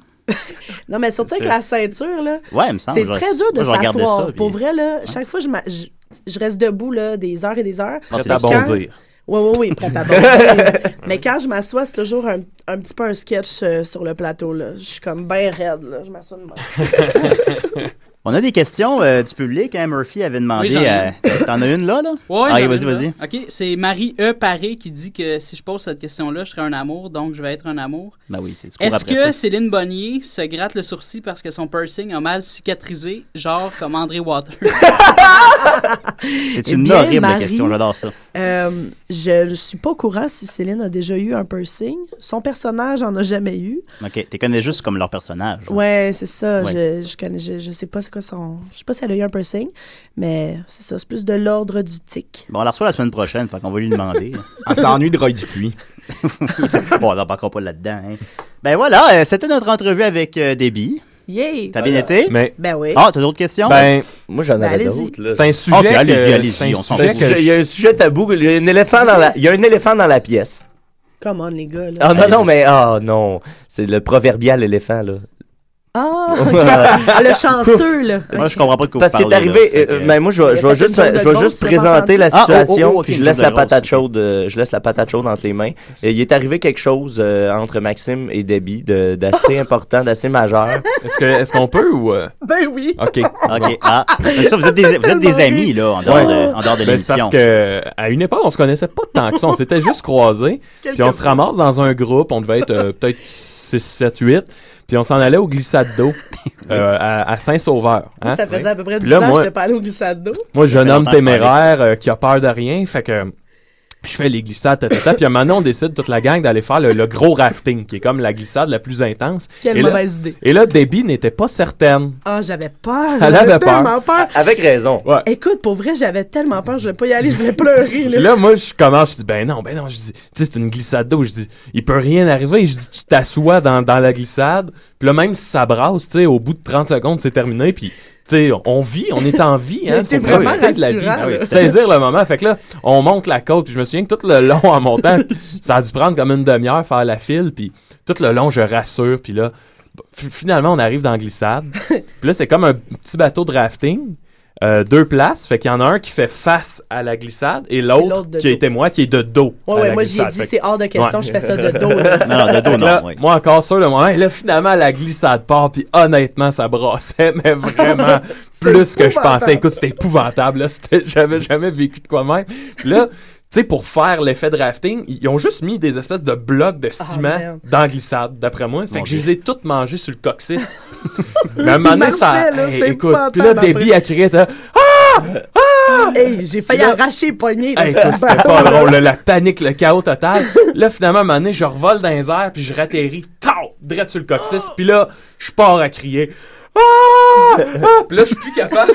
[SPEAKER 7] Non, mais surtout avec
[SPEAKER 5] C'est-
[SPEAKER 7] la ceinture, là.
[SPEAKER 5] Ouais, il me semble.
[SPEAKER 7] C'est
[SPEAKER 5] je-
[SPEAKER 7] très dur
[SPEAKER 5] moi,
[SPEAKER 7] de
[SPEAKER 5] je regardais
[SPEAKER 7] s'asseoir.
[SPEAKER 5] ça, puis-
[SPEAKER 7] Pour vrai, là, chaque fois, je m'a- je- je reste debout là, des heures et des heures.
[SPEAKER 5] Ah,
[SPEAKER 1] Prête
[SPEAKER 7] Puis
[SPEAKER 1] à
[SPEAKER 7] quand-
[SPEAKER 1] bondir.
[SPEAKER 7] Oui, oui, oui, prête
[SPEAKER 5] <laughs>
[SPEAKER 7] à bondir. Mais quand je m'assois, c'est toujours un, un petit peu un sketch euh, sur le plateau. Là. Je suis comme bien raide. Là. Je m'assois de moi.
[SPEAKER 5] <laughs> On a des questions euh, du public. hein. Murphy avait demandé.
[SPEAKER 13] Oui, j'en ai
[SPEAKER 5] à- T'en as une là, là?
[SPEAKER 13] Ouais,
[SPEAKER 5] Ah,
[SPEAKER 13] j'en ai
[SPEAKER 5] vas-y,
[SPEAKER 13] une, là.
[SPEAKER 5] vas-y.
[SPEAKER 13] OK, c'est Marie E. Paré qui dit que si je pose cette question-là, je serai un amour, donc je vais être un amour.
[SPEAKER 5] Ben oui, c'est- tu cours
[SPEAKER 13] Est-ce
[SPEAKER 5] après
[SPEAKER 13] que
[SPEAKER 5] ça.
[SPEAKER 13] Céline Bonnier se gratte le sourcil parce que son piercing a mal cicatrisé, genre comme André
[SPEAKER 7] <laughs>
[SPEAKER 13] Waters?
[SPEAKER 5] C'est
[SPEAKER 7] Eh
[SPEAKER 5] une
[SPEAKER 7] bien,
[SPEAKER 5] horrible
[SPEAKER 7] Marie,
[SPEAKER 5] question, j'adore ça.
[SPEAKER 7] Euh, je ne suis pas au courant si Céline a déjà eu un piercing. Son personnage en a jamais eu.
[SPEAKER 5] Ok, tu connais juste comme leur personnage.
[SPEAKER 7] Ouais, c'est ça.
[SPEAKER 5] Ouais.
[SPEAKER 7] Je, je, connais, je, je sais pas c'est quoi son. Je sais pas si elle a eu un piercing, mais c'est ça. C'est plus de l'ordre du tic.
[SPEAKER 5] Bon, on la reçoit la semaine prochaine, fait qu'on va
[SPEAKER 10] <laughs>
[SPEAKER 5] lui demander.
[SPEAKER 7] Elle s'ennuie
[SPEAKER 5] de Roy Dupuis. <laughs> bon, on n'en parlera pas là-dedans. hein. Ben voilà, euh, c'était notre entrevue avec euh, Déby.
[SPEAKER 7] Yay!
[SPEAKER 5] T'as bien été?
[SPEAKER 11] Mais-
[SPEAKER 7] Ben oui.
[SPEAKER 5] Ah, t'as d'autres questions? Ah,
[SPEAKER 10] Ben, moi, j'en
[SPEAKER 5] Ben,
[SPEAKER 10] avais
[SPEAKER 5] allez-y.
[SPEAKER 10] d'autres. là.
[SPEAKER 5] C'est un sujet
[SPEAKER 10] Ok,
[SPEAKER 5] que-
[SPEAKER 10] allez-y,
[SPEAKER 5] c'est
[SPEAKER 10] allez-y,
[SPEAKER 5] un
[SPEAKER 10] on s'en
[SPEAKER 5] sujet
[SPEAKER 10] fout.
[SPEAKER 5] que-
[SPEAKER 10] Il y a un sujet tabou. Il y a un éléphant dans la, il y a un éléphant dans la pièce.
[SPEAKER 7] Come on, les gars. là.
[SPEAKER 10] Ah non, non, mais ah non. C'est le proverbial éléphant, là.
[SPEAKER 7] Ah, ah, le chanceux, là.
[SPEAKER 5] Moi, je comprends pas de quoi
[SPEAKER 10] Parce
[SPEAKER 5] vous
[SPEAKER 10] qu'il est
[SPEAKER 5] parlez,
[SPEAKER 10] arrivé.
[SPEAKER 5] là. Fait
[SPEAKER 10] euh,
[SPEAKER 5] que-
[SPEAKER 10] ben, moi, je vais-
[SPEAKER 5] Il a
[SPEAKER 10] je vais
[SPEAKER 5] fait une
[SPEAKER 10] juste,
[SPEAKER 5] joke
[SPEAKER 10] je
[SPEAKER 5] de
[SPEAKER 10] vais
[SPEAKER 5] grosse,
[SPEAKER 10] juste
[SPEAKER 5] t'as pas
[SPEAKER 10] présenter la
[SPEAKER 5] entendu? Ah, oh, oh, oh,
[SPEAKER 10] situation,
[SPEAKER 5] ok,
[SPEAKER 10] puis
[SPEAKER 5] une
[SPEAKER 10] je laisse
[SPEAKER 5] joke de
[SPEAKER 10] la
[SPEAKER 5] grosse,
[SPEAKER 10] patate
[SPEAKER 5] ok.
[SPEAKER 10] chaude. euh, Je laisse la patate chaude entre les mains. Euh, Il est arrivé quelque chose euh, entre Maxime et Debbie de-
[SPEAKER 5] <laughs>
[SPEAKER 10] d'assez important, d'assez majeur.
[SPEAKER 11] Est-ce que- est-ce qu'on peut ou euh?
[SPEAKER 7] Ben oui.
[SPEAKER 11] OK.
[SPEAKER 5] OK. Ah, mais ça, vous êtes des- vous êtes des
[SPEAKER 11] Tellement
[SPEAKER 5] amis,
[SPEAKER 11] ri.
[SPEAKER 5] là, en dehors de- en dehors de
[SPEAKER 11] Ben, c'est
[SPEAKER 5] l'émission.
[SPEAKER 11] parce que, à une époque, on se connaissait pas tant que ça. On s'était juste croisés.
[SPEAKER 5] Quelques
[SPEAKER 11] puis on se
[SPEAKER 5] fois.
[SPEAKER 11] ramasse dans un groupe. On devait être euh, peut-être 6, 7, 8. Puis on s'en allait au glissade
[SPEAKER 5] <laughs>
[SPEAKER 11] d'eau euh, à, à Saint-Sauveur. hein.
[SPEAKER 7] Ça faisait à peu près
[SPEAKER 11] Puis
[SPEAKER 7] 10
[SPEAKER 11] là,
[SPEAKER 7] ans que
[SPEAKER 11] moi-
[SPEAKER 7] j'étais pas allé au glissade d'eau.
[SPEAKER 11] moi, jeune
[SPEAKER 7] Ça fait
[SPEAKER 11] homme
[SPEAKER 7] longtemps que
[SPEAKER 11] téméraire euh, qui a peur de rien, fait que euh, je fais les glissades, tata, tata, puis à un moment donné, on décide, toute la gang, d'aller faire le, le gros rafting, qui est comme la glissade la plus intense.
[SPEAKER 7] Quelle
[SPEAKER 11] Et là-
[SPEAKER 7] mauvaise idée.
[SPEAKER 11] Et là, Debbie n'était pas certaine.
[SPEAKER 7] Ah, j'avais peur.
[SPEAKER 11] Elle
[SPEAKER 7] j'avais
[SPEAKER 11] avait
[SPEAKER 7] tellement
[SPEAKER 11] peur.
[SPEAKER 7] peur.
[SPEAKER 10] Avec raison.
[SPEAKER 7] Écoute, pour vrai, j'avais tellement peur, je voulais pas y aller, je voulais pleurer.
[SPEAKER 11] Puis
[SPEAKER 7] Là.
[SPEAKER 11] là, moi, je commence, je dis, ben non, ben non, je dis, tu sais, c'est une glissade d'eau, je dis, il peut rien arriver, je dis, tu t'assois dans, dans la glissade, puis là, même si ça brasse, tu sais, au bout de 30 secondes, c'est terminé, puis, tu sais, on vit, on est en vie,
[SPEAKER 1] Il a
[SPEAKER 11] hein,
[SPEAKER 1] été
[SPEAKER 11] faut
[SPEAKER 1] vraiment
[SPEAKER 11] profiter de la vie, Ah
[SPEAKER 1] rassurant, là.
[SPEAKER 11] saisir le moment, fait que là, on monte la côte, puis je me souviens que tout le <laughs> long, en montant, ça a dû prendre comme une demi-heure, faire la file, puis tout le long, je rassure, puis là, f- finalement, on arrive dans la
[SPEAKER 7] <laughs>
[SPEAKER 11] glissade, puis là, c'est comme un petit bateau de rafting, euh, deux places, fait qu'il y en a un qui fait face à la glissade et
[SPEAKER 7] Et
[SPEAKER 11] l'autre
[SPEAKER 7] l'autre de
[SPEAKER 11] qui
[SPEAKER 7] dos.
[SPEAKER 11] était moi qui est de dos.
[SPEAKER 7] Ouais,
[SPEAKER 11] à
[SPEAKER 7] ouais,
[SPEAKER 11] la
[SPEAKER 7] moi, j'y ai
[SPEAKER 11] glissade.
[SPEAKER 7] dit,
[SPEAKER 11] Fait que-
[SPEAKER 7] c'est hors de question, je fais ça de dos, là.
[SPEAKER 11] Non, non, de dos,
[SPEAKER 7] Fait que
[SPEAKER 11] non.
[SPEAKER 7] là,
[SPEAKER 11] Moi, encore sûr, le moment, et là, finalement, la glissade part, puis honnêtement, ça brassait, <laughs> mais vraiment plus que je
[SPEAKER 1] épouvantable.
[SPEAKER 11] pensais. Écoute, c'était épouvantable, là. C'était- J'avais jamais vécu de quoi même. Puis là, tu sais, pour faire l'effet de rafting, ils ont juste mis des espèces de blocs
[SPEAKER 7] Ah,
[SPEAKER 11] de ciment
[SPEAKER 1] merde.
[SPEAKER 11] dans la glissade, d'après moi. Fait
[SPEAKER 1] Mon
[SPEAKER 11] que je
[SPEAKER 1] Dieu.
[SPEAKER 11] les ai toutes mangées sur le
[SPEAKER 7] <laughs>
[SPEAKER 11] coccyx. Mais à un moment donné,
[SPEAKER 7] Il
[SPEAKER 11] ça.
[SPEAKER 7] marchait, là,
[SPEAKER 11] hey,
[SPEAKER 7] c'était
[SPEAKER 11] écoute, puis là,
[SPEAKER 7] épouvantable
[SPEAKER 11] Debbie,
[SPEAKER 7] après.
[SPEAKER 11] elle criait, t'as-
[SPEAKER 7] Ah! Hey, j'ai failli
[SPEAKER 11] Là-
[SPEAKER 7] arracher les poignets.
[SPEAKER 11] Hey, écoute, c'était pas drôle, là, la panique, le chaos total. Là, finalement, à un moment donné, je revole dans les airs, puis je ratterris, tau, direct sur le coccyx, puis là, je pars à crier. Ah! Ah! Puis là, je suis plus capable.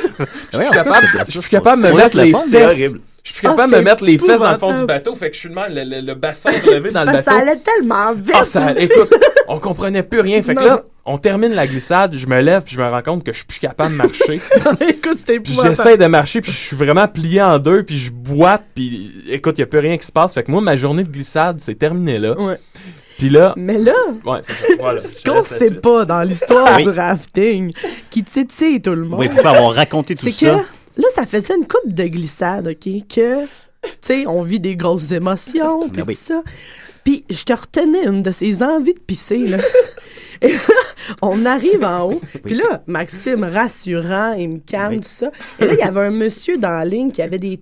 [SPEAKER 11] Je
[SPEAKER 1] Ouais,
[SPEAKER 11] suis
[SPEAKER 1] en tout cas,
[SPEAKER 11] plus capable,
[SPEAKER 1] c'est bien
[SPEAKER 11] je
[SPEAKER 1] sûr.
[SPEAKER 11] suis capable de me
[SPEAKER 1] Pour
[SPEAKER 11] mettre
[SPEAKER 1] être le
[SPEAKER 11] les
[SPEAKER 1] fun, c'est
[SPEAKER 11] fesses.
[SPEAKER 1] horrible.
[SPEAKER 11] Je suis
[SPEAKER 1] Ah,
[SPEAKER 11] capable de me
[SPEAKER 1] c'était
[SPEAKER 11] mettre les fesses dans le fond du
[SPEAKER 1] épouvantable.
[SPEAKER 11] bateau, fait que je suis de même, le, le- le bassin relevé dans le
[SPEAKER 7] Parce que
[SPEAKER 11] bateau.
[SPEAKER 7] ça allait tellement vite.
[SPEAKER 11] Ah, ça,
[SPEAKER 7] aussi.
[SPEAKER 11] écoute, on comprenait plus rien. Fait que
[SPEAKER 7] Non.
[SPEAKER 11] là, on termine la glissade, je me lève, puis je me rends compte que je suis plus capable de marcher.
[SPEAKER 7] <laughs> écoute, c'était
[SPEAKER 11] Puis
[SPEAKER 7] épouvantable.
[SPEAKER 11] j'essaie de marcher, puis je suis vraiment plié en deux, puis je boite, puis écoute, il n'y a plus rien qui se passe. Fait que moi, ma journée de glissade, c'est terminé là. Puis là.
[SPEAKER 7] Mais là.
[SPEAKER 11] Ouais, c'est ça.
[SPEAKER 7] <laughs>
[SPEAKER 11] Voilà.
[SPEAKER 7] Ce qu'on sait pas dans l'histoire
[SPEAKER 11] Oui.
[SPEAKER 7] du rafting qui titille tout le monde.
[SPEAKER 5] Ah Oui, pourquoi avoir raconté tout
[SPEAKER 7] C'est que
[SPEAKER 5] ça?
[SPEAKER 7] là, ça faisait une coupe de glissade, OK? Que, tu sais, on vit des grosses émotions, puis
[SPEAKER 5] Ben oui.
[SPEAKER 7] tout ça. Puis je te retenais une de ces envies de
[SPEAKER 5] <laughs>
[SPEAKER 7] pisser, là. Et là, on arrive en haut. Puis là, Maxime, rassurant, il me calme, tout ça. Et là, il y avait un monsieur dans la ligne qui avait des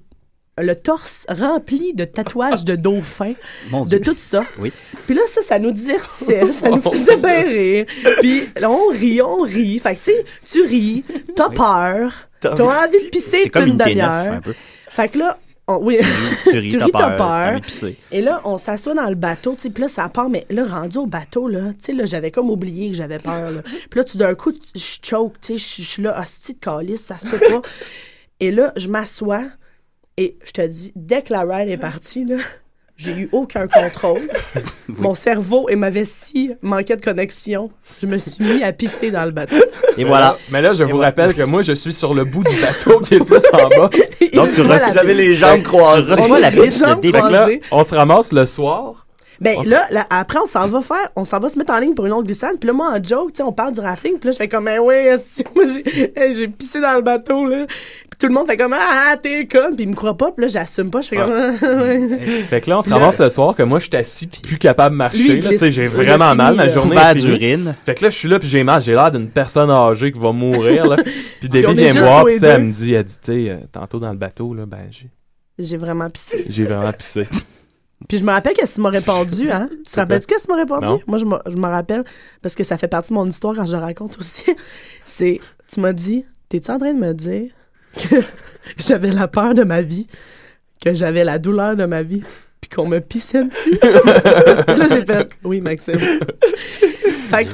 [SPEAKER 7] le torse rempli de tatouages de dauphins,
[SPEAKER 5] Mon
[SPEAKER 7] de
[SPEAKER 5] Dieu.
[SPEAKER 7] tout ça.
[SPEAKER 5] Oui.
[SPEAKER 7] Puis là, ça, ça nous divertissait, ça
[SPEAKER 5] Oh,
[SPEAKER 7] nous faisait bien rire. Puis là, on rit, on rit. Fait que, tu sais, tu ris, t'as peur,
[SPEAKER 5] T'as-
[SPEAKER 7] t'as envie de pisser
[SPEAKER 5] C'est comme
[SPEAKER 7] une
[SPEAKER 5] une T9
[SPEAKER 7] demi-heure.
[SPEAKER 5] un peu.
[SPEAKER 7] Fait que là, on- oui,
[SPEAKER 5] Hein? Tu ris, t'as peur, t'as envie de pisser.
[SPEAKER 7] Et là, on s'assoit dans le bateau, tu sais, puis là, ça part, mais là, rendu au bateau, là, tu sais, là, j'avais comme oublié que j'avais peur, là. Puis là, tout d'un coup, tu- je choke, tu sais, je je suis là, hostie de calice, ça se peut pas. Et là, je m'assois, et je te dis, dès que la ride est partie, là, j'ai eu aucun contrôle. Mon cerveau et ma vessie manquaient de connexion. Je me suis mis à pisser dans le bateau.
[SPEAKER 11] Mais là- Mais là, je vous rappelle que moi, je suis sur le bout du bateau qui est le plus en
[SPEAKER 7] <laughs>
[SPEAKER 11] bas.
[SPEAKER 7] Donc, tu reçois la
[SPEAKER 11] avais
[SPEAKER 7] piste. Tu
[SPEAKER 11] <laughs>
[SPEAKER 7] reçois la piste de
[SPEAKER 11] Fait que là,
[SPEAKER 7] croisée.
[SPEAKER 11] on se ramasse le soir.
[SPEAKER 7] Ben
[SPEAKER 11] On se-
[SPEAKER 7] là, là, après, on s'en va faire, on s'en va se mettre en ligne pour une autre glissade. Puis là, moi, eh <laughs> en joke, tu sais, on parle du rafting. Puis là, je fais comme, ben ouais, si, moi, j'ai hey, j'ai pissé dans le bateau, là. Puis tout le monde fait comme Ah, t'es con. Puis il me croit pas, puis là, j'assume pas. Je fais comme <laughs> Ah, ouais.
[SPEAKER 11] Fait que là, on se
[SPEAKER 7] Le-
[SPEAKER 11] ramasse le soir que moi, je suis assis puis plus capable de
[SPEAKER 7] Lui,
[SPEAKER 11] marcher.
[SPEAKER 7] il
[SPEAKER 11] là, tu sais,
[SPEAKER 7] glisse.
[SPEAKER 11] J'ai
[SPEAKER 7] Il a
[SPEAKER 11] vraiment
[SPEAKER 7] fini,
[SPEAKER 11] mal, ma
[SPEAKER 7] là.
[SPEAKER 11] journée
[SPEAKER 7] Couvert
[SPEAKER 11] est finie.
[SPEAKER 5] d'urine.
[SPEAKER 11] Fait que là, je suis là puis j'ai mal. J'ai l'air d'une personne âgée qui va mourir.
[SPEAKER 7] <laughs>
[SPEAKER 11] Là. Puis
[SPEAKER 7] Puis on
[SPEAKER 11] Debbie
[SPEAKER 7] est
[SPEAKER 11] vient me
[SPEAKER 7] juste
[SPEAKER 11] voir
[SPEAKER 7] tous
[SPEAKER 11] puis tu
[SPEAKER 7] les
[SPEAKER 11] sais, elle
[SPEAKER 7] deux.
[SPEAKER 11] me dit, elle dit, tu sais, euh, tantôt dans le bateau, là, ben, j'ai-
[SPEAKER 7] J'ai vraiment pissé.
[SPEAKER 11] j'ai vraiment pissé.
[SPEAKER 7] <laughs> Puis je me rappelle qu'est-ce qu'il m'a répondu, hein? Tu te rappelles-tu qu'est-ce qu'il m'a répondu?
[SPEAKER 11] Non.
[SPEAKER 7] Moi, je me- je me rappelle, parce que ça fait partie de mon histoire quand je la raconte aussi. <laughs> C'est, tu m'as dit, t'es-tu en train de me dire que <laughs> j'avais la peur de ma vie, que j'avais la douleur de ma vie, puis qu'on me
[SPEAKER 11] <laughs>
[SPEAKER 7] pissait dessus? là, j'ai fait, oui, Maxime. fait que,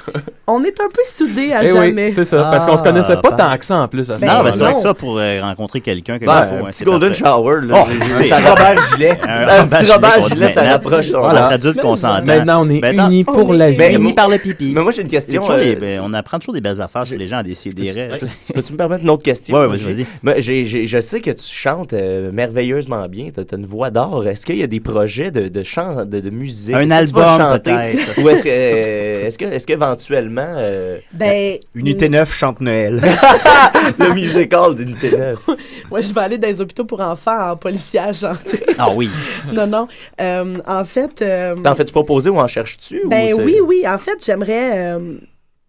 [SPEAKER 7] on est un peu soudés à
[SPEAKER 11] Eh oui,
[SPEAKER 7] jamais.
[SPEAKER 11] c'est ça, parce qu'on se connaissait pas tant que ça en plus à ce
[SPEAKER 5] Non, mais Ah, ben. c'est vrai
[SPEAKER 11] moment-là.
[SPEAKER 5] que ça pour euh, rencontrer quelqu'un. Que
[SPEAKER 11] Ben,
[SPEAKER 5] là,
[SPEAKER 11] un
[SPEAKER 5] faut,
[SPEAKER 11] petit
[SPEAKER 5] c'est
[SPEAKER 11] golden
[SPEAKER 5] parfait.
[SPEAKER 11] shower, là.
[SPEAKER 5] Oh,
[SPEAKER 11] J'ai-
[SPEAKER 5] un
[SPEAKER 11] j'ai-
[SPEAKER 5] petit
[SPEAKER 11] ça
[SPEAKER 5] Robert
[SPEAKER 10] <laughs>
[SPEAKER 11] rapproche.
[SPEAKER 5] Gilet.
[SPEAKER 11] Un petit Robert
[SPEAKER 5] qu'on dit
[SPEAKER 11] Gilet, ça
[SPEAKER 5] maintenant.
[SPEAKER 11] rapproche, on
[SPEAKER 5] Voilà.
[SPEAKER 11] va.
[SPEAKER 5] Entre adultes qu'on s'entend.
[SPEAKER 11] Maintenant, on est
[SPEAKER 5] Maintenant,
[SPEAKER 11] unis pour la vie.
[SPEAKER 5] Ben,
[SPEAKER 11] Unis
[SPEAKER 5] unis par le pipi.
[SPEAKER 10] Mais moi, j'ai une question,
[SPEAKER 5] C'est toujours
[SPEAKER 10] euh,
[SPEAKER 5] les- ben, on apprend toujours des belles affaires chez les gens à décider.
[SPEAKER 10] Peux-tu <laughs> peux-tu me permettre une autre question?
[SPEAKER 5] Ouais, ouais, vas-y, vas-y.
[SPEAKER 10] Ben, j'ai- j'ai- je sais que tu chantes euh, merveilleusement bien. Tu as, une voix d'or. Est-ce qu'il y a des projets de, de chant, de, de musique?
[SPEAKER 5] Un
[SPEAKER 10] Est-ce que tu vas
[SPEAKER 5] album,
[SPEAKER 10] chanter?
[SPEAKER 5] peut-être.
[SPEAKER 10] Ou est-ce que, euh, est-ce que, est-ce qu'éventuellement... euh,
[SPEAKER 7] Ben,
[SPEAKER 8] Unité 9 chante Noël.
[SPEAKER 10] le musical d'Unité 9.
[SPEAKER 7] Ouais, je vais aller dans les hôpitaux pour enfants en policier chanter.
[SPEAKER 5] Ah oui.
[SPEAKER 7] <laughs> non, non. Euh, en fait. euh,
[SPEAKER 10] T'en fais-tu proposer ou en cherches-tu? ou
[SPEAKER 7] Ben
[SPEAKER 10] c'est-
[SPEAKER 7] oui, oui. En fait, j'aimerais. euh,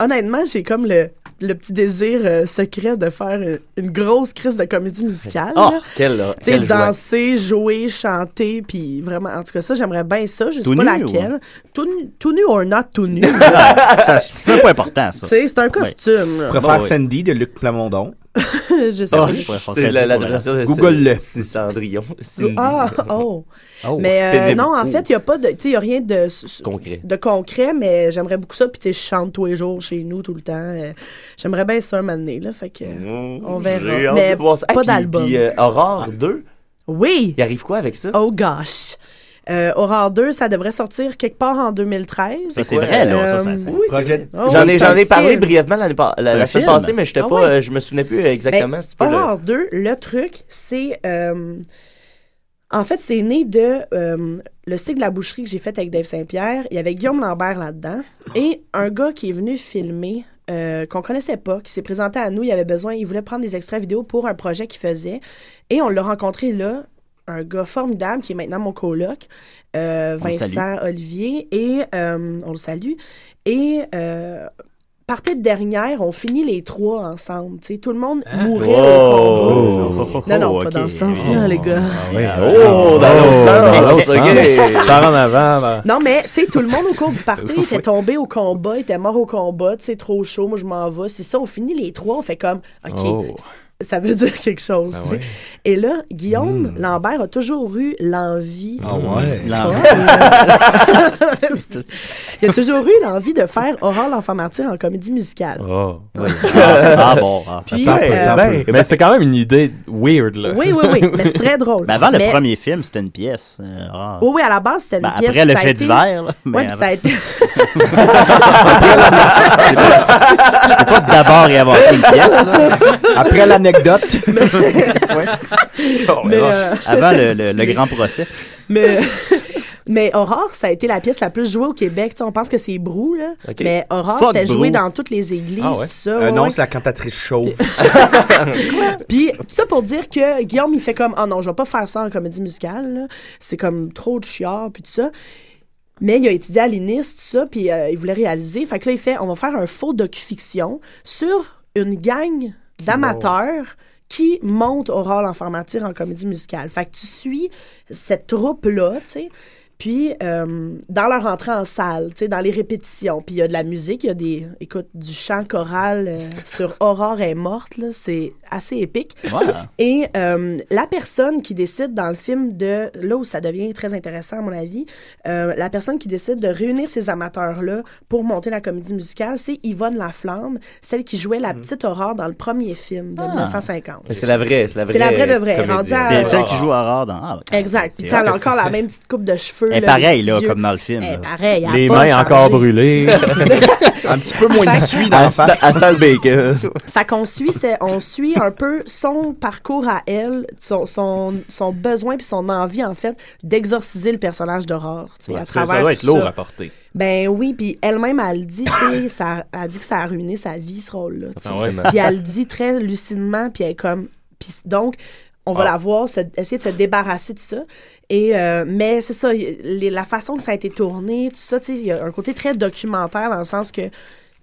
[SPEAKER 7] honnêtement, j'ai comme le, le petit désir euh, secret de faire euh, une grosse crise de comédie
[SPEAKER 5] Oh,
[SPEAKER 7] musicale.
[SPEAKER 10] Ah,
[SPEAKER 7] là.
[SPEAKER 10] quelle, euh,
[SPEAKER 7] Tu sais,
[SPEAKER 10] quelle joie.
[SPEAKER 7] danser, jouer, chanter, puis vraiment, en tout cas, ça, j'aimerais bien ça. Je sais
[SPEAKER 5] Tout
[SPEAKER 7] pas
[SPEAKER 5] nu,
[SPEAKER 7] laquelle.
[SPEAKER 10] hein?
[SPEAKER 7] Tout, nu- tout nu or not
[SPEAKER 10] <laughs>
[SPEAKER 7] tout nu. <laughs>
[SPEAKER 5] ça, c'est même pas important,
[SPEAKER 7] tu
[SPEAKER 5] ça.
[SPEAKER 7] sais, c'est un costume.
[SPEAKER 8] Je
[SPEAKER 7] là.
[SPEAKER 8] préfère Sandy de Luc Plamondon.
[SPEAKER 7] je sais
[SPEAKER 10] Ah,
[SPEAKER 7] pas.
[SPEAKER 10] c'est la- l'adresse de
[SPEAKER 8] Google-le.
[SPEAKER 10] C'est Cendrillon. Cindy.
[SPEAKER 7] Ah, oh.
[SPEAKER 10] Oh.
[SPEAKER 7] Mais euh,
[SPEAKER 10] Pénible.
[SPEAKER 7] non, en
[SPEAKER 10] Oh.
[SPEAKER 7] fait, il n'y a pas de. Tu sais, il a rien de. s- s-
[SPEAKER 10] Concret.
[SPEAKER 7] De concret, mais j'aimerais beaucoup ça. Puis, tu sais, je chante tous les jours chez nous, tout le temps. Euh, J'aimerais bien ça un moment donné, là. Fait que. euh, on
[SPEAKER 10] Mm, J'ai
[SPEAKER 7] verra.
[SPEAKER 10] hâte
[SPEAKER 7] Mais
[SPEAKER 10] de voir ça. Ah,
[SPEAKER 7] pas
[SPEAKER 10] puis-
[SPEAKER 7] d'album.
[SPEAKER 10] Puis euh, Aurore 2.
[SPEAKER 7] Oui.
[SPEAKER 10] Il arrive quoi avec ça?
[SPEAKER 7] Oh gosh. Euh, Aurore 2, ça devrait sortir quelque part en 2013.
[SPEAKER 10] Ça, c'est vrai, là, ça, ça,
[SPEAKER 7] Euh,
[SPEAKER 10] ça.
[SPEAKER 7] oui,
[SPEAKER 8] Projet de-
[SPEAKER 7] Ah oui,
[SPEAKER 10] j'en ai,
[SPEAKER 7] c'est
[SPEAKER 10] j'en
[SPEAKER 7] un
[SPEAKER 10] ai parlé
[SPEAKER 7] film.
[SPEAKER 10] brièvement l'année par- la,
[SPEAKER 7] C'est
[SPEAKER 10] la
[SPEAKER 7] un
[SPEAKER 10] semaine
[SPEAKER 7] film.
[SPEAKER 10] passée, mais j'étais
[SPEAKER 7] Ah
[SPEAKER 10] pas,
[SPEAKER 7] ouais.
[SPEAKER 10] euh, je me souvenais plus exactement.
[SPEAKER 7] Ben,
[SPEAKER 10] si tu peux le-
[SPEAKER 7] Horror 2, le truc, c'est. euh, en fait, c'est né de euh, le cycle de la boucherie que j'ai fait avec Dave Saint-Pierre. Il y avait Guillaume Lambert là-dedans et un gars qui est venu filmer. euh, qu'on connaissait pas, qui s'est présenté à nous, il avait besoin, il voulait prendre des extraits vidéo pour un projet qu'il faisait, et on l'a rencontré là, un gars formidable qui est maintenant mon coloc, euh,
[SPEAKER 4] On le salue.
[SPEAKER 7] Vincent Olivier, et euh, on le salue, et euh, partait de dernière, on finit les trois ensemble, tu sais, tout le monde mourait
[SPEAKER 10] Oh!
[SPEAKER 7] au combat.
[SPEAKER 10] Oh!
[SPEAKER 7] Non, non, pas
[SPEAKER 10] Ok.
[SPEAKER 7] dans ce sens-là, les gars.
[SPEAKER 5] ah
[SPEAKER 10] Oh, dans l'autre sens, dans l'autre sens, ok.
[SPEAKER 11] Par en avant. ben.
[SPEAKER 7] Non, mais, tu sais, tout le monde au
[SPEAKER 4] <laughs>
[SPEAKER 7] cours du party était tombé au combat, était mort au combat, tu sais, trop chaud, moi je m'en vais. C'est ça, on finit les trois, on fait comme, euh, OK,
[SPEAKER 4] Oh.
[SPEAKER 7] ça veut dire quelque chose.
[SPEAKER 4] Ah
[SPEAKER 7] tu sais.
[SPEAKER 4] ouais. Hmm.
[SPEAKER 7] Et là, Guillaume Lambert a toujours eu l'envie.
[SPEAKER 4] Ah ouais.
[SPEAKER 5] Hmm.
[SPEAKER 7] L'envie. <laughs> Il a toujours eu l'envie de faire Aurore l'enfant martyr en comédie musicale.
[SPEAKER 11] Oh.
[SPEAKER 7] <laughs>
[SPEAKER 5] Ah, bon, ah.
[SPEAKER 7] Puis,
[SPEAKER 11] Attends,
[SPEAKER 7] euh,
[SPEAKER 11] attends,
[SPEAKER 7] ben-
[SPEAKER 11] mais c'est quand même une idée weird, là.
[SPEAKER 7] Oui, oui, oui, mais c'est très drôle.
[SPEAKER 5] Mais Ben, avant le
[SPEAKER 7] Mais-
[SPEAKER 5] premier film, c'était une pièce. euh, rare.
[SPEAKER 7] Oui, oui, à la base, c'était une
[SPEAKER 5] Ben,
[SPEAKER 7] pièce.
[SPEAKER 5] après
[SPEAKER 7] puis
[SPEAKER 5] le
[SPEAKER 7] ça a
[SPEAKER 5] fait
[SPEAKER 7] été-
[SPEAKER 5] divers, là, mais
[SPEAKER 7] Ouais, puis ça a été.
[SPEAKER 5] C'est pas d'abord et avant tout une pièce. là.
[SPEAKER 8] Après l'anecdote.
[SPEAKER 7] <laughs> Mais, euh,
[SPEAKER 5] Avant
[SPEAKER 7] <laughs>
[SPEAKER 5] le, le- le grand procès.
[SPEAKER 8] <laughs>
[SPEAKER 7] Mais, mais Aurore, ça a été la pièce la plus jouée au Québec. Tu sais, on pense que c'est Brou, là.
[SPEAKER 8] Ok.
[SPEAKER 7] Mais Aurore,
[SPEAKER 8] Fuck
[SPEAKER 7] c'était joué
[SPEAKER 8] Brou.
[SPEAKER 7] dans toutes les églises.
[SPEAKER 10] Ah,
[SPEAKER 7] ça,
[SPEAKER 8] Euh,
[SPEAKER 7] ouais,
[SPEAKER 8] non,
[SPEAKER 7] ouais.
[SPEAKER 8] c'est la cantatrice chauve.
[SPEAKER 7] <laughs> Puis, tout ça pour dire que Guillaume, il fait comme Ah non, je vais pas faire ça en comédie musicale. là. C'est comme trop de chiard, puis tout ça. Mais il a étudié à l'INIS, tout ça, puis euh, il voulait réaliser. Fait que là, il fait On va faire un faux docu-fiction sur une gang d'amateurs qui monte au rôle en formatir en comédie musicale. Fait que tu suis cette troupe-là, tu sais. Puis, euh, dans leur entrée en salle, tu sais, dans les répétitions, puis il y a de la musique, il y a des, écoute, du chant choral euh, sur Aurore est morte, là, c'est assez épique.
[SPEAKER 5] Ouais.
[SPEAKER 1] hein.
[SPEAKER 7] Et euh, la personne qui décide dans le film de, là où ça devient très intéressant à mon avis, euh, la personne qui décide de réunir ces amateurs-là pour monter la comédie musicale, c'est Yvonne Laflamme, celle qui jouait
[SPEAKER 5] Mhm.
[SPEAKER 7] la petite Aurore dans le premier film de 1950.
[SPEAKER 10] Ah. Mais c'est la vraie, c'est la vraie.
[SPEAKER 7] C'est la vraie de vraie,
[SPEAKER 10] comédie.
[SPEAKER 7] rendue à-
[SPEAKER 5] C'est celle qui joue à rare dans. Ah,
[SPEAKER 7] Exact. Puis tu sais,
[SPEAKER 5] C'est-
[SPEAKER 7] elle a encore la même petite coupe de cheveux.
[SPEAKER 5] Elle est
[SPEAKER 7] là,
[SPEAKER 5] pareille,
[SPEAKER 7] les
[SPEAKER 5] là,
[SPEAKER 7] yeux.
[SPEAKER 5] comme dans le film.
[SPEAKER 7] Elle est
[SPEAKER 5] là.
[SPEAKER 7] pareille, elle a
[SPEAKER 11] Les
[SPEAKER 5] <laughs>
[SPEAKER 7] pas
[SPEAKER 11] mains
[SPEAKER 7] changé.
[SPEAKER 11] encore
[SPEAKER 10] <laughs>
[SPEAKER 11] brûlées.
[SPEAKER 8] Un petit peu moins
[SPEAKER 7] Fait-
[SPEAKER 8] d'issue dans
[SPEAKER 10] À
[SPEAKER 8] la
[SPEAKER 10] sa-
[SPEAKER 8] face.
[SPEAKER 10] à Sal Baker.
[SPEAKER 7] Fait qu'on suit, c'est- on suit un peu son parcours à elle, son, son, son besoin puis son envie, en fait, d'exorciser le personnage d'Aurore. tu sais,
[SPEAKER 11] Ouais,
[SPEAKER 7] à
[SPEAKER 11] ça, ça
[SPEAKER 7] travers
[SPEAKER 11] doit être
[SPEAKER 7] tout
[SPEAKER 11] lourd
[SPEAKER 7] ça.
[SPEAKER 11] à porter.
[SPEAKER 7] Ben oui, puis elle-même, elle le dit, tu
[SPEAKER 10] <coughs>
[SPEAKER 7] sais, ça, elle dit que ça a ruiné sa vie, ce rôle-là. tu sais.
[SPEAKER 11] Ah ouais, man.
[SPEAKER 7] Puis elle le dit très lucidement, puis elle est comme, Puis donc, on
[SPEAKER 10] Ah.
[SPEAKER 7] va la voir, se- essayer de se débarrasser de ça. Et, euh, mais c'est ça, y- les- la façon que ça a été tourné, tout ça, tu sais, il y a un côté très documentaire dans le sens que, tu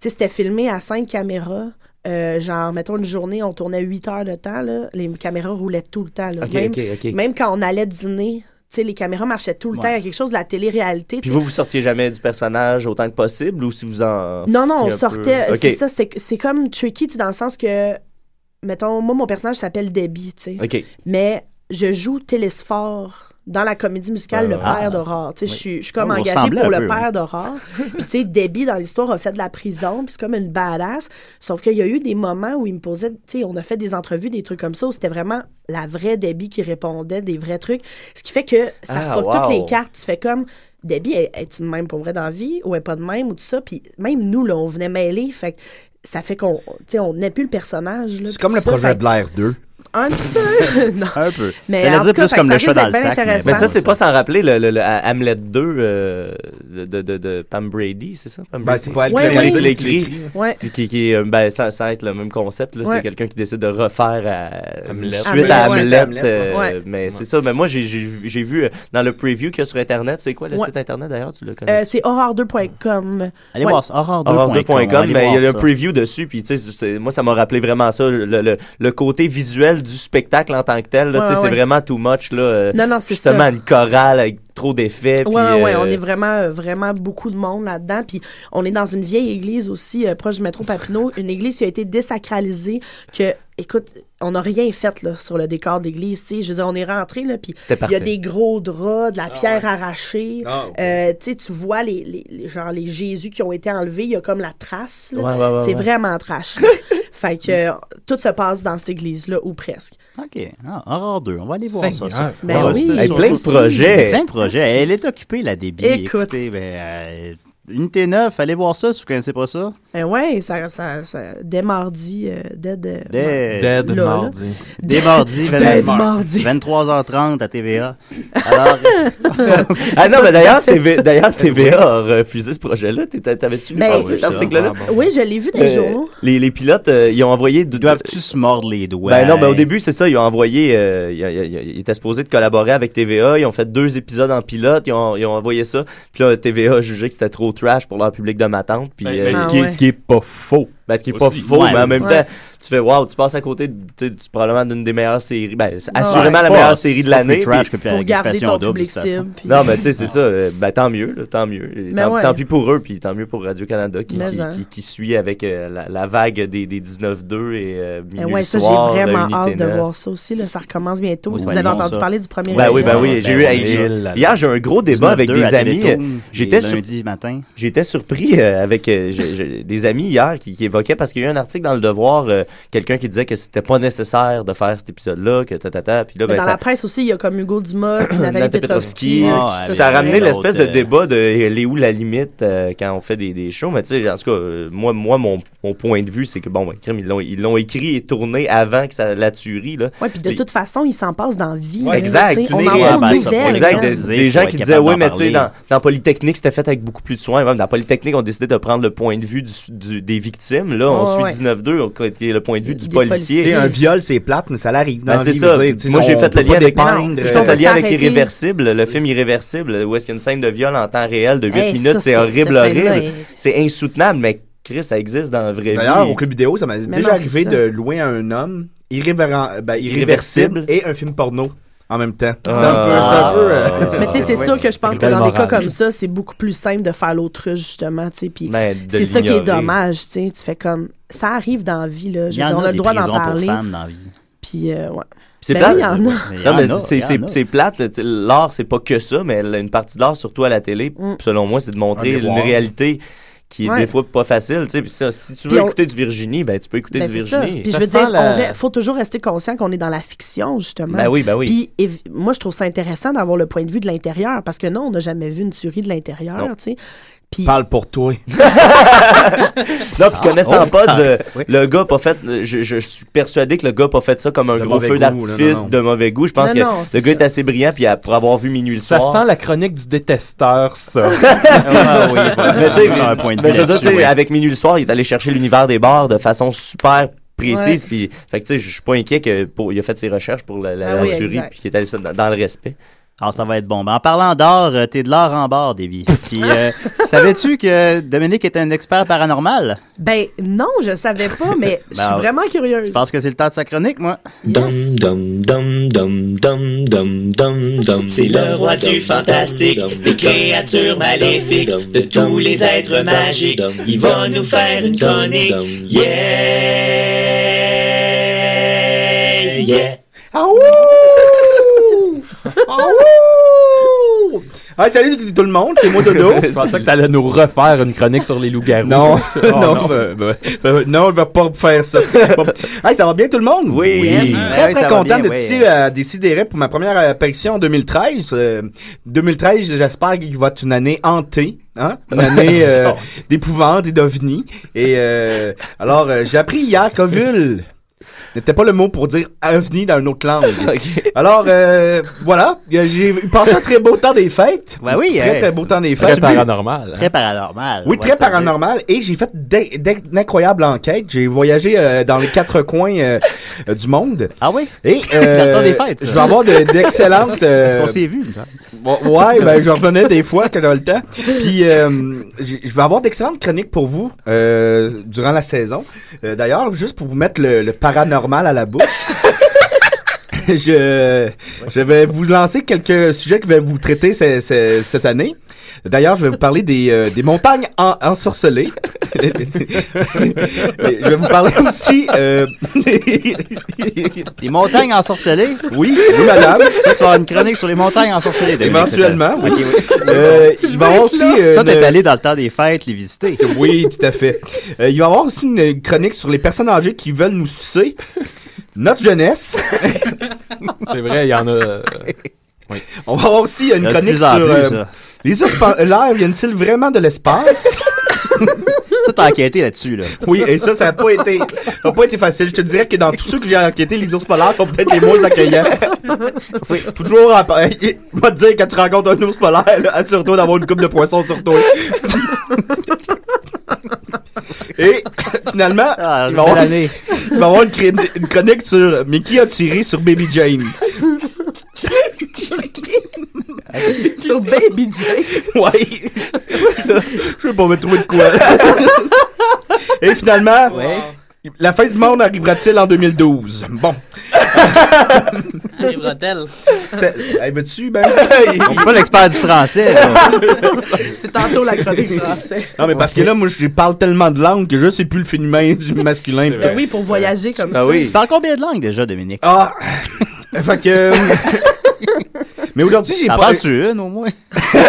[SPEAKER 7] sais, c'était filmé à cinq caméras. Euh, genre, mettons, une journée, on tournait huit heures de temps, là, les caméras roulaient tout le temps. là.
[SPEAKER 10] Ok,
[SPEAKER 7] même,
[SPEAKER 10] ok, ok.
[SPEAKER 7] même quand on allait dîner, tu sais, les caméras marchaient tout le
[SPEAKER 10] Ouais.
[SPEAKER 7] temps. Il y a quelque chose de la télé-réalité. tu
[SPEAKER 10] Puis
[SPEAKER 7] sais.
[SPEAKER 10] vous, vous sortiez jamais du personnage autant que possible ou si vous en.
[SPEAKER 7] Non, non, on
[SPEAKER 10] sortiez un peu?
[SPEAKER 7] sortait.
[SPEAKER 10] Ok.
[SPEAKER 7] C'est ça, c'est c'est comme tricky, tu sais, dans le sens que, mettons, moi, mon personnage s'appelle Debbie, tu sais.
[SPEAKER 10] OK.
[SPEAKER 7] Mais je joue Télésphore dans la comédie musicale
[SPEAKER 10] Ouais,
[SPEAKER 7] Le
[SPEAKER 10] ouais.
[SPEAKER 7] Père
[SPEAKER 10] Ah.
[SPEAKER 7] d'Aurore. Tu sais, je suis- je suis comme
[SPEAKER 10] Ouais, vous
[SPEAKER 7] engagée
[SPEAKER 10] ressemblez
[SPEAKER 7] pour
[SPEAKER 10] un peu,
[SPEAKER 7] Le Père
[SPEAKER 10] ouais.
[SPEAKER 7] d'Aurore. Puis, tu sais, Debbie, dans l'histoire, a fait de la prison, puis c'est comme une badass. Sauf qu'il y a eu des moments où il me posait, tu sais, on a fait des entrevues, des trucs comme ça, où c'était vraiment la vraie Debbie qui répondait, des vrais trucs. Ce qui fait que ça
[SPEAKER 1] Ah,
[SPEAKER 7] fuck
[SPEAKER 1] wow.
[SPEAKER 7] toutes les cartes. Tu fais comme, Debbie, est- es-tu de même pour vrai dans la vie ou est pas de même ou tout ça? Puis même nous, là, on venait mêler. Fait que ça fait qu'on, tu sais, on n'est plus le personnage. là,
[SPEAKER 8] <laughs> C'est comme
[SPEAKER 7] puis
[SPEAKER 8] le
[SPEAKER 7] tout ça,
[SPEAKER 8] projet
[SPEAKER 7] fait-
[SPEAKER 8] de l'air 2.
[SPEAKER 7] Un petit peu. <laughs> non.
[SPEAKER 5] Un peu.
[SPEAKER 7] Mais
[SPEAKER 10] J'allais
[SPEAKER 7] en
[SPEAKER 10] dire
[SPEAKER 7] tout cas,
[SPEAKER 10] plus
[SPEAKER 7] fait
[SPEAKER 10] comme
[SPEAKER 7] que
[SPEAKER 10] le
[SPEAKER 7] ça
[SPEAKER 10] chat dans le
[SPEAKER 7] risque d'être
[SPEAKER 10] sac.
[SPEAKER 7] bien
[SPEAKER 10] Mais,
[SPEAKER 7] intéressant.
[SPEAKER 10] ça, c'est pas sans rappeler le, le- le Hamlet 2 euh, de, de, de Pam Brady, c'est ça? Pam
[SPEAKER 8] Ben,
[SPEAKER 10] Brady?
[SPEAKER 8] c'est pas elle
[SPEAKER 10] Ouais,
[SPEAKER 8] qui l'a
[SPEAKER 10] ouais.
[SPEAKER 8] écrit.
[SPEAKER 10] l'écrit.
[SPEAKER 7] Ouais.
[SPEAKER 10] C'est Qui, qui, euh, ben, ça, ça va être le même concept. là.
[SPEAKER 7] Ouais.
[SPEAKER 10] C'est quelqu'un qui décide de refaire à-
[SPEAKER 11] Hamlet.
[SPEAKER 10] suite à
[SPEAKER 11] Hamlet,
[SPEAKER 10] Hamlet.
[SPEAKER 11] ouais.
[SPEAKER 10] euh,
[SPEAKER 7] Ouais.
[SPEAKER 10] Mais c'est ça. Mais moi, j'ai- j'ai j'ai vu euh, dans le preview qu'il y a sur Internet. C'est quoi le
[SPEAKER 7] Ouais.
[SPEAKER 10] site Internet d'ailleurs? Tu le connais? Ah.
[SPEAKER 7] Euh, c'est horreur2.com.
[SPEAKER 5] Allez
[SPEAKER 7] Ouais.
[SPEAKER 5] voir ça, horreur2.com.
[SPEAKER 10] Horror2.com, mais
[SPEAKER 5] allez
[SPEAKER 10] ben, il y
[SPEAKER 5] voir
[SPEAKER 10] a un
[SPEAKER 5] ça.
[SPEAKER 10] preview dessus, puis tu sais, c'est- moi ça m'a rappelé vraiment ça, le, le- le côté visuel du spectacle en tant que tel, là,
[SPEAKER 7] Ouais,
[SPEAKER 10] tu sais,
[SPEAKER 7] ouais.
[SPEAKER 10] c'est vraiment too much, là, euh,
[SPEAKER 7] Non, non, c'est
[SPEAKER 10] justement
[SPEAKER 7] ça.
[SPEAKER 10] une chorale avec trop d'effets. puis,
[SPEAKER 7] Ouais, ouais, ouais,
[SPEAKER 10] euh,
[SPEAKER 7] on est vraiment, euh, vraiment beaucoup de monde là-dedans. Puis on est dans une vieille église aussi, euh, proche du métro
[SPEAKER 10] <laughs>
[SPEAKER 7] Papineau, une église qui a été désacralisée. Que, écoute, on n'a rien fait là, sur le décor de l'église. tu sais. Je veux dire, on est rentré, là, puis
[SPEAKER 10] C'était
[SPEAKER 7] il y a
[SPEAKER 10] parfait.
[SPEAKER 7] des gros draps, de la pierre arrachée.
[SPEAKER 10] Ah, ok.
[SPEAKER 7] Euh, tu sais, tu vois les, les, les- genre, les Jésus qui ont été enlevés, il y a comme la trace. là.
[SPEAKER 10] Ouais, ouais, ouais,
[SPEAKER 7] C'est
[SPEAKER 10] ouais.
[SPEAKER 7] vraiment trash.
[SPEAKER 10] <laughs>
[SPEAKER 7] là. fait que euh, tout se passe dans cette église-là, ou presque.
[SPEAKER 5] OK. Ah, Horreur 2, on va aller voir ça.
[SPEAKER 7] Seigneur.
[SPEAKER 5] ça.
[SPEAKER 7] Ben
[SPEAKER 5] On va
[SPEAKER 7] oui.
[SPEAKER 5] se-
[SPEAKER 7] Hey, plein de
[SPEAKER 5] Surtout-
[SPEAKER 10] projets.
[SPEAKER 5] Plein de projets.
[SPEAKER 10] Merci.
[SPEAKER 5] Elle est occupée, la débit.
[SPEAKER 7] Écoute.
[SPEAKER 5] Écoutez, ben, euh, Unité 9, allez voir ça si vous connaissez pas ça.
[SPEAKER 7] Ben ouais, ça, ça, ça- dès mardi, euh, dès, de-
[SPEAKER 5] Dès,
[SPEAKER 7] là, là.
[SPEAKER 5] Dès mardi,
[SPEAKER 7] Dès
[SPEAKER 5] 23
[SPEAKER 7] mardi.
[SPEAKER 5] 23h30 à
[SPEAKER 7] <laughs>
[SPEAKER 5] TVA. Alors,
[SPEAKER 10] Ah non, mais d'ailleurs,
[SPEAKER 5] C'est pas tout à fait
[SPEAKER 10] TV
[SPEAKER 5] ça.
[SPEAKER 10] d'ailleurs, TVA a refusé ce projet-là. T'étais- T'avais-tu lu
[SPEAKER 7] Ben,
[SPEAKER 10] passer cet
[SPEAKER 7] c'est-
[SPEAKER 10] article-là?
[SPEAKER 7] Oui, je l'ai vu dans les
[SPEAKER 10] Euh,
[SPEAKER 7] journaux.
[SPEAKER 10] les, les pilotes, euh, ils ont envoyé. Doivent-tu
[SPEAKER 5] se mordre les doigts?
[SPEAKER 10] Ben non, ben au début, c'est ça. Ils ont envoyé. euh, ils, ils- ils- ils étaient supposés de collaborer avec TVA. Ils ont fait deux épisodes en pilote. Ils ont, ils ont envoyé ça. Puis là, TVA a jugé que c'était trop trash pour leur public de matante. Puis,
[SPEAKER 11] Ben,
[SPEAKER 10] euh,
[SPEAKER 7] Ah
[SPEAKER 11] ben, ce, qui est, ce qui est pas faux.
[SPEAKER 10] Ben, ce qui est pas
[SPEAKER 11] Aussi.
[SPEAKER 10] faux,
[SPEAKER 11] Ouais.
[SPEAKER 10] mais en même
[SPEAKER 11] Ouais.
[SPEAKER 10] temps, tu fais waouh, tu passes à côté de, tu sais, du- probablement d'une des meilleures séries. Ben, c'est
[SPEAKER 11] Ouais.
[SPEAKER 10] assurément la
[SPEAKER 11] C'est pas-
[SPEAKER 10] meilleure série
[SPEAKER 11] c'est
[SPEAKER 10] de
[SPEAKER 11] pas
[SPEAKER 10] l'année.
[SPEAKER 11] plus trash
[SPEAKER 10] puis-
[SPEAKER 11] que Pour Passion garder ton Double, public de toute façon. cible, puis-
[SPEAKER 10] Non, mais tu sais, c'est ça. euh, Ben, tant mieux, là, tant mieux. Et
[SPEAKER 11] Mais
[SPEAKER 10] tant,
[SPEAKER 11] ouais.
[SPEAKER 10] tant pis pour eux, puis tant mieux pour Radio-Canada qui,
[SPEAKER 7] Ben Mais
[SPEAKER 10] qui,
[SPEAKER 7] hein.
[SPEAKER 10] qui- qui suit avec euh, la, la vague des, des 19-2 et euh,
[SPEAKER 7] Ben
[SPEAKER 10] Minuit
[SPEAKER 7] ouais, ça, j'ai
[SPEAKER 10] Soir,
[SPEAKER 7] vraiment
[SPEAKER 10] Unité
[SPEAKER 7] hâte de
[SPEAKER 10] 9.
[SPEAKER 7] voir ça aussi. Là, ça recommence bientôt.
[SPEAKER 10] Oui,
[SPEAKER 7] Vous
[SPEAKER 10] ben
[SPEAKER 7] avez
[SPEAKER 10] non,
[SPEAKER 7] entendu
[SPEAKER 10] ça.
[SPEAKER 7] parler du premier
[SPEAKER 10] Ben oui,
[SPEAKER 7] épisode?
[SPEAKER 10] ben oui, j'ai eu, hey, j'ai- hier j'ai eu un gros débat avec
[SPEAKER 5] 19-2
[SPEAKER 10] des
[SPEAKER 5] à
[SPEAKER 10] amis.
[SPEAKER 5] Télétoon,
[SPEAKER 10] euh,
[SPEAKER 5] les
[SPEAKER 10] J'étais sur-
[SPEAKER 5] lundis matin.
[SPEAKER 10] J'étais surpris euh, avec euh, j'ai- j'ai des amis hier qui, qui évoquaient parce qu'il y a eu un article dans le Devoir, euh, quelqu'un qui disait que c'était pas nécessaire de faire cet épisode-là, que ta ta ta, puis là
[SPEAKER 7] Mais
[SPEAKER 10] ben
[SPEAKER 7] dans
[SPEAKER 10] ça.
[SPEAKER 7] la presse aussi, il y a comme Hugo Dumas, puis Nathalie
[SPEAKER 10] Nathalie
[SPEAKER 7] Petrovski.
[SPEAKER 10] Petrovski,
[SPEAKER 7] euh, qui
[SPEAKER 10] euh,
[SPEAKER 7] se
[SPEAKER 10] ça a ramené
[SPEAKER 7] seraient-
[SPEAKER 10] l'espèce de
[SPEAKER 7] L'autre, euh,
[SPEAKER 10] débat de euh, elle est où la limite euh, quand on fait des, des shows. Mais tu sais, en tout cas, euh, moi, moi mon, mon point de vue, c'est que bon, ben, crime, ils l'ont- ils l'ont écrit et tourné avant que ça, la tuerie. Là.
[SPEAKER 7] Ouais, puis de
[SPEAKER 10] Et-
[SPEAKER 7] toute façon, il s'en passe dans la vie. là,
[SPEAKER 10] Ah, exact.
[SPEAKER 7] tu sais, On en parle aux nouvelles.
[SPEAKER 10] Exact. Des,
[SPEAKER 5] exact.
[SPEAKER 10] des gens
[SPEAKER 5] Faut
[SPEAKER 10] qui
[SPEAKER 5] être
[SPEAKER 10] disaient,
[SPEAKER 5] capable
[SPEAKER 10] oui,
[SPEAKER 5] d'en
[SPEAKER 10] mais tu sais,
[SPEAKER 5] parler.
[SPEAKER 10] dans, dans Polytechnique, c'était fait avec beaucoup plus de soins. Même dans Polytechnique, on décidait de prendre le point de vue du, du- des victimes. Là, on
[SPEAKER 8] Ouais, ouais.
[SPEAKER 10] suit 19-2, on co- qui est le point de vue du policier.
[SPEAKER 8] Tu sais, Un viol, c'est plate, mais ça l'arrive.
[SPEAKER 10] Ben,
[SPEAKER 8] dans la
[SPEAKER 10] c'est
[SPEAKER 8] vie,
[SPEAKER 10] ça.
[SPEAKER 8] je veux dire, tu sais,
[SPEAKER 10] Moi, j'ai
[SPEAKER 8] on
[SPEAKER 10] fait
[SPEAKER 8] peut
[SPEAKER 10] le lien
[SPEAKER 8] pas
[SPEAKER 10] avec,
[SPEAKER 8] dépeindre,
[SPEAKER 10] j'ai fait le
[SPEAKER 8] euh,
[SPEAKER 10] lien avec
[SPEAKER 8] s'arrêter.
[SPEAKER 10] Irréversible, le film Irréversible, où est-ce qu'il y a une scène de viol en temps réel de 8
[SPEAKER 8] Hey, ça,
[SPEAKER 10] minutes. C'est
[SPEAKER 8] c'est-
[SPEAKER 10] horrible,
[SPEAKER 8] cette scène-là
[SPEAKER 10] horrible.
[SPEAKER 8] est-
[SPEAKER 10] C'est insoutenable, mais Chris, ça existe dans la vraie vie.
[SPEAKER 8] D'ailleurs, au club vidéo, ça m'a
[SPEAKER 10] Mais
[SPEAKER 8] déjà
[SPEAKER 10] non,
[SPEAKER 8] arrivé
[SPEAKER 10] c'est ça.
[SPEAKER 8] de louer à un homme irrévérent, ben,
[SPEAKER 10] Irréversible.
[SPEAKER 8] irréversible et un film porno en même temps. C'est
[SPEAKER 10] Ah.
[SPEAKER 8] un peu. c'est un peu, euh,
[SPEAKER 7] Mais tu sais, c'est
[SPEAKER 8] ouais.
[SPEAKER 7] sûr que je pense que dans des cas comme ça, c'est beaucoup plus simple de faire l'autruche, justement. tu sais, puis
[SPEAKER 10] Ben, de
[SPEAKER 7] C'est ça qui est
[SPEAKER 10] l'ignorer.
[SPEAKER 7] dommage. tu sais, Tu fais comme. Ça arrive dans la vie. là. Je
[SPEAKER 5] Il y
[SPEAKER 7] veux dire,
[SPEAKER 5] en
[SPEAKER 7] on
[SPEAKER 5] a
[SPEAKER 7] a le
[SPEAKER 5] des
[SPEAKER 7] droit d'en
[SPEAKER 5] prisons pour
[SPEAKER 7] parler.
[SPEAKER 5] femmes dans la vie.
[SPEAKER 7] Puis, euh, ouais.
[SPEAKER 10] C'est
[SPEAKER 7] Ben
[SPEAKER 10] plate.
[SPEAKER 7] oui, il y en a.
[SPEAKER 10] Non, mais
[SPEAKER 5] Il y en a,
[SPEAKER 10] c'est-
[SPEAKER 5] il y
[SPEAKER 10] c'est
[SPEAKER 5] en a.
[SPEAKER 10] c'est plate. tu sais, L'art, c'est pas que ça, mais une partie de l'art, surtout à la télé, selon moi, c'est de montrer
[SPEAKER 5] Un
[SPEAKER 10] une
[SPEAKER 5] miroir.
[SPEAKER 10] réalité qui est
[SPEAKER 7] Mm. Ouais.
[SPEAKER 10] des fois pas facile. tu sais. Puis ça, si tu
[SPEAKER 7] Puis
[SPEAKER 10] veux
[SPEAKER 7] on-
[SPEAKER 10] écouter du Virginie, ben, tu peux écouter
[SPEAKER 7] Ben,
[SPEAKER 10] du
[SPEAKER 7] c'est ça.
[SPEAKER 10] Virginie.
[SPEAKER 7] Puis je veux dire, on re- faut toujours rester conscient qu'on est dans la fiction, justement.
[SPEAKER 10] Ben oui, ben oui.
[SPEAKER 7] Puis évi- moi, je trouve ça intéressant d'avoir le point de vue de l'intérieur, parce que non, on n'a jamais vu une tuerie de l'intérieur,
[SPEAKER 10] Non.
[SPEAKER 7] tu sais.
[SPEAKER 8] Parle pour toi.
[SPEAKER 10] Non, puis connaissant
[SPEAKER 8] oh.
[SPEAKER 10] pas,
[SPEAKER 8] Ah,
[SPEAKER 10] euh, le gars a pas fait. euh, Je, je suis persuadé que le gars a pas fait ça comme un gros
[SPEAKER 8] mauvais
[SPEAKER 10] feu
[SPEAKER 8] goût, là,
[SPEAKER 10] d'artifice
[SPEAKER 8] non, non.
[SPEAKER 10] de mauvais goût. Je pense
[SPEAKER 11] Non,
[SPEAKER 10] que
[SPEAKER 11] non,
[SPEAKER 10] le
[SPEAKER 11] c'est
[SPEAKER 10] gars est assez brillant, puis à- pour avoir vu minuit le
[SPEAKER 11] Ça
[SPEAKER 10] soir.
[SPEAKER 11] <laughs> sent la chronique du détesteur, <laughs> ça. Ah, <laughs>
[SPEAKER 10] oui, voilà. <laughs> Mais tu sais,
[SPEAKER 11] On a un point de
[SPEAKER 10] mais
[SPEAKER 11] vue
[SPEAKER 10] je veux dire,
[SPEAKER 11] là-dessus,
[SPEAKER 10] tu sais,
[SPEAKER 11] oui.
[SPEAKER 10] avec Minuit le soir, il est allé chercher l'univers des bars de façon super précise.
[SPEAKER 7] Ouais.
[SPEAKER 10] Puis, fait que, tu sais, je suis pas inquiet qu'il a fait ses recherches pour la, la,
[SPEAKER 5] Ah
[SPEAKER 10] la
[SPEAKER 5] oui,
[SPEAKER 10] jury,
[SPEAKER 5] exact.
[SPEAKER 10] puis qu'il est allé ça dans, dans le respect.
[SPEAKER 5] Alors, ça va être bon. Ben, en parlant d'or, euh, t'es de l'or en barre, Déby. Puis,
[SPEAKER 8] <laughs>
[SPEAKER 5] euh, savais-tu que Dominique est un expert paranormal?
[SPEAKER 7] Ben non, je
[SPEAKER 10] <laughs>
[SPEAKER 7] savais pas, mais je
[SPEAKER 5] Ben,
[SPEAKER 7] suis vraiment curieuse.
[SPEAKER 5] Je pense que c'est le temps de sa chronique, moi.
[SPEAKER 1] Dum dum dum dum dum dum dum dum. C'est le roi du fantastique, des créatures maléfiques, de tous les êtres magiques. Il va nous faire une chronique. Yeah, yeah.
[SPEAKER 8] Ah ouh! Ah ouh! Ah, salut tout- tout le monde, c'est moi Dodo.
[SPEAKER 10] <laughs>
[SPEAKER 11] Je pensais que t'allais nous refaire une chronique sur les loups-garous.
[SPEAKER 8] Non,
[SPEAKER 11] <laughs> Oh,
[SPEAKER 8] <laughs> non,
[SPEAKER 11] non.
[SPEAKER 8] ben, ben, ben, non, je vais pas faire <laughs> ça. Bon. hey, ça va bien tout le monde? Oui. Ah,
[SPEAKER 11] Yes.
[SPEAKER 8] Très,
[SPEAKER 11] Oui,
[SPEAKER 8] très
[SPEAKER 11] ça va
[SPEAKER 8] content
[SPEAKER 11] bien,
[SPEAKER 8] d'être
[SPEAKER 11] oui.
[SPEAKER 8] ici à Décideret pour ma première euh, apparition en 2013. Euh, 2013, j'espère qu'il va être une année hantée. Hein? <laughs> Une année euh,
[SPEAKER 11] Non.
[SPEAKER 8] d'épouvante et d'ovni. Et euh, alors, euh, j'ai appris hier qu'ovule n'était pas le mot pour dire ovni dans une autre langue. Alors, euh, voilà, Euh, j'ai passé un très beau temps des fêtes.
[SPEAKER 5] Ben oui,
[SPEAKER 8] Très,
[SPEAKER 5] hey.
[SPEAKER 8] très beau temps des
[SPEAKER 5] Très
[SPEAKER 8] fêtes.
[SPEAKER 5] paranormal, hein. Très paranormal. on
[SPEAKER 8] Oui,
[SPEAKER 5] va
[SPEAKER 8] très
[SPEAKER 5] le dire.
[SPEAKER 8] paranormal. Et j'ai fait d'in- d'in- d'incroyables enquêtes. J'ai voyagé euh, dans les quatre coins euh, euh, du monde.
[SPEAKER 5] Ah oui? <laughs>
[SPEAKER 8] Et
[SPEAKER 5] Dans le temps
[SPEAKER 8] euh,
[SPEAKER 5] des fêtes, ça.
[SPEAKER 8] je vais avoir de- d'excellentes...
[SPEAKER 5] <laughs>
[SPEAKER 8] euh,
[SPEAKER 5] Parce qu'on s'est vu, hein. ça.
[SPEAKER 8] Bon,
[SPEAKER 5] <laughs>
[SPEAKER 8] Ouais, ben <laughs> je revenais des fois quand j'avais le temps. Puis euh, j'ai- je vais avoir d'excellentes chroniques pour vous euh, durant la saison. Euh, D'ailleurs, juste pour vous mettre le, le paranormal à la bouche. <laughs> Je, je vais vous lancer quelques sujets que je vais vous traiter ce- ce- cette année. D'ailleurs, je vais vous parler des, euh, des montagnes en- ensorcelées. <laughs> je vais vous parler aussi euh,
[SPEAKER 5] Des montagnes ensorcelées?
[SPEAKER 8] <laughs> Oui, oui, madame.
[SPEAKER 5] Ça, tu vas avoir une chronique sur les montagnes ensorcelées. Dominique,
[SPEAKER 8] Éventuellement,
[SPEAKER 5] c'est ça.
[SPEAKER 8] oui.
[SPEAKER 5] Ok, oui.
[SPEAKER 8] Euh, il va y avoir aussi. euh,
[SPEAKER 5] Ça, t'es
[SPEAKER 8] une-
[SPEAKER 5] allé dans le temps des fêtes les visiter.
[SPEAKER 8] <laughs> Oui, tout à fait. Euh, il va y avoir aussi une chronique sur les personnes âgées qui veulent nous sucer. Notre jeunesse.
[SPEAKER 11] <laughs> C'est vrai, il y en a. euh, oui.
[SPEAKER 8] On va avoir aussi
[SPEAKER 11] Il
[SPEAKER 8] une
[SPEAKER 11] y a de
[SPEAKER 8] chronique
[SPEAKER 11] plus
[SPEAKER 8] sur
[SPEAKER 11] en plus,
[SPEAKER 8] euh,
[SPEAKER 5] hein.
[SPEAKER 11] ça.
[SPEAKER 8] les ours euh, polaires viennent-ils vraiment de l'espace
[SPEAKER 5] Ça, t'as enquêté là-dessus, là.
[SPEAKER 8] Oui, et ça, ça n'a pas été, ça a pas été facile. Je te dirais que dans tous ceux que j'ai enquêtés, les ours polaires sont peut-être les moins accueillants. Oui, toujours. en- <laughs> euh, Je vais te dire quand tu rencontres un ours polaire, là, assure-toi d'avoir une coupe de poisson sur <laughs> toi. Et finalement, il, va y avoir,
[SPEAKER 5] belle
[SPEAKER 8] il va y avoir une, chré- une chronique sur mais qui a tiré sur Baby Jane.
[SPEAKER 6] Sur Baby J.
[SPEAKER 8] Ouais. C'est quoi ça? Je sais pas me trouver de <laughs> quoi. Et finalement, la fin du monde arrivera-t-il en 2012? Bon.
[SPEAKER 5] Oh.
[SPEAKER 13] Allez, bretelles.
[SPEAKER 8] Hey, veux-tu, ben?
[SPEAKER 5] <laughs> On est pas l'expert du français, là.
[SPEAKER 7] <laughs> C'est tantôt la chronique française.
[SPEAKER 8] Non, mais parce que là, moi, je parle tellement de langues que je sais plus le féminin du masculin.
[SPEAKER 7] Ben oui, pour voyager comme
[SPEAKER 8] Ah
[SPEAKER 7] ça.
[SPEAKER 8] oui.
[SPEAKER 5] Tu parles combien de langues déjà, Dominique?
[SPEAKER 8] Ah! fait que. euh, mais aujourd'hui, j'ai
[SPEAKER 5] T'en
[SPEAKER 8] pas.
[SPEAKER 5] parles-tu une, au
[SPEAKER 8] <laughs>
[SPEAKER 5] moins? Parce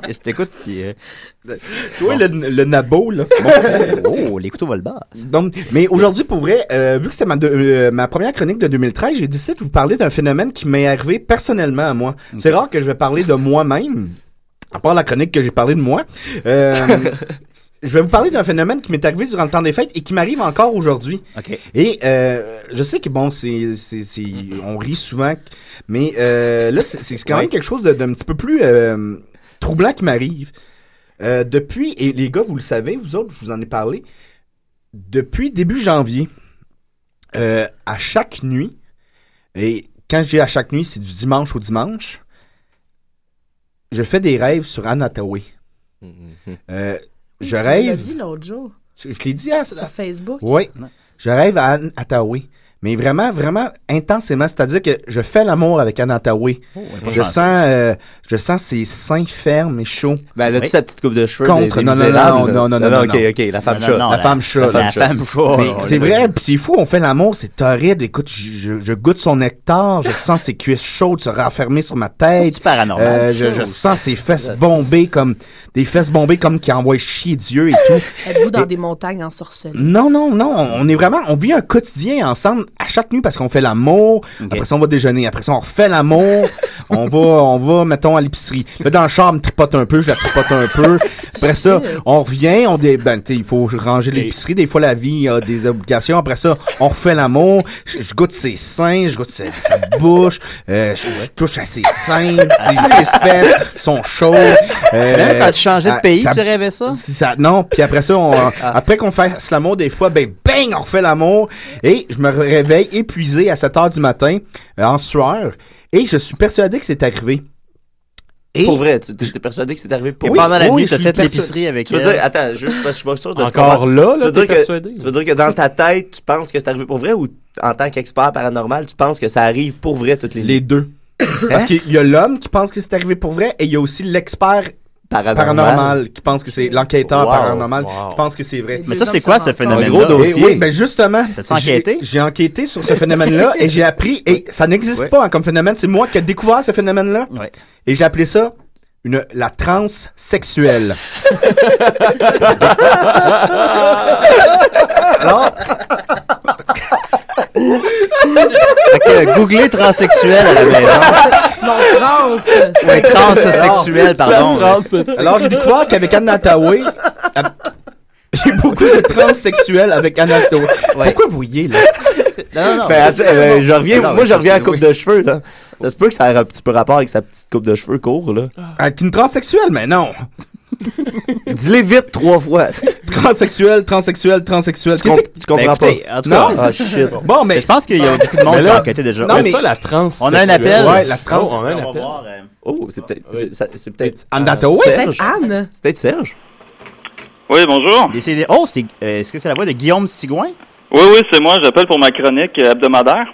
[SPEAKER 5] que je t'écoute, puis... euh,
[SPEAKER 8] Oui, le, le nabo, là.
[SPEAKER 5] oh, les couteaux volent bas.
[SPEAKER 8] Donc, mais aujourd'hui, pour vrai, euh, vu que c'était ma, deux- euh, ma première chronique de 2013, j'ai décidé de vous parler d'un phénomène qui m'est arrivé personnellement à moi. C'est rare que je vais parler de moi-même, à part la chronique que j'ai parlé de moi. Euh,
[SPEAKER 5] <laughs>
[SPEAKER 8] je vais vous parler d'un phénomène qui m'est arrivé durant le temps des fêtes et qui m'arrive encore aujourd'hui. Et euh, je sais que, bon, c'est, c'est, c'est- on rit souvent, mais euh, là, c'est, c'est quand même
[SPEAKER 5] Ouais.
[SPEAKER 8] quelque chose de- d'un petit peu plus euh, troublant qui m'arrive. Euh, depuis, et les gars, vous le savez, vous autres, je vous en ai parlé, depuis début janvier, euh, à chaque nuit, et quand je dis à chaque nuit, c'est du dimanche au dimanche, je fais des rêves sur Anataway. Euh, je
[SPEAKER 7] Tu me l'as
[SPEAKER 8] rêve.
[SPEAKER 7] dit l'autre jour.
[SPEAKER 8] Je, je l'ai dit à,
[SPEAKER 7] Sur Facebook.
[SPEAKER 8] Oui. Je rêve à Anne Hathaway. Mais vraiment, vraiment intensément. C'est-à-dire que je fais l'amour avec Anne Hathaway.
[SPEAKER 10] pas
[SPEAKER 8] je,
[SPEAKER 10] gentil.
[SPEAKER 8] sens, euh, je sens ses seins fermes et chauds.
[SPEAKER 10] Ben, elle a-tu sa petite coupe de cheveux?
[SPEAKER 8] Contre,
[SPEAKER 10] des- des
[SPEAKER 8] non, non,
[SPEAKER 10] Misérables,
[SPEAKER 8] non,
[SPEAKER 10] là?
[SPEAKER 8] non, non, non, non,
[SPEAKER 10] ok,
[SPEAKER 8] non.
[SPEAKER 10] ok, la femme
[SPEAKER 8] Non,
[SPEAKER 10] chat.
[SPEAKER 8] non, non, la femme chat.
[SPEAKER 10] La femme chat.
[SPEAKER 8] Mais c'est vrai, puis c'est fou, on fait l'amour, c'est terrible. Écoute, je, je- je goûte son nectar, je sens ses cuisses chaudes se renfermer sur ma tête.
[SPEAKER 5] C'est paranormal.
[SPEAKER 8] Euh, je, je sens ses fesses bombées comme, des fesses bombées comme qui envoient chier Dieu et
[SPEAKER 10] <laughs>
[SPEAKER 8] tout.
[SPEAKER 7] Êtes-vous dans
[SPEAKER 8] Et-
[SPEAKER 7] des montagnes ensorcelées?
[SPEAKER 8] Non, non, non. On on est vraiment, on vit
[SPEAKER 5] <laughs>
[SPEAKER 8] un quotidien ensemble à chaque nuit parce qu'on fait l'amour. Après ça, on va déjeuner. Après ça, on refait l'amour. on va, on va, mettons, à l'épicerie. Là, dans le char, elle me tripote un peu, je la tripote un peu. Après ça, on revient, on dé... ben, tu sais, il faut ranger l'épicerie. Des fois, la vie a des obligations. Après ça, on refait l'amour. Je, je goûte ses seins, je goûte sa, sa bouche, euh, je, je touche à ses seins, ses, ses fesses sont Euh, chaudes.
[SPEAKER 5] Même quand <laughs> tu changeais de pays, tu rêvais ah, ça?
[SPEAKER 8] Si ça- non, puis après ça,
[SPEAKER 10] <laughs>
[SPEAKER 8] on- après qu'on fasse l'amour, des fois, ben bang, on refait l'amour. Et je me réveille épuisé à 7 heures du matin, euh, en sueur. Et je suis persuadé que c'est arrivé. Et-
[SPEAKER 10] Pour vrai, tu t'es persuadé que c'est arrivé pour
[SPEAKER 8] Et pendant la nuit,
[SPEAKER 10] je
[SPEAKER 8] t'as
[SPEAKER 10] suis
[SPEAKER 8] fait
[SPEAKER 10] persuadé.
[SPEAKER 5] l'épicerie avec
[SPEAKER 10] tu veux
[SPEAKER 5] elle.
[SPEAKER 10] Dire, attends, juste parce que je suis pas sûr de te
[SPEAKER 11] Encore
[SPEAKER 10] comprendre.
[SPEAKER 11] là, là,
[SPEAKER 10] tu veux
[SPEAKER 11] t'es
[SPEAKER 10] dire que,
[SPEAKER 11] persuadé.
[SPEAKER 10] Tu veux dire que dans ta tête, tu penses que c'est arrivé pour vrai ou en tant qu'expert paranormal, tu penses que ça arrive pour vrai toutes les Hein?
[SPEAKER 8] Les deux. Parce qu'il y a l'homme qui pense que c'est arrivé pour vrai et il y a aussi l'expert
[SPEAKER 10] Paranormal.
[SPEAKER 8] paranormal. qui pense que c'est l'enquêteur
[SPEAKER 10] Wow,
[SPEAKER 8] paranormal
[SPEAKER 10] wow.
[SPEAKER 8] qui pense que c'est vrai.
[SPEAKER 5] Mais ça, c'est quoi ce phénomène-là?
[SPEAKER 8] C'est un gros
[SPEAKER 5] Et
[SPEAKER 8] dossier.
[SPEAKER 5] oui,
[SPEAKER 8] Oui, ben justement.
[SPEAKER 5] T'as-tu enquêté?
[SPEAKER 8] j'ai- J'ai enquêté sur ce
[SPEAKER 5] <laughs>
[SPEAKER 8] phénomène-là et j'ai appris et ça n'existe
[SPEAKER 5] Ouais.
[SPEAKER 8] pas hein, comme phénomène. C'est moi qui ai découvert ce phénomène-là et j'ai appelé ça une la transe sexuelle. <laughs> Alors,
[SPEAKER 5] <laughs> Fait que, euh, googlez transsexuel à la maison.
[SPEAKER 6] Non, trans.
[SPEAKER 5] Ouais,
[SPEAKER 1] <laughs>
[SPEAKER 5] transsexuel, pardon.
[SPEAKER 8] Alors, j'ai découvert qu'avec Anna Tawai, à- j'ai beaucoup de transsexuels avec Anna Tawai. Pourquoi vous riez, là?
[SPEAKER 5] Non, non, non.
[SPEAKER 10] Ben, attends, euh, je reviens,
[SPEAKER 8] Non,
[SPEAKER 10] moi, je
[SPEAKER 8] je
[SPEAKER 10] reviens à la
[SPEAKER 8] sais,
[SPEAKER 10] coupe
[SPEAKER 8] oui.
[SPEAKER 10] de cheveux, là. Ça se peut que ça ait un petit peu rapport avec sa petite coupe de cheveux court, là.
[SPEAKER 8] Avec une transsexuelle, mais non.
[SPEAKER 10] Dis-les vite trois fois.
[SPEAKER 8] Transsexuel, transsexuel, transsexuel.
[SPEAKER 10] Tu,
[SPEAKER 8] Qu'est-ce que-
[SPEAKER 10] comprends
[SPEAKER 8] Ben, écoutez,
[SPEAKER 10] pas.
[SPEAKER 8] en tout cas-
[SPEAKER 10] non. Ah, shit.
[SPEAKER 8] <laughs> Bon, mais.
[SPEAKER 5] Je pense qu'il y a beaucoup de monde
[SPEAKER 10] Mais
[SPEAKER 5] qui
[SPEAKER 10] là-
[SPEAKER 5] a enquêté déjà.
[SPEAKER 10] Non, Mais mais- ça, la trans
[SPEAKER 5] On a un
[SPEAKER 10] sexuelle.
[SPEAKER 5] appel.
[SPEAKER 10] Ouais, la trans.
[SPEAKER 5] Oh, on a un
[SPEAKER 10] On va
[SPEAKER 5] appel.
[SPEAKER 10] voir, Oh, c'est peut-être. c'est- ça- C'est peut-être.
[SPEAKER 5] Andato,
[SPEAKER 10] Serge.
[SPEAKER 5] peut-être Anne.
[SPEAKER 10] C'est peut-être Serge.
[SPEAKER 14] Oui, bonjour.
[SPEAKER 5] Oh, c'est, euh, est-ce que c'est la voix de Guillaume Sigouin? <laughs>
[SPEAKER 14] Oui, oui, c'est moi. J'appelle pour ma chronique euh, hebdomadaire.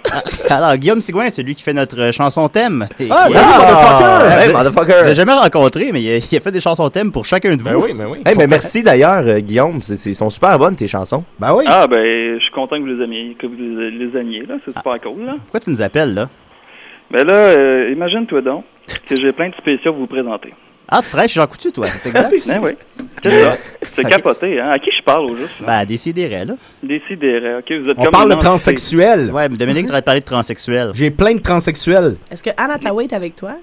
[SPEAKER 5] Alors, Guillaume Sigouin, c'est lui qui fait notre euh, chanson thème.
[SPEAKER 14] Ah, salut, motherfucker!
[SPEAKER 5] Hey,
[SPEAKER 14] Hey,
[SPEAKER 5] motherfucker! Je l'ai jamais rencontré, mais il a, il a fait des chansons thème pour chacun de vous.
[SPEAKER 10] Hey, mais merci d'ailleurs, euh, Guillaume. C'est- c'est- Ils sont super bonnes, tes chansons.
[SPEAKER 8] Ben
[SPEAKER 14] Ah, ben, je suis content que vous les aimiez, que vous les, les aimiez, là. C'est super cool, là.
[SPEAKER 5] Pourquoi tu nous appelles, là?
[SPEAKER 14] Mais là, euh, imagine-toi donc que j'ai plein de spéciaux à vous présenter.
[SPEAKER 5] Ah, tu travailles chez Jean Coutu, toi. C'est exact.
[SPEAKER 10] <laughs>
[SPEAKER 14] Ben oui.
[SPEAKER 5] <laughs>
[SPEAKER 14] C'est ça. C'est capoté, hein. À qui je parle, au juste?
[SPEAKER 5] Ben, décidérez, là.
[SPEAKER 14] Décidérez, OK? Vous êtes comme une entité.
[SPEAKER 5] transsexuel. Ouais, mais Dominique, tu de parler de transsexuel.
[SPEAKER 8] J'ai plein de transsexuels.
[SPEAKER 7] Est-ce que Anna Tawai est avec toi?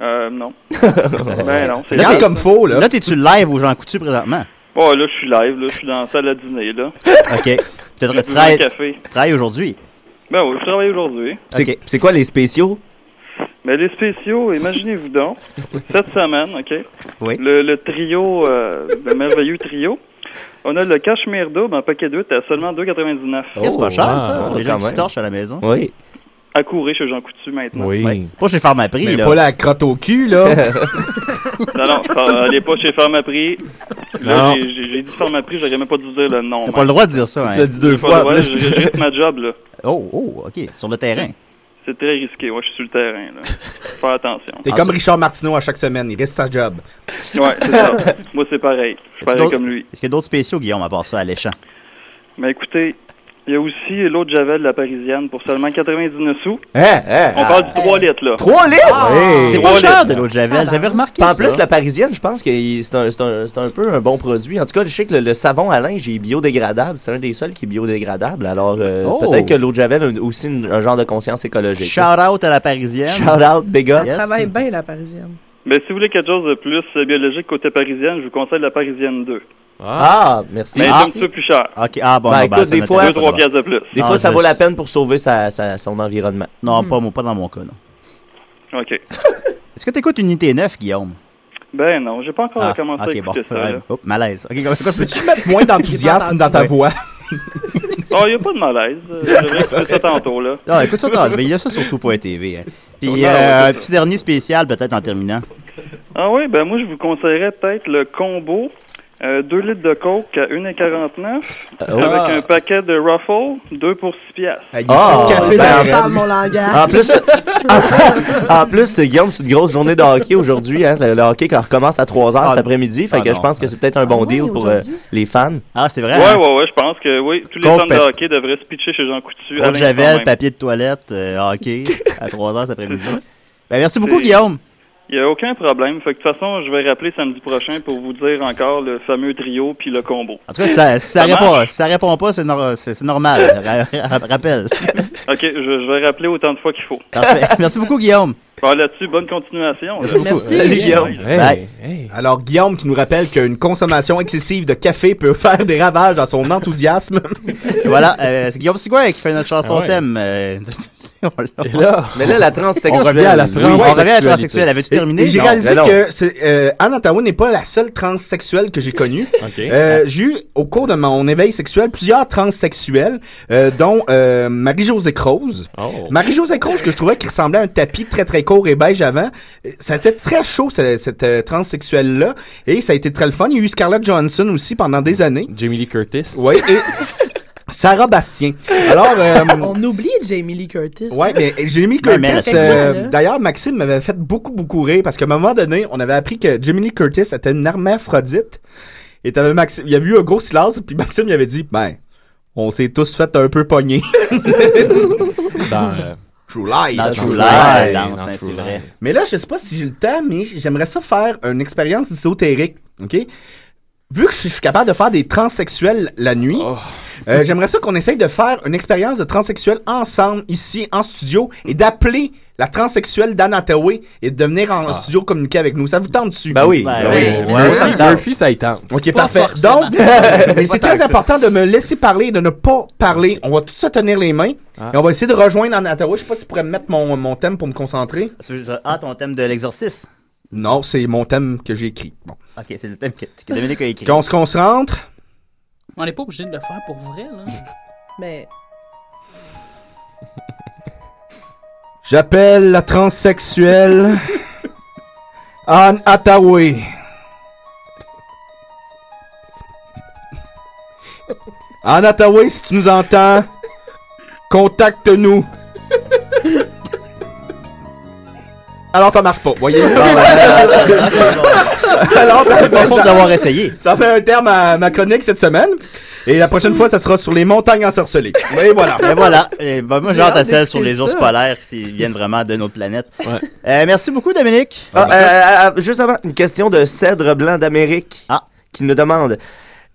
[SPEAKER 14] Euh,
[SPEAKER 5] <laughs>
[SPEAKER 14] non. ben non, c'est
[SPEAKER 5] Regarde
[SPEAKER 14] ça.
[SPEAKER 5] comme faux, Ah, là. Là, t'es-tu live aux gens coutus présentement?
[SPEAKER 14] Ouais, là, je suis live, là. Je suis dans la salle à dîner,
[SPEAKER 5] <laughs>
[SPEAKER 14] là.
[SPEAKER 5] OK. Peut-être
[SPEAKER 14] <laughs> J'ai
[SPEAKER 5] tu
[SPEAKER 14] bu
[SPEAKER 5] travailles,
[SPEAKER 14] un café.
[SPEAKER 5] tu travailles aujourd'hui.
[SPEAKER 14] Ben oui, je travaille aujourd'hui.
[SPEAKER 10] C'est c'est quoi les spéciaux?
[SPEAKER 14] Mais les spéciaux, imaginez-vous
[SPEAKER 5] <laughs>
[SPEAKER 14] donc, cette semaine, OK?
[SPEAKER 5] Oui.
[SPEAKER 14] Le, le trio, euh, le merveilleux trio. On a le cachemire double en paquet 2 à seulement 2,99.
[SPEAKER 5] Oh, Qu'est-ce que c'est pas
[SPEAKER 14] Oh,
[SPEAKER 5] cher, ça, pour les gens qui se torchent à la maison.
[SPEAKER 10] Oui.
[SPEAKER 14] À courir chez Jean Coutu maintenant.
[SPEAKER 5] Ouais. Pas chez Pharmaprix,
[SPEAKER 8] Mais
[SPEAKER 5] là.
[SPEAKER 8] pas la crotte au cul, là.
[SPEAKER 14] <laughs> Non, non, par- allez pas chez Ferme Prix.
[SPEAKER 5] Non.
[SPEAKER 14] Là, j'ai- j'ai j'ai dit Ferme Prix, j'aurais même pas dû dire le nom.
[SPEAKER 5] T'as pas le droit de dire ça, hein.
[SPEAKER 14] Tu
[SPEAKER 5] Tu l'as dit deux fois, là.
[SPEAKER 14] je je risque ma job, là.
[SPEAKER 5] Oh, <laughs> oh, OK. Sur le terrain.
[SPEAKER 14] C'est très risqué. Ouais, je suis sur le terrain, là. Faut faire attention.
[SPEAKER 8] T'es comme Richard Martineau à chaque semaine, il reste sa job.
[SPEAKER 14] Ouais, c'est ça.
[SPEAKER 8] <laughs>
[SPEAKER 5] <laughs>
[SPEAKER 14] Moi, c'est pareil. Je suis
[SPEAKER 5] Est-ce
[SPEAKER 14] pareil
[SPEAKER 5] d'autres-
[SPEAKER 14] comme lui.
[SPEAKER 5] Est-ce qu'il y a d'autres spéciaux, Guillaume, à part ça, alléchant?
[SPEAKER 14] Mais écoutez, il y a aussi l'eau de Javel, la parisienne, pour seulement 99 sous.
[SPEAKER 10] Hein, hein,
[SPEAKER 14] On
[SPEAKER 10] ah,
[SPEAKER 14] parle de 3 litres, là.
[SPEAKER 10] 3 litres?
[SPEAKER 5] Ah!
[SPEAKER 14] C'est pas cher de
[SPEAKER 5] l'eau de Javel, j'avais remarqué
[SPEAKER 10] En
[SPEAKER 5] ça.
[SPEAKER 10] plus, la parisienne, je pense que il- c'est un, c'est un- c'est un peu un bon produit. En tout cas, je sais que le, le savon à linge est biodégradable. C'est un des seuls qui est biodégradable. Alors, euh,
[SPEAKER 5] Oh.
[SPEAKER 10] peut-être que l'eau de Javel a aussi une- un genre de conscience écologique.
[SPEAKER 5] Shout-out à la parisienne.
[SPEAKER 10] Shout-out, big up.
[SPEAKER 7] Elle travaille bien, la parisienne.
[SPEAKER 14] Mais si vous voulez quelque chose de plus euh, biologique côté parisienne, je vous conseille la parisienne 2.
[SPEAKER 10] Ah, merci.
[SPEAKER 14] Mais
[SPEAKER 10] Ah.
[SPEAKER 14] c'est un petit peu plus cher.
[SPEAKER 5] OK, ah, bon,
[SPEAKER 10] Ben,
[SPEAKER 5] non, ben,
[SPEAKER 10] écoute,
[SPEAKER 5] ça
[SPEAKER 10] des fois,
[SPEAKER 14] m'intéresse pas. Deux, trois pièces de plus.
[SPEAKER 10] Des
[SPEAKER 5] Non,
[SPEAKER 10] fois, ça
[SPEAKER 5] je-
[SPEAKER 10] vaut la peine pour sauver sa, sa- son environnement.
[SPEAKER 5] Non, pas, moi, pas dans mon cas, non.
[SPEAKER 14] OK.
[SPEAKER 5] Est-ce que t'écoutes Unité 9, Guillaume?
[SPEAKER 14] Ben non, j'ai pas encore
[SPEAKER 5] Ah,
[SPEAKER 14] commencé à
[SPEAKER 5] OK, bon.
[SPEAKER 14] écouter ça.
[SPEAKER 5] ouais,
[SPEAKER 14] là.
[SPEAKER 5] oh, malaise. OK, comment
[SPEAKER 8] <laughs>
[SPEAKER 5] ça, peux-tu
[SPEAKER 8] mettre moins d'enthousiasme dans ta voix?
[SPEAKER 14] Oh, y a pas de malaise. Euh, Je devrais écouter ça tantôt, là.
[SPEAKER 5] Non, Ah, écoute ça, t'as- mais il y a ça sur tout.tv.
[SPEAKER 14] <laughs>
[SPEAKER 5] Hein.
[SPEAKER 14] Non,
[SPEAKER 5] Puis,
[SPEAKER 14] non,
[SPEAKER 5] euh,
[SPEAKER 14] ouais,
[SPEAKER 5] petit dernier spécial, peut-être, en terminant.
[SPEAKER 14] Ah oui, ben moi, je vous conseillerais peut-être le combo 2 litres de coke à 1,49
[SPEAKER 5] Euh,
[SPEAKER 10] Ah.
[SPEAKER 14] avec un paquet de Ruffles, 2 pour 6 piastres.
[SPEAKER 10] Ah, ben,
[SPEAKER 7] Je parle mon
[SPEAKER 10] <laughs>
[SPEAKER 7] langage.
[SPEAKER 10] En plus, en plus, euh, Guillaume, c'est une grosse journée de hockey aujourd'hui. Hein? Le le hockey qui recommence à 3 h cet après-midi. Fait
[SPEAKER 5] Ah
[SPEAKER 10] que je
[SPEAKER 5] non.
[SPEAKER 10] pense que c'est peut-être un bon deal pour euh, les fans.
[SPEAKER 5] Ah, c'est vrai?
[SPEAKER 14] Ouais, ouais, ouais, je pense que oui. Tous les
[SPEAKER 5] Coke,
[SPEAKER 14] fans de
[SPEAKER 5] pa-
[SPEAKER 14] hockey devraient se pitcher chez Jean Coutu. à
[SPEAKER 5] Eau de
[SPEAKER 14] l'instant
[SPEAKER 5] Javel,
[SPEAKER 14] même. <laughs>
[SPEAKER 5] papier de toilette, euh, hockey, à 3h cet après-midi. Ben, merci beaucoup, Guillaume.
[SPEAKER 14] Il n'y a aucun problème. Fait que, de toute façon, je vais rappeler samedi prochain pour vous dire encore le fameux trio puis le combo.
[SPEAKER 5] En tout
[SPEAKER 14] <laughs>
[SPEAKER 5] cas, ça, si ça,
[SPEAKER 14] marche?
[SPEAKER 5] répond, si ça répond pas, c'est nor- c'est c'est normal. Ra- ra-
[SPEAKER 14] <laughs>
[SPEAKER 5] Rappel.
[SPEAKER 14] OK, je, je vais rappeler autant de fois qu'il faut.
[SPEAKER 5] Parfait. Merci beaucoup, Guillaume.
[SPEAKER 14] Bon, là-dessus, bonne continuation.
[SPEAKER 8] Merci beaucoup. Salut, Guillaume. Bye. Alors, Guillaume qui nous rappelle qu'une consommation excessive de café peut <laughs> faire des ravages dans son <laughs> enthousiasme.
[SPEAKER 5] voilà, euh, c'est Guillaume Sigouin qui fait notre chanson
[SPEAKER 8] Ah ouais.
[SPEAKER 5] thème. euh, <laughs> on-
[SPEAKER 8] Et là-
[SPEAKER 10] Mais là, la transsexuelle.
[SPEAKER 5] On revient à la
[SPEAKER 10] Oui,
[SPEAKER 5] transsexuelle. on revient à la
[SPEAKER 10] sexualité.
[SPEAKER 5] transsexuelle. Avais-tu
[SPEAKER 8] Et-
[SPEAKER 5] terminé?
[SPEAKER 8] et J'ai
[SPEAKER 5] Non.
[SPEAKER 8] réalisé
[SPEAKER 5] Mais non.
[SPEAKER 8] que c'est, euh, Anne Ottawa n'est pas la seule transsexuelle que j'ai connue. Euh, j'ai eu, au cours de mon éveil sexuel, plusieurs transsexuelles, euh, dont euh, Marie-Josée Croze. Marie-Josée Croze, que je trouvais qui ressemblait à un tapis très très court et beige avant. Euh, Ça était très chaud, ce- cette euh, transsexuelle-là. Et ça a été très le fun. Il y a eu Scarlett Johansson aussi pendant des années.
[SPEAKER 11] Jamie Lee Curtis.
[SPEAKER 8] Oui, et... Sarah Bastien. Alors,
[SPEAKER 7] <laughs>
[SPEAKER 8] euh,
[SPEAKER 7] Oh,
[SPEAKER 6] On oublie Jamie Lee Curtis.
[SPEAKER 8] Ouais, mais Jimmy
[SPEAKER 11] Ben,
[SPEAKER 6] Mais
[SPEAKER 8] Curtis.
[SPEAKER 6] elle fait quoi,
[SPEAKER 8] euh, <laughs>
[SPEAKER 6] là?
[SPEAKER 8] D'ailleurs, Maxime m'avait fait beaucoup, beaucoup rire parce qu'à un moment donné, on avait appris que Jimmy Lee Curtis était une hermaphrodite. Et t'avais Maxime, il y avait eu un gros silence, puis Maxime il avait dit Ben, on s'est tous fait un peu
[SPEAKER 5] <laughs>
[SPEAKER 8] pogner.
[SPEAKER 11] Dans, euh,
[SPEAKER 8] True Lies.
[SPEAKER 5] Dans True Lies. Dans
[SPEAKER 8] Dans
[SPEAKER 5] True
[SPEAKER 8] True
[SPEAKER 5] Lies.
[SPEAKER 8] Lies. Mais là, je sais pas si j'ai le temps, mais j'aimerais ça faire une expérience ésotérique. OK? Vu que je suis capable de faire des transsexuels la nuit, euh, j'aimerais ça qu'on essaye de faire une expérience de transsexuel ensemble, ici, en studio, et d'appeler la transsexuelle d'Anatawe et de venir en studio communiquer avec nous. Ça vous tente dessus?
[SPEAKER 11] Ben oui. Ben oui. Ben oui. Murphy- Murphy, ça y tente.
[SPEAKER 8] OK,
[SPEAKER 11] Pas
[SPEAKER 8] parfait.
[SPEAKER 11] forcément. <laughs>
[SPEAKER 8] Donc, mais
[SPEAKER 11] Pas
[SPEAKER 8] c'est
[SPEAKER 11] tant que
[SPEAKER 8] très
[SPEAKER 11] ça.
[SPEAKER 8] important de me laisser parler, de ne pas parler. On va tout se tenir les mains. Et on va essayer de rejoindre Anatawa. Je sais pas si tu pourrais me mettre mon, mon thème pour me concentrer.
[SPEAKER 5] Ah, ton thème de l'exorcisme.
[SPEAKER 8] Non, c'est mon thème que j'ai écrit. Bon.
[SPEAKER 5] Ok, c'est le thème que, que Dominique a écrit.
[SPEAKER 8] Qu'on se concentre.
[SPEAKER 13] On n'est pas obligé de le faire pour vrai, là.
[SPEAKER 7] Mais.
[SPEAKER 8] J'appelle la transsexuelle Anne Attaway. Anne Attaway, si tu nous entends, contacte-nous. <laughs> Alors ça marche pas,
[SPEAKER 5] <laughs>
[SPEAKER 8] voyez. Alors ça fait
[SPEAKER 5] pas faute d'avoir
[SPEAKER 8] essayé. Ça fait un terme à ma chronique cette semaine. Et la prochaine fois, ça sera sur les montagnes ensorcelées. Et voilà.
[SPEAKER 5] Et voilà. Et ben, moi, j'ai
[SPEAKER 8] J'ai
[SPEAKER 5] hâte à
[SPEAKER 8] hâte
[SPEAKER 5] celle sur
[SPEAKER 8] d'écouter
[SPEAKER 5] les ours
[SPEAKER 8] ça.
[SPEAKER 5] polaires s'ils viennent vraiment de notre planète. Euh, merci beaucoup, Dominique.
[SPEAKER 10] Ah, euh, euh, euh, juste avant, une question de Cèdre Blanc d'Amérique
[SPEAKER 5] Ah.
[SPEAKER 10] qui nous demande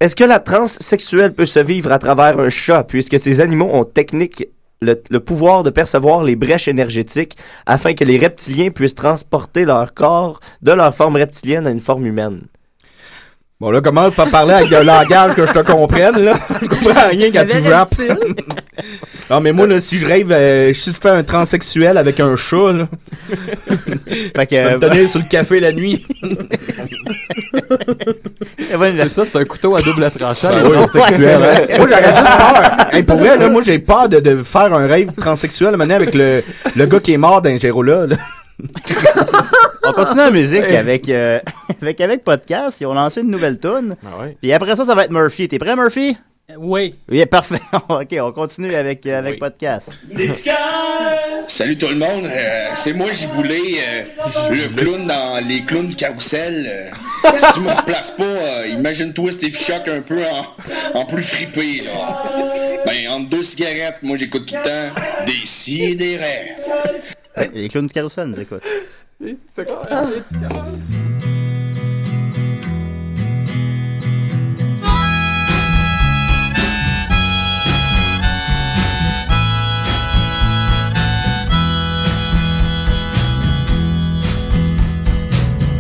[SPEAKER 10] Est-ce que la transsexuelle peut se vivre à travers un chat puisque ces animaux ont technique le, le pouvoir de percevoir les brèches énergétiques afin que les reptiliens puissent transporter leur corps de leur forme reptilienne à une forme humaine
[SPEAKER 8] Bon, là, commence par parler avec un langage que je te comprenne, là. Je comprends rien quand tu rappes. Non, mais moi, là, si je rêve, euh, si je fais un transsexuel avec un chat, là.
[SPEAKER 5] fait que. bah.
[SPEAKER 8] Je vais me tenir sur le café la <laughs> nuit.
[SPEAKER 11] C'est ça, c'est un couteau à double tranchant.
[SPEAKER 8] Ah
[SPEAKER 11] les
[SPEAKER 8] oui, sexuel, hein.
[SPEAKER 11] transsexuels.
[SPEAKER 8] <laughs> Moi, j'aurais juste peur. Hey, pour vrai, là, moi, j'ai peur de, de faire un rêve transsexuel maintenant avec le, le gars qui est mort d'un Gérola, là.
[SPEAKER 5] <laughs> On continue la musique
[SPEAKER 8] Hey.
[SPEAKER 5] avec, euh, <laughs> avec, avec Podcast. Ils ont lancé une nouvelle tune. Puis après ça, ça va être Murphy. T'es prêt, Murphy?
[SPEAKER 13] Euh, Oui.
[SPEAKER 5] Oui, parfait. <laughs> ok, on continue avec, euh, avec Podcast.
[SPEAKER 15] Salut tout le monde, euh, c'est moi Giboulé, euh, le clown dans les clowns du carrousel. Euh, si tu me replaces pas, euh, imagine-toi Steve Shock un peu en, en plus fripé. Là. Ben, entre deux cigarettes, moi j'écoute tout le temps des si et des rêves.
[SPEAKER 5] Ouais, Les clowns du carousel nous écoutent.
[SPEAKER 6] Ah.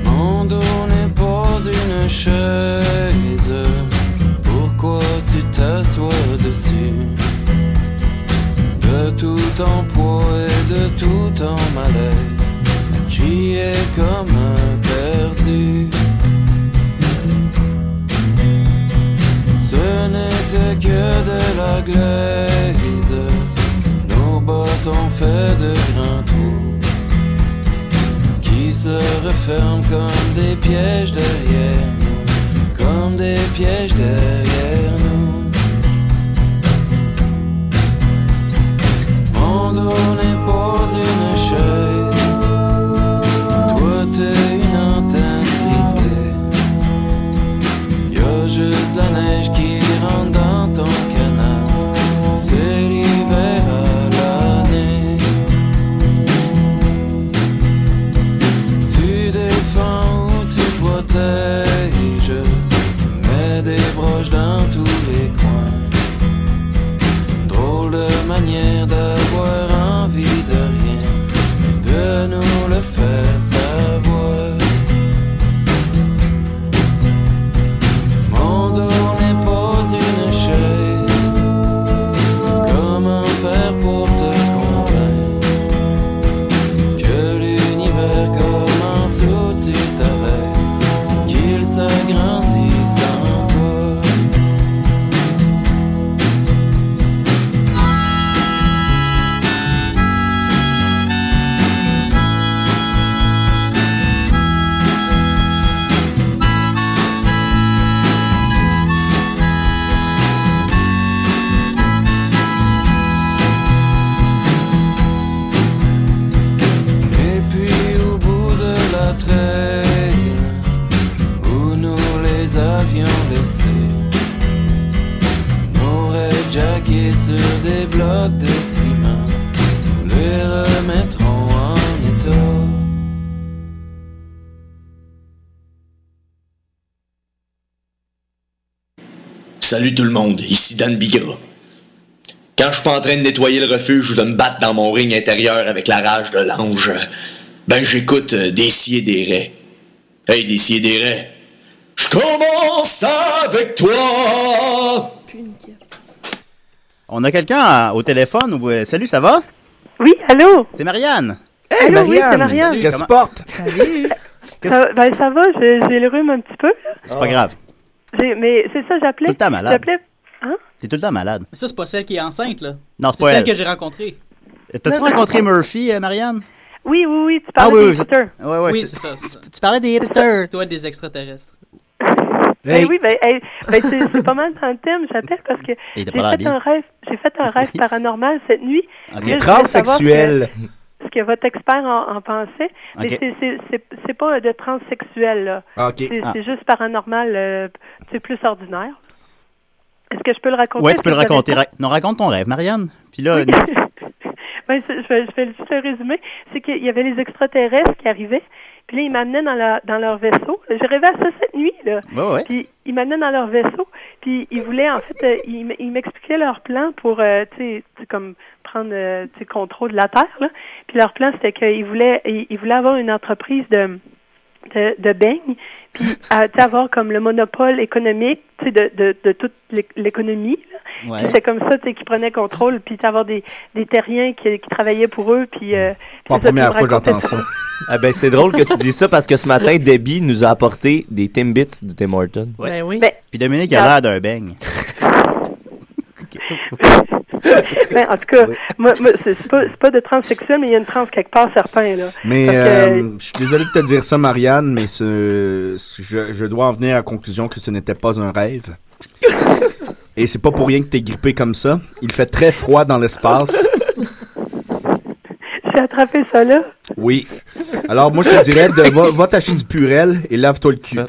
[SPEAKER 16] M'endormais pas une chaise, pourquoi tu t'assois dessus De tout en poids et de tout en malaise, criais comme un perdu. Ce n'était que de la glaise, nos bottes ont fait de grands trous qui se referment comme des pièges derrière nous, comme des pièges derrière nous. M'endormais pose une chaise, toi t'es une antenne brisée. Y'a juste la neige qui rentre dans ton canal, c'est l'hiver à l'année. Tu protège. Tu mets des broches dans tous les coins. Une drôle de manière d'avoir envie de rien. De nous le faire savoir. Mon dos n'est pas une chaise. Comment faire pour te convaincre que l'univers commence où tu t'arrêtes, qu'il s'agrandisse encore? Et puis au bout de la traîne où nous les avions laissés, nos rêves jackés sur des blocs de ciment, nous les remettrons en état.
[SPEAKER 1] Salut tout le monde, ici Dan Bigra. Quand je suis pas en train de nettoyer le refuge ou de me battre dans mon ring intérieur avec la rage de l'ange, euh, ben j'écoute euh, des et des raies. Hey, des et des raies. Je commence avec toi!
[SPEAKER 5] On a quelqu'un à- au téléphone. Ou... euh, Salut, ça va?
[SPEAKER 17] Oui, allô?
[SPEAKER 5] C'est Marianne.
[SPEAKER 17] Allô, oui, c'est Marianne.
[SPEAKER 5] Qu'est-ce que tu portes?
[SPEAKER 17] Ça, ben, ça va, j'ai j'ai le rhume un petit peu.
[SPEAKER 5] C'est pas grave.
[SPEAKER 17] J'ai- Mais c'est ça, j'appelais.
[SPEAKER 5] Tout le temps malade.
[SPEAKER 17] J'appelais. Hein?
[SPEAKER 5] T'es tout le temps malade.
[SPEAKER 13] Mais ça, c'est pas celle qui est enceinte, là.
[SPEAKER 5] Non, c'est
[SPEAKER 13] c'est
[SPEAKER 5] pas
[SPEAKER 13] celle
[SPEAKER 5] elle.
[SPEAKER 13] que j'ai rencontrée.
[SPEAKER 5] T'as-tu rencontré Murphy, euh, Marianne?
[SPEAKER 17] Oui, oui, oui, tu
[SPEAKER 5] Ah
[SPEAKER 17] parles
[SPEAKER 5] oui,
[SPEAKER 17] des
[SPEAKER 5] oui,
[SPEAKER 17] hipsters.
[SPEAKER 5] c'est- ouais, ouais,
[SPEAKER 13] oui,
[SPEAKER 5] c'est-
[SPEAKER 13] c'est ça, c'est ça.
[SPEAKER 5] Tu parlais des hipsters.
[SPEAKER 13] Toi, des extraterrestres.
[SPEAKER 17] Ben oui, ben, hey, ben, c'est- c'est pas mal dans le thème, j'appelle parce que
[SPEAKER 13] Et
[SPEAKER 17] j'ai
[SPEAKER 13] t'as pas l'air
[SPEAKER 17] fait
[SPEAKER 13] bien.
[SPEAKER 17] un rêve, j'ai fait un rêve paranormal cette nuit.
[SPEAKER 5] Ok.
[SPEAKER 17] Là, je voulais
[SPEAKER 8] Transsexuel.
[SPEAKER 17] savoir que- Ce que votre expert en, en pensait, mais
[SPEAKER 8] Ok.
[SPEAKER 17] c'est- c'est- c'est c'est pas de transsexuel là.
[SPEAKER 8] Ah, ok.
[SPEAKER 17] C'est
[SPEAKER 8] Ah.
[SPEAKER 17] c'est juste paranormal, euh, c'est plus ordinaire. Est-ce que je peux le raconter
[SPEAKER 5] Ouais, tu peux le
[SPEAKER 17] Est-ce que vous
[SPEAKER 5] raconter.
[SPEAKER 17] avez
[SPEAKER 5] Ra- Non, raconte ton rêve, Marianne. Puis <laughs> là,
[SPEAKER 17] Ben, c'est- je, vais, je vais juste le résumer. C'est qu'il y avait les extraterrestres qui arrivaient, puis là, ils m'amenaient dans, la- dans leur vaisseau. J'ai rêvé à ça cette nuit, là.
[SPEAKER 5] Ouais, ouais.
[SPEAKER 17] Puis ils m'amenaient dans leur vaisseau, puis ils voulaient, en fait, euh, ils, m- ils m'expliquaient leur plan pour, euh, tu sais, tu sais, comme prendre euh, tu sais, contrôle de la Terre, là. Puis leur plan, c'était qu'ils voulaient, ils, ils voulaient avoir une entreprise de de, de beigne, puis à, tu sais, avoir comme le monopole économique, tu sais, de, de, de toute l'é- l'économie, là.
[SPEAKER 5] Ouais.
[SPEAKER 17] Puis C'est comme ça, tu sais, qu'ils prenaient contrôle, puis d'avoir des, des terriens qui, qui travaillaient pour eux, puis... euh, c'est ça, puis ils me racontaient
[SPEAKER 10] Ah ben c'est drôle que tu dis ça parce que ce
[SPEAKER 17] <laughs>
[SPEAKER 10] matin, Debbie nous a apporté des Timbits du Tim Hortons.
[SPEAKER 17] Ben oui. Ben-
[SPEAKER 5] Puis Dominique a l'air d'un beigne.
[SPEAKER 17] Ben, en tout cas, moi, moi, c'est c'est pas, c'est pas de transsexuel, mais il y a une trans quelque part, certain, là.
[SPEAKER 8] Mais
[SPEAKER 17] Parce que-
[SPEAKER 8] euh, je suis désolé de te dire ça, Marianne, mais ce, ce- je, je dois en venir à la conclusion que ce n'était pas un rêve. Et c'est pas pour rien que t'es grippé comme ça. Il fait très froid dans l'espace.
[SPEAKER 17] J'ai attrapé ça, là.
[SPEAKER 8] Oui. Alors moi, je te dirais, de, va, va t'acheter du Purel et lave-toi le cul.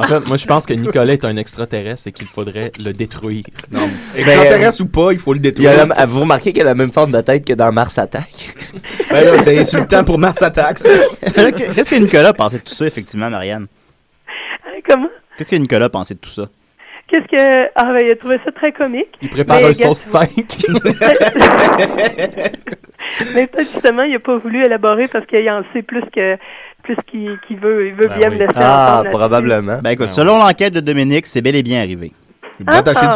[SPEAKER 11] En fait, moi, je pense que Nicolas est un extraterrestre et qu'il faudrait le détruire. Non.
[SPEAKER 8] Extraterrestre ou pas, il faut le détruire.
[SPEAKER 10] Il a la- ah, vous remarquez qu'elle a la même forme de tête que dans Mars Attack.
[SPEAKER 8] Ben là, c'est insultant pour Mars
[SPEAKER 17] <laughs>
[SPEAKER 8] Attack. ça.
[SPEAKER 5] Qu'est-ce que Nicolas pensait de tout ça, effectivement, Marianne?
[SPEAKER 17] Hein, Comment?
[SPEAKER 5] Qu'est-ce que Nicolas pensait de tout ça?
[SPEAKER 17] Qu'est-ce que... Ah, ben, il a trouvé ça très comique.
[SPEAKER 5] Il prépare
[SPEAKER 17] Mais,
[SPEAKER 5] un
[SPEAKER 17] regarde,
[SPEAKER 5] sauce
[SPEAKER 17] tu
[SPEAKER 5] 5.
[SPEAKER 17] <laughs> mais peut-être, justement, il a pas voulu élaborer parce qu'il en sait plus que plus qu'il qu'il veut. Il veut bien me laisser
[SPEAKER 5] Ah,
[SPEAKER 17] entendre là-dessus.
[SPEAKER 5] Ben écoute, selon l'enquête de Dominique, c'est bel et bien arrivé.
[SPEAKER 17] Ah, ah, ben, ça,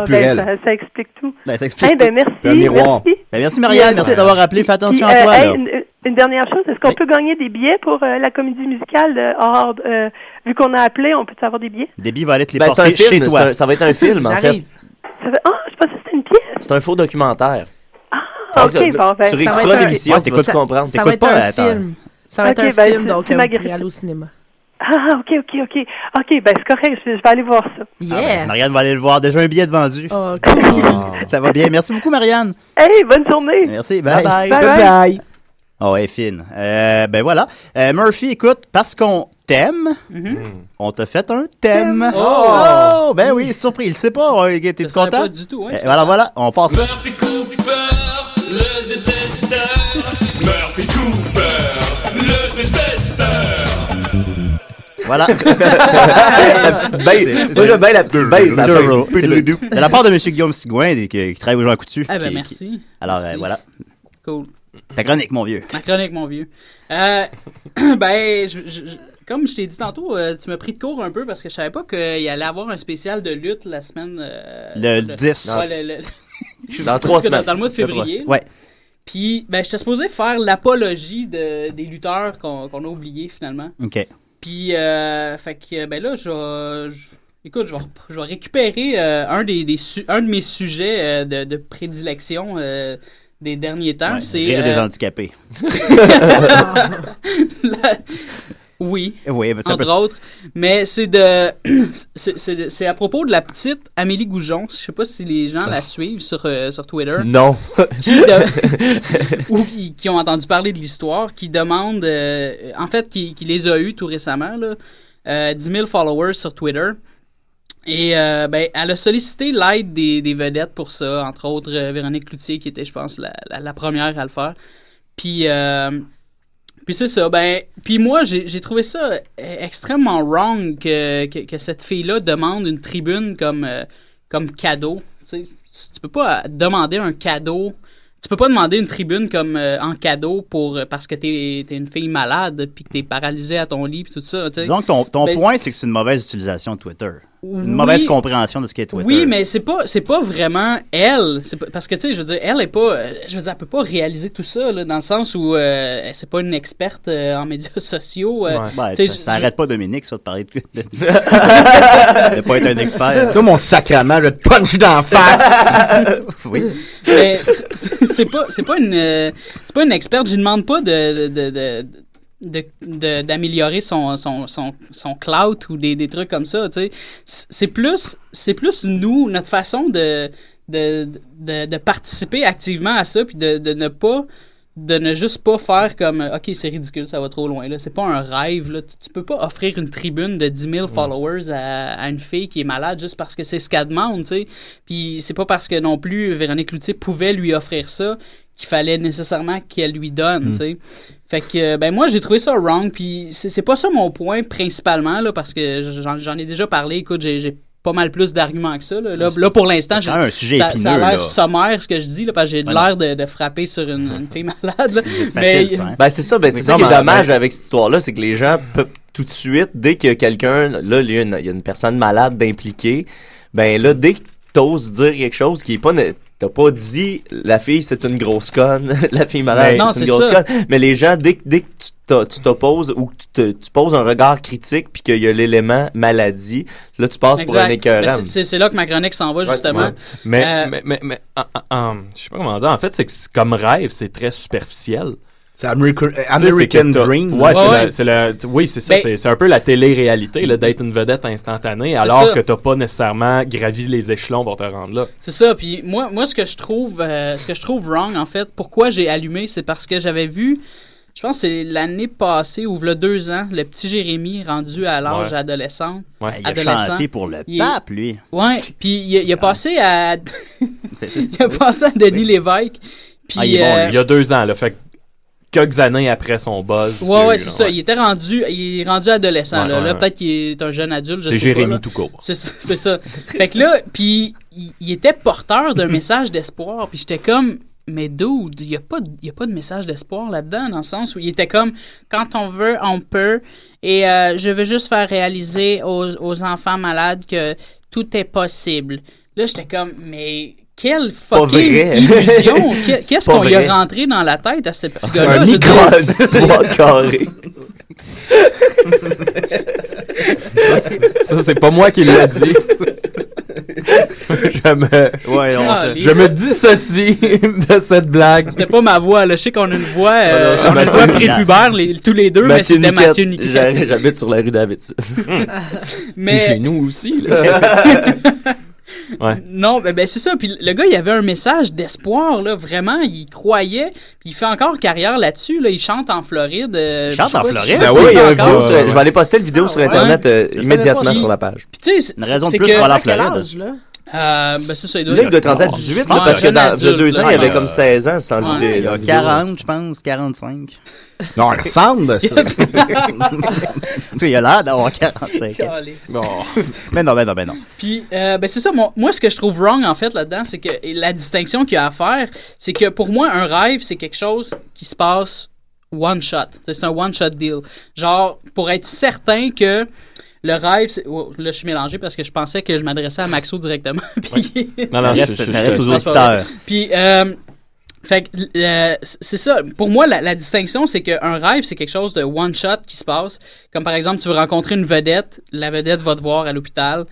[SPEAKER 17] ça explique tout.
[SPEAKER 5] Ben, ça explique
[SPEAKER 17] Eh ben,
[SPEAKER 5] tout.
[SPEAKER 17] merci, Un miroir. merci.
[SPEAKER 5] Ben, merci Marianne,
[SPEAKER 17] Yes.
[SPEAKER 5] merci d'avoir appelé. Fais attention
[SPEAKER 17] Puis,
[SPEAKER 5] à
[SPEAKER 17] euh,
[SPEAKER 5] toi.
[SPEAKER 17] hey,
[SPEAKER 5] là.
[SPEAKER 17] une, une dernière chose, est-ce qu'on peut gagner des billets pour euh, la comédie musicale de Hors- euh, vu qu'on a appelé, on peut avoir des billets?
[SPEAKER 5] Debbie va aller te les
[SPEAKER 10] Ben, c'est un
[SPEAKER 5] porter
[SPEAKER 10] film,
[SPEAKER 5] chez toi.
[SPEAKER 10] c'est un- ça va être un film, en fait. J'arrive.
[SPEAKER 17] Ça fait- Ah, je pensais que c'était une pièce.
[SPEAKER 10] C'est un faux documentaire.
[SPEAKER 17] Ah,
[SPEAKER 10] Donc,
[SPEAKER 17] ok, bon,
[SPEAKER 10] tu
[SPEAKER 17] ben, ça va
[SPEAKER 10] réécouteras
[SPEAKER 17] être un-
[SPEAKER 10] l'émission, tu vas tout comprendre.
[SPEAKER 6] Ça va être un film. Ça va être
[SPEAKER 17] Ok,
[SPEAKER 6] un
[SPEAKER 17] ben,
[SPEAKER 6] film,
[SPEAKER 17] c'est-
[SPEAKER 6] donc
[SPEAKER 17] c'est
[SPEAKER 6] euh,
[SPEAKER 17] ma
[SPEAKER 6] vous
[SPEAKER 17] grippe.
[SPEAKER 6] pourrez aller au cinéma.
[SPEAKER 17] Ah, ok, ok, ok. Ok, ben c'est correct, je, vais- je vais aller voir ça.
[SPEAKER 5] Ah, ben, Marianne va aller le voir. Déjà un billet de vendu.
[SPEAKER 17] Oh,
[SPEAKER 5] <laughs> ça va bien. Merci beaucoup, Marianne.
[SPEAKER 17] Hey, bonne journée.
[SPEAKER 5] Merci. Bye
[SPEAKER 17] Bye-bye.
[SPEAKER 5] bye.
[SPEAKER 17] Bye-bye. Bye-bye.
[SPEAKER 5] Oh, elle est fine. Euh, ben voilà. Euh, Murphy, écoute, parce qu'on t'aime,
[SPEAKER 8] Mm-hmm.
[SPEAKER 5] on t'a fait un thème.
[SPEAKER 16] Oh!
[SPEAKER 5] Oh, Ben oui, surpris. Il sait pas. euh, T'es-tu
[SPEAKER 16] savais
[SPEAKER 5] content?
[SPEAKER 16] pas du tout,
[SPEAKER 1] hein?
[SPEAKER 7] Eh,
[SPEAKER 16] ouais,
[SPEAKER 5] Euh,
[SPEAKER 16] je
[SPEAKER 5] voilà, voilà. On passe ça.
[SPEAKER 16] Murphy Cooper, le détesteur. Murphy Cooper, le détesteur.
[SPEAKER 5] Voilà.
[SPEAKER 10] La petite bête. Moi, j'aime bien la petite bête, ça fait-
[SPEAKER 5] C'est de la part de M. Guillaume Sigouin des- qui, qui travaille au Jean Coutu.
[SPEAKER 13] Ah ben,
[SPEAKER 5] qui- qui-
[SPEAKER 13] merci.
[SPEAKER 5] Alors,
[SPEAKER 13] Merci.
[SPEAKER 5] euh, voilà.
[SPEAKER 13] Cool.
[SPEAKER 5] Ta chronique, mon vieux.
[SPEAKER 13] Ma chronique, mon vieux. Euh, <coughs> ben, je- je- je- comme je t'ai dit tantôt, euh, tu m'as pris de court un peu parce que je savais pas qu'il allait avoir un spécial de lutte la semaine. euh,
[SPEAKER 5] Le 10. <laughs>
[SPEAKER 13] Ouais, le- le-
[SPEAKER 10] Dans
[SPEAKER 13] En
[SPEAKER 10] trois
[SPEAKER 13] tout cas,
[SPEAKER 10] semaines.
[SPEAKER 13] Dans le mois de
[SPEAKER 10] Le
[SPEAKER 13] février.
[SPEAKER 10] trois. Ouais.
[SPEAKER 13] Puis, ben, j'étais supposé faire l'apologie de- des lutteurs qu'on qu'on a oubliés finalement.
[SPEAKER 5] OK.
[SPEAKER 13] Puis, euh, fait que, ben là, je vais- je- Écoute, je vais, rep- je vais récupérer euh, un, des, des su- un de mes sujets euh, de, de prédilection euh, des derniers temps. c'est
[SPEAKER 5] Rire des
[SPEAKER 13] euh,
[SPEAKER 5] handicapés.
[SPEAKER 13] <laughs> La- Oui.
[SPEAKER 5] Oui, ben, ça peut-
[SPEAKER 13] entre autres. Mais c'est de, <clears throat> c'est- c'est c'est à propos de la petite Amélie Goujon. Je sais pas si les gens
[SPEAKER 5] Ah.
[SPEAKER 13] la suivent sur euh, sur Twitter.
[SPEAKER 10] Non.
[SPEAKER 13] Qui de- ou qui, qui ont entendu parler de l'histoire, qui demande, euh, en fait, qui, qui les a eus tout récemment là, euh, 10 000 followers sur Twitter. Et euh, ben, elle a sollicité l'aide des, des vedettes pour ça, entre autres euh, Véronique Cloutier, qui était, je pense, la, la- la première à le faire. Puis, euh, puis c'est ça. Ben, puis moi, j'ai j'ai trouvé ça euh, extrêmement wrong que, que, que cette fille-là demande une tribune comme, euh, comme cadeau. Tu, sais, tu peux pas demander un cadeau. Tu peux pas demander une tribune comme euh, en cadeau pour euh, parce que t'es es une fille malade puis que t'es paralysée à ton lit puis tout ça. tu sais.
[SPEAKER 5] Disons que ton, ton
[SPEAKER 13] Ben,
[SPEAKER 5] point, c'est que c'est une mauvaise utilisation de Twitter. Une
[SPEAKER 13] Oui.
[SPEAKER 5] mauvaise compréhension de ce qu'est Twitter.
[SPEAKER 13] Oui, mais c'est pas c'est pas vraiment elle, C'est pas- parce que tu sais, je veux dire, elle est pas, euh, je veux dire, elle peut pas réaliser tout ça là, dans le sens où euh, elle- c'est pas une experte euh, en médias <laughs> sociaux. euh,
[SPEAKER 5] Ouais,
[SPEAKER 13] tu sais,
[SPEAKER 5] Ben, ça,
[SPEAKER 13] je-
[SPEAKER 5] ça
[SPEAKER 13] je-
[SPEAKER 5] arrête pas Dominique, ça, de parler de...
[SPEAKER 13] <laughs>
[SPEAKER 5] de- de pas être un expert.
[SPEAKER 8] Toi, mon sacrament, je vais te punch d'en face.
[SPEAKER 5] oui.
[SPEAKER 13] <laughs> Mais c'est- c'est c'est pas c'est pas une euh, c'est pas une experte. Je lui demande pas de de- de- de- de- d'améliorer son, son, son, son clout ou des, des trucs comme ça, tu sais. C'est c'est plus, c'est plus nous, notre façon de, de, de, de participer activement à ça, puis de, de ne pas, de ne juste pas faire comme, euh, OK, c'est ridicule, ça va trop loin, là. C'est pas un rêve, là. Tu, tu peux pas offrir une tribune de 10 000 followers à, à une fille qui est malade juste parce que c'est ce qu'elle demande, tu sais. Puis c'est pas parce que non plus Véronique Loutier pouvait lui offrir ça qu'il fallait nécessairement qu'elle lui donne,
[SPEAKER 10] Mm.
[SPEAKER 13] tu sais. Fait que, euh, ben moi, j'ai trouvé ça wrong, puis c'est c'est pas ça mon point principalement, là, parce que j'en j'en ai déjà parlé, écoute, j'ai j'ai pas mal plus d'arguments que ça, là. Là, là, pour l'instant,
[SPEAKER 5] C'est quand même un
[SPEAKER 13] j'ai-
[SPEAKER 5] sujet
[SPEAKER 13] ça, ça a
[SPEAKER 5] épineux,
[SPEAKER 13] l'air
[SPEAKER 5] là.
[SPEAKER 13] sommaire, ce que je dis, là, parce que j'ai
[SPEAKER 10] Ben
[SPEAKER 13] l'air de, de frapper sur une, une fille malade, là.
[SPEAKER 5] hein.
[SPEAKER 10] Ben, c'est ça, ben, c'est
[SPEAKER 13] Oui,
[SPEAKER 10] ça qui est
[SPEAKER 13] non, hein. mais-
[SPEAKER 10] dommage avec cette histoire-là, c'est que les gens peuvent tout de suite, dès que quelqu'un, là, il y, a une- il y a une personne malade d'impliquer, ben là, dès que t'oses dire quelque chose qui est pas. ne- T'as pas dit la fille c'est une grosse conne, <laughs> la fille malade
[SPEAKER 13] Non,
[SPEAKER 10] c'est une
[SPEAKER 13] c'est
[SPEAKER 10] grosse
[SPEAKER 13] ça.
[SPEAKER 10] conne, mais les gens dès que, dès que tu t'o- tu t'opposes ou que tu, te- tu poses un regard critique puis qu'il y a l'élément maladie, là tu passes pour un
[SPEAKER 13] Exact.
[SPEAKER 10] écœurant.
[SPEAKER 13] Mais c'est- C'est c'est là que ma chronique s'en va, justement.
[SPEAKER 11] Ouais. Mais,
[SPEAKER 13] Euh,
[SPEAKER 11] mais, mais, mais, ah, ah, ah, je sais pas comment dire. En fait, c'est que c'est- comme rêve, c'est très superficiel.
[SPEAKER 8] C'est American-
[SPEAKER 11] Tu sais, c'est
[SPEAKER 8] Ben, American
[SPEAKER 11] que t'as-
[SPEAKER 8] Dream,
[SPEAKER 11] Ouais,
[SPEAKER 8] là.
[SPEAKER 11] c'est
[SPEAKER 8] Ouais.
[SPEAKER 11] la- c'est la- t- oui, c'est ça.
[SPEAKER 8] Ben-
[SPEAKER 11] c'est- c'est un peu la télé-réalité, là, d'être une vedette instantanée,
[SPEAKER 13] C'est
[SPEAKER 11] alors
[SPEAKER 13] ça.
[SPEAKER 11] que t'as pas nécessairement gravi les échelons pour te rendre là.
[SPEAKER 13] C'est ça. Puis moi, moi, ce que je trouve, euh, ce que je trouve wrong en fait, pourquoi j'ai allumé, c'est parce que j'avais vu, je pense, que c'est l'année passée ou le deux ans, le petit Jérémy rendu à l'âge
[SPEAKER 5] Ouais.
[SPEAKER 13] adolescent.
[SPEAKER 5] Ouais, Ben, il a
[SPEAKER 13] adolescent.
[SPEAKER 5] chanté pour le
[SPEAKER 13] Il est-
[SPEAKER 5] pape, lui.
[SPEAKER 13] Ouais. Puis il, a- il a passé à, <laughs> il a passé à Denis Lévesque. Puis
[SPEAKER 11] Ah, il, est bon,
[SPEAKER 13] euh,
[SPEAKER 11] lui. Il y a deux ans, là, fait que quelques années après son buzz. qu'il
[SPEAKER 13] Ouais,
[SPEAKER 11] y a <laughs>
[SPEAKER 13] ouais,
[SPEAKER 11] eu,
[SPEAKER 13] c'est
[SPEAKER 11] là,
[SPEAKER 13] ça. Il était rendu, il est rendu adolescent.
[SPEAKER 11] Ouais,
[SPEAKER 13] là,
[SPEAKER 11] ouais,
[SPEAKER 13] Là,
[SPEAKER 11] ouais.
[SPEAKER 13] peut-être qu'il est un jeune adulte. je
[SPEAKER 11] C'est
[SPEAKER 13] sais
[SPEAKER 11] Jérémy
[SPEAKER 13] pas, là.
[SPEAKER 11] tout court.
[SPEAKER 13] C'est ça- c'est ça. <laughs> fait que là, puis il, il était porteur d'un message d'espoir. Puis j'étais comme, mais dude, il n'y a, pas de- il y a pas de message d'espoir là-dedans, dans le sens où il était comme, quand on veut, on peut. Et euh, je veux juste faire réaliser aux, aux enfants malades que tout est possible. Là, j'étais comme, mais. Quelle
[SPEAKER 10] pas
[SPEAKER 13] fucking
[SPEAKER 10] vrai.
[SPEAKER 13] illusion! Que-
[SPEAKER 10] C'est
[SPEAKER 13] Qu'est-ce
[SPEAKER 10] pas
[SPEAKER 13] qu'on lui
[SPEAKER 10] vrai.
[SPEAKER 13] a rentré dans la tête à ce petit gars-là?
[SPEAKER 10] Un
[SPEAKER 13] Je veux dire,
[SPEAKER 10] micro-
[SPEAKER 13] c'est-
[SPEAKER 11] Oh,
[SPEAKER 10] Trois
[SPEAKER 13] <laughs>
[SPEAKER 10] carrés.
[SPEAKER 11] Ça, c'est- ça, c'est pas moi qui l'ai <laughs> dit. je me,
[SPEAKER 5] ouais,
[SPEAKER 13] on se-
[SPEAKER 11] je
[SPEAKER 13] <laughs>
[SPEAKER 11] me dissocie de cette blague.
[SPEAKER 13] Ah, C'était pas ma voix, là. Je sais qu'on a une voix,
[SPEAKER 10] Ah
[SPEAKER 13] euh,
[SPEAKER 10] non, c'est
[SPEAKER 13] on a une voix
[SPEAKER 10] Mathieu Niquette.
[SPEAKER 13] prépubère, les- tous les deux,
[SPEAKER 10] Mathieu
[SPEAKER 13] mais c'était
[SPEAKER 10] Niquette.
[SPEAKER 13] Mathieu Niquette. <laughs>
[SPEAKER 10] J'ha- J'habite sur la rue Davidson.
[SPEAKER 13] Hmm. Mais-
[SPEAKER 11] Puis chez nous aussi,
[SPEAKER 10] <laughs>
[SPEAKER 11] là. ouais.
[SPEAKER 13] Non, ben, ben, c'est ça. Puis le gars, il avait un message d'espoir, là. Vraiment, il croyait. Puis il fait encore carrière là-dessus, là. Il chante en Floride. euh,
[SPEAKER 10] Je
[SPEAKER 13] je sais pas si- je sais
[SPEAKER 10] Ben
[SPEAKER 13] pas
[SPEAKER 10] oui,
[SPEAKER 13] s'il
[SPEAKER 10] il y a
[SPEAKER 13] fait
[SPEAKER 10] un
[SPEAKER 13] encore.
[SPEAKER 10] vidéo sur- Je vais aller poster le vidéo sur Internet euh,
[SPEAKER 13] Je savais
[SPEAKER 10] immédiatement
[SPEAKER 13] pas.
[SPEAKER 10] sur la page.
[SPEAKER 13] Puis tu sais, c'est-
[SPEAKER 10] Une raison de
[SPEAKER 13] c'est
[SPEAKER 10] plus
[SPEAKER 13] que-
[SPEAKER 10] pour aller en
[SPEAKER 13] c'est à quel
[SPEAKER 10] Floride.
[SPEAKER 13] âge, là? Euh, ben, c'est ça, il doit
[SPEAKER 10] Là, il doit être rendu à 18, là,
[SPEAKER 13] Ouais,
[SPEAKER 10] parce que
[SPEAKER 13] jeune
[SPEAKER 10] dans
[SPEAKER 13] adulte,
[SPEAKER 10] deux ans,
[SPEAKER 13] là.
[SPEAKER 10] il avait comme 16 ans, sans
[SPEAKER 13] Ouais.
[SPEAKER 10] le
[SPEAKER 5] Il y a 40, je pense, 45.
[SPEAKER 8] Non, il ressemble à ça.
[SPEAKER 5] <laughs> tu sais, il a l'air d'avoir 45 ans.
[SPEAKER 13] Calisse.
[SPEAKER 5] Bon. Mais non, mais non, mais non.
[SPEAKER 13] Puis, euh, ben c'est ça, moi, moi, ce que je trouve wrong, en fait, là-dedans, c'est que et la distinction qu'il y a à faire, c'est que pour moi, un rêve, c'est quelque chose qui se passe one shot. T'sais, C'est un one shot deal. Genre, pour être certain que le rêve, c'est- wow, là, je suis mélangé parce que je pensais que je m'adressais à Maxo directement. <laughs> puis-
[SPEAKER 5] Non, non, je- Reste- je- je- reste aux
[SPEAKER 13] Non, c'est pas
[SPEAKER 5] auditeurs.
[SPEAKER 13] vrai. Puis, euh, fait que, euh, c'est ça. Pour moi, la, la distinction, c'est qu'un rêve, c'est quelque chose de one shot qui se passe. Comme par exemple, tu veux rencontrer une vedette, la vedette va te voir à l'hôpital.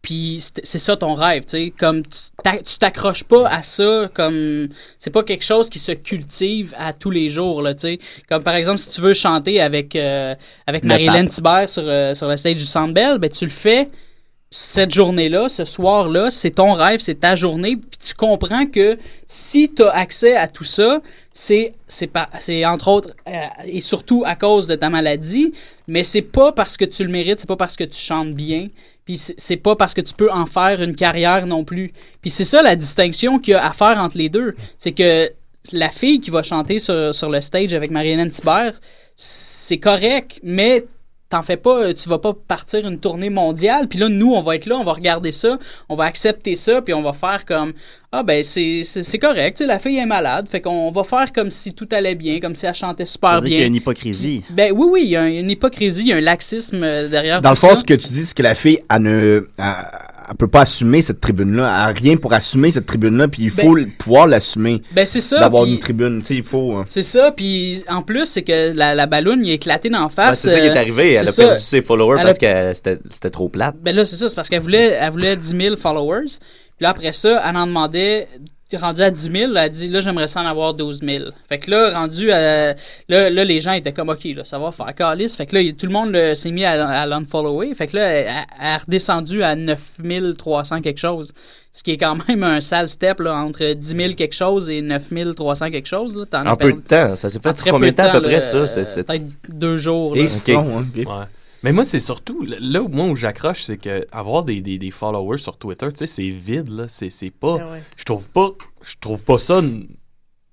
[SPEAKER 13] Puis c'est c'est ça ton rêve, tu sais. Comme tu t'a- tu t'accroches pas à ça, comme c'est pas quelque chose qui se cultive à tous les jours, là, tu sais. Comme par exemple, si tu veux chanter avec, euh, avec
[SPEAKER 2] Le
[SPEAKER 13] Marilyn
[SPEAKER 2] pape.
[SPEAKER 13] Thibert sur, euh, sur la stage du Centre Bell, ben tu le fais cette journée-là, ce soir-là, c'est ton rêve, c'est ta journée, puis tu comprends que si tu as accès à tout ça, c'est c'est pas c'est entre autres euh, et surtout à cause de ta maladie, mais c'est pas parce que tu le mérites, c'est pas parce que tu chantes bien, puis c'est- c'est pas parce que tu peux en faire une carrière non plus. Puis c'est ça la distinction qu'il y a à faire entre les deux, c'est que la fille qui va chanter sur, sur le stage avec Marianne Thibert, c'est correct, mais t'en fais pas, tu vas pas partir une tournée mondiale. Puis là, nous, on va être là, on va regarder ça, on va accepter ça, puis on va faire comme Ah, ben, c'est- c'est c'est correct, tu sais, la fille est malade, fait qu'on va faire comme si tout allait bien, comme si elle chantait
[SPEAKER 5] Ça veut
[SPEAKER 13] super
[SPEAKER 5] dire qu'il y a
[SPEAKER 13] bien.
[SPEAKER 5] une hypocrisie.
[SPEAKER 13] Ben oui, oui, il y a un- une hypocrisie, il y a un laxisme euh, derrière
[SPEAKER 8] Dans le
[SPEAKER 13] tout
[SPEAKER 8] fond,
[SPEAKER 13] ça.
[SPEAKER 8] ce que tu dis, c'est que la fille, elle ne elle- elle peut pas assumer cette tribune-là. Elle a rien pour assumer cette tribune-là, puis il
[SPEAKER 13] Ben-
[SPEAKER 8] faut le- pouvoir l'assumer.
[SPEAKER 13] Ben, c'est ça,
[SPEAKER 8] D'avoir
[SPEAKER 13] puis-
[SPEAKER 8] une tribune, tu sais, il faut. hein.
[SPEAKER 13] C'est ça, puis en plus, c'est que la, la balloune, il a éclaté d'en
[SPEAKER 10] Ouais,
[SPEAKER 13] face.
[SPEAKER 10] Ben, c'est ça qui est
[SPEAKER 13] euh,
[SPEAKER 10] arrivé. Elle a
[SPEAKER 13] c'est
[SPEAKER 10] perdu
[SPEAKER 13] ça.
[SPEAKER 10] ses followers
[SPEAKER 13] Elle a-
[SPEAKER 10] parce que c'était c'était trop plate.
[SPEAKER 13] Ben là, c'est ça, c'est parce qu'elle voulait, elle voulait 10 000 followers. Puis là, après ça, elle en demandait, rendu à 10 000, elle a dit, là, j'aimerais ça en avoir 12 000. Fait que là, rendu à. Là, là les gens étaient comme, OK, là, ça va faire calice. Fait que là, il- tout le monde là, s'est mis à, à l'unfollower. Fait que là, elle, elle a redescendu à 9 300 quelque chose. Ce qui est quand même un sale step, là, entre 10 000 quelque chose et 9 300 quelque chose. Là, T'en as
[SPEAKER 10] En peu de
[SPEAKER 13] perdu-
[SPEAKER 10] temps. Ça s'est
[SPEAKER 13] en
[SPEAKER 10] fait
[SPEAKER 13] très
[SPEAKER 10] sur combien de temps à peu
[SPEAKER 13] là,
[SPEAKER 10] près, ça?
[SPEAKER 13] euh,
[SPEAKER 10] c'est- c'est-
[SPEAKER 13] Peut-être deux jours.
[SPEAKER 11] Et
[SPEAKER 13] là.
[SPEAKER 11] c'est-
[SPEAKER 10] hein,
[SPEAKER 11] hein. Ouais. Mais moi, c'est surtout, l- là où moi où j'accroche, c'est que avoir des, des, des followers sur Twitter, tu sais, c'est vide, là. C'est, c'est pas.
[SPEAKER 13] Ah ouais.
[SPEAKER 11] Je trouve pas. Je trouve pas ça n-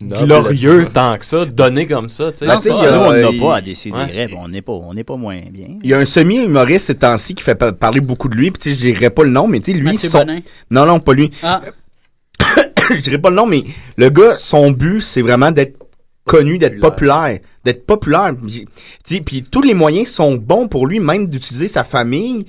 [SPEAKER 5] Noble.
[SPEAKER 11] glorieux tant que ça, donné comme ça, tu sais.
[SPEAKER 5] Ben, tu sais,
[SPEAKER 11] Ça,
[SPEAKER 5] il y a-
[SPEAKER 11] euh,
[SPEAKER 5] nous, on n'a
[SPEAKER 11] il-
[SPEAKER 5] pas à décider.
[SPEAKER 11] Ouais.
[SPEAKER 5] On n'est pas, on n'est pas moins bien.
[SPEAKER 8] Il y a un semi-humoriste ces temps-ci qui fait pa- parler beaucoup de lui, puis tu sais, je dirais pas le nom, mais tu sais, lui,
[SPEAKER 5] Mathieu
[SPEAKER 8] son...
[SPEAKER 5] Bonin.
[SPEAKER 8] Non, non, pas lui. <coughs>
[SPEAKER 13] Ah.
[SPEAKER 8] je dirais pas le nom, mais le gars, son but, c'est vraiment d'être connu, d'être populaire, d'être populaire. Puis, tu sais, puis tous les moyens sont bons pour lui, même d'utiliser sa famille.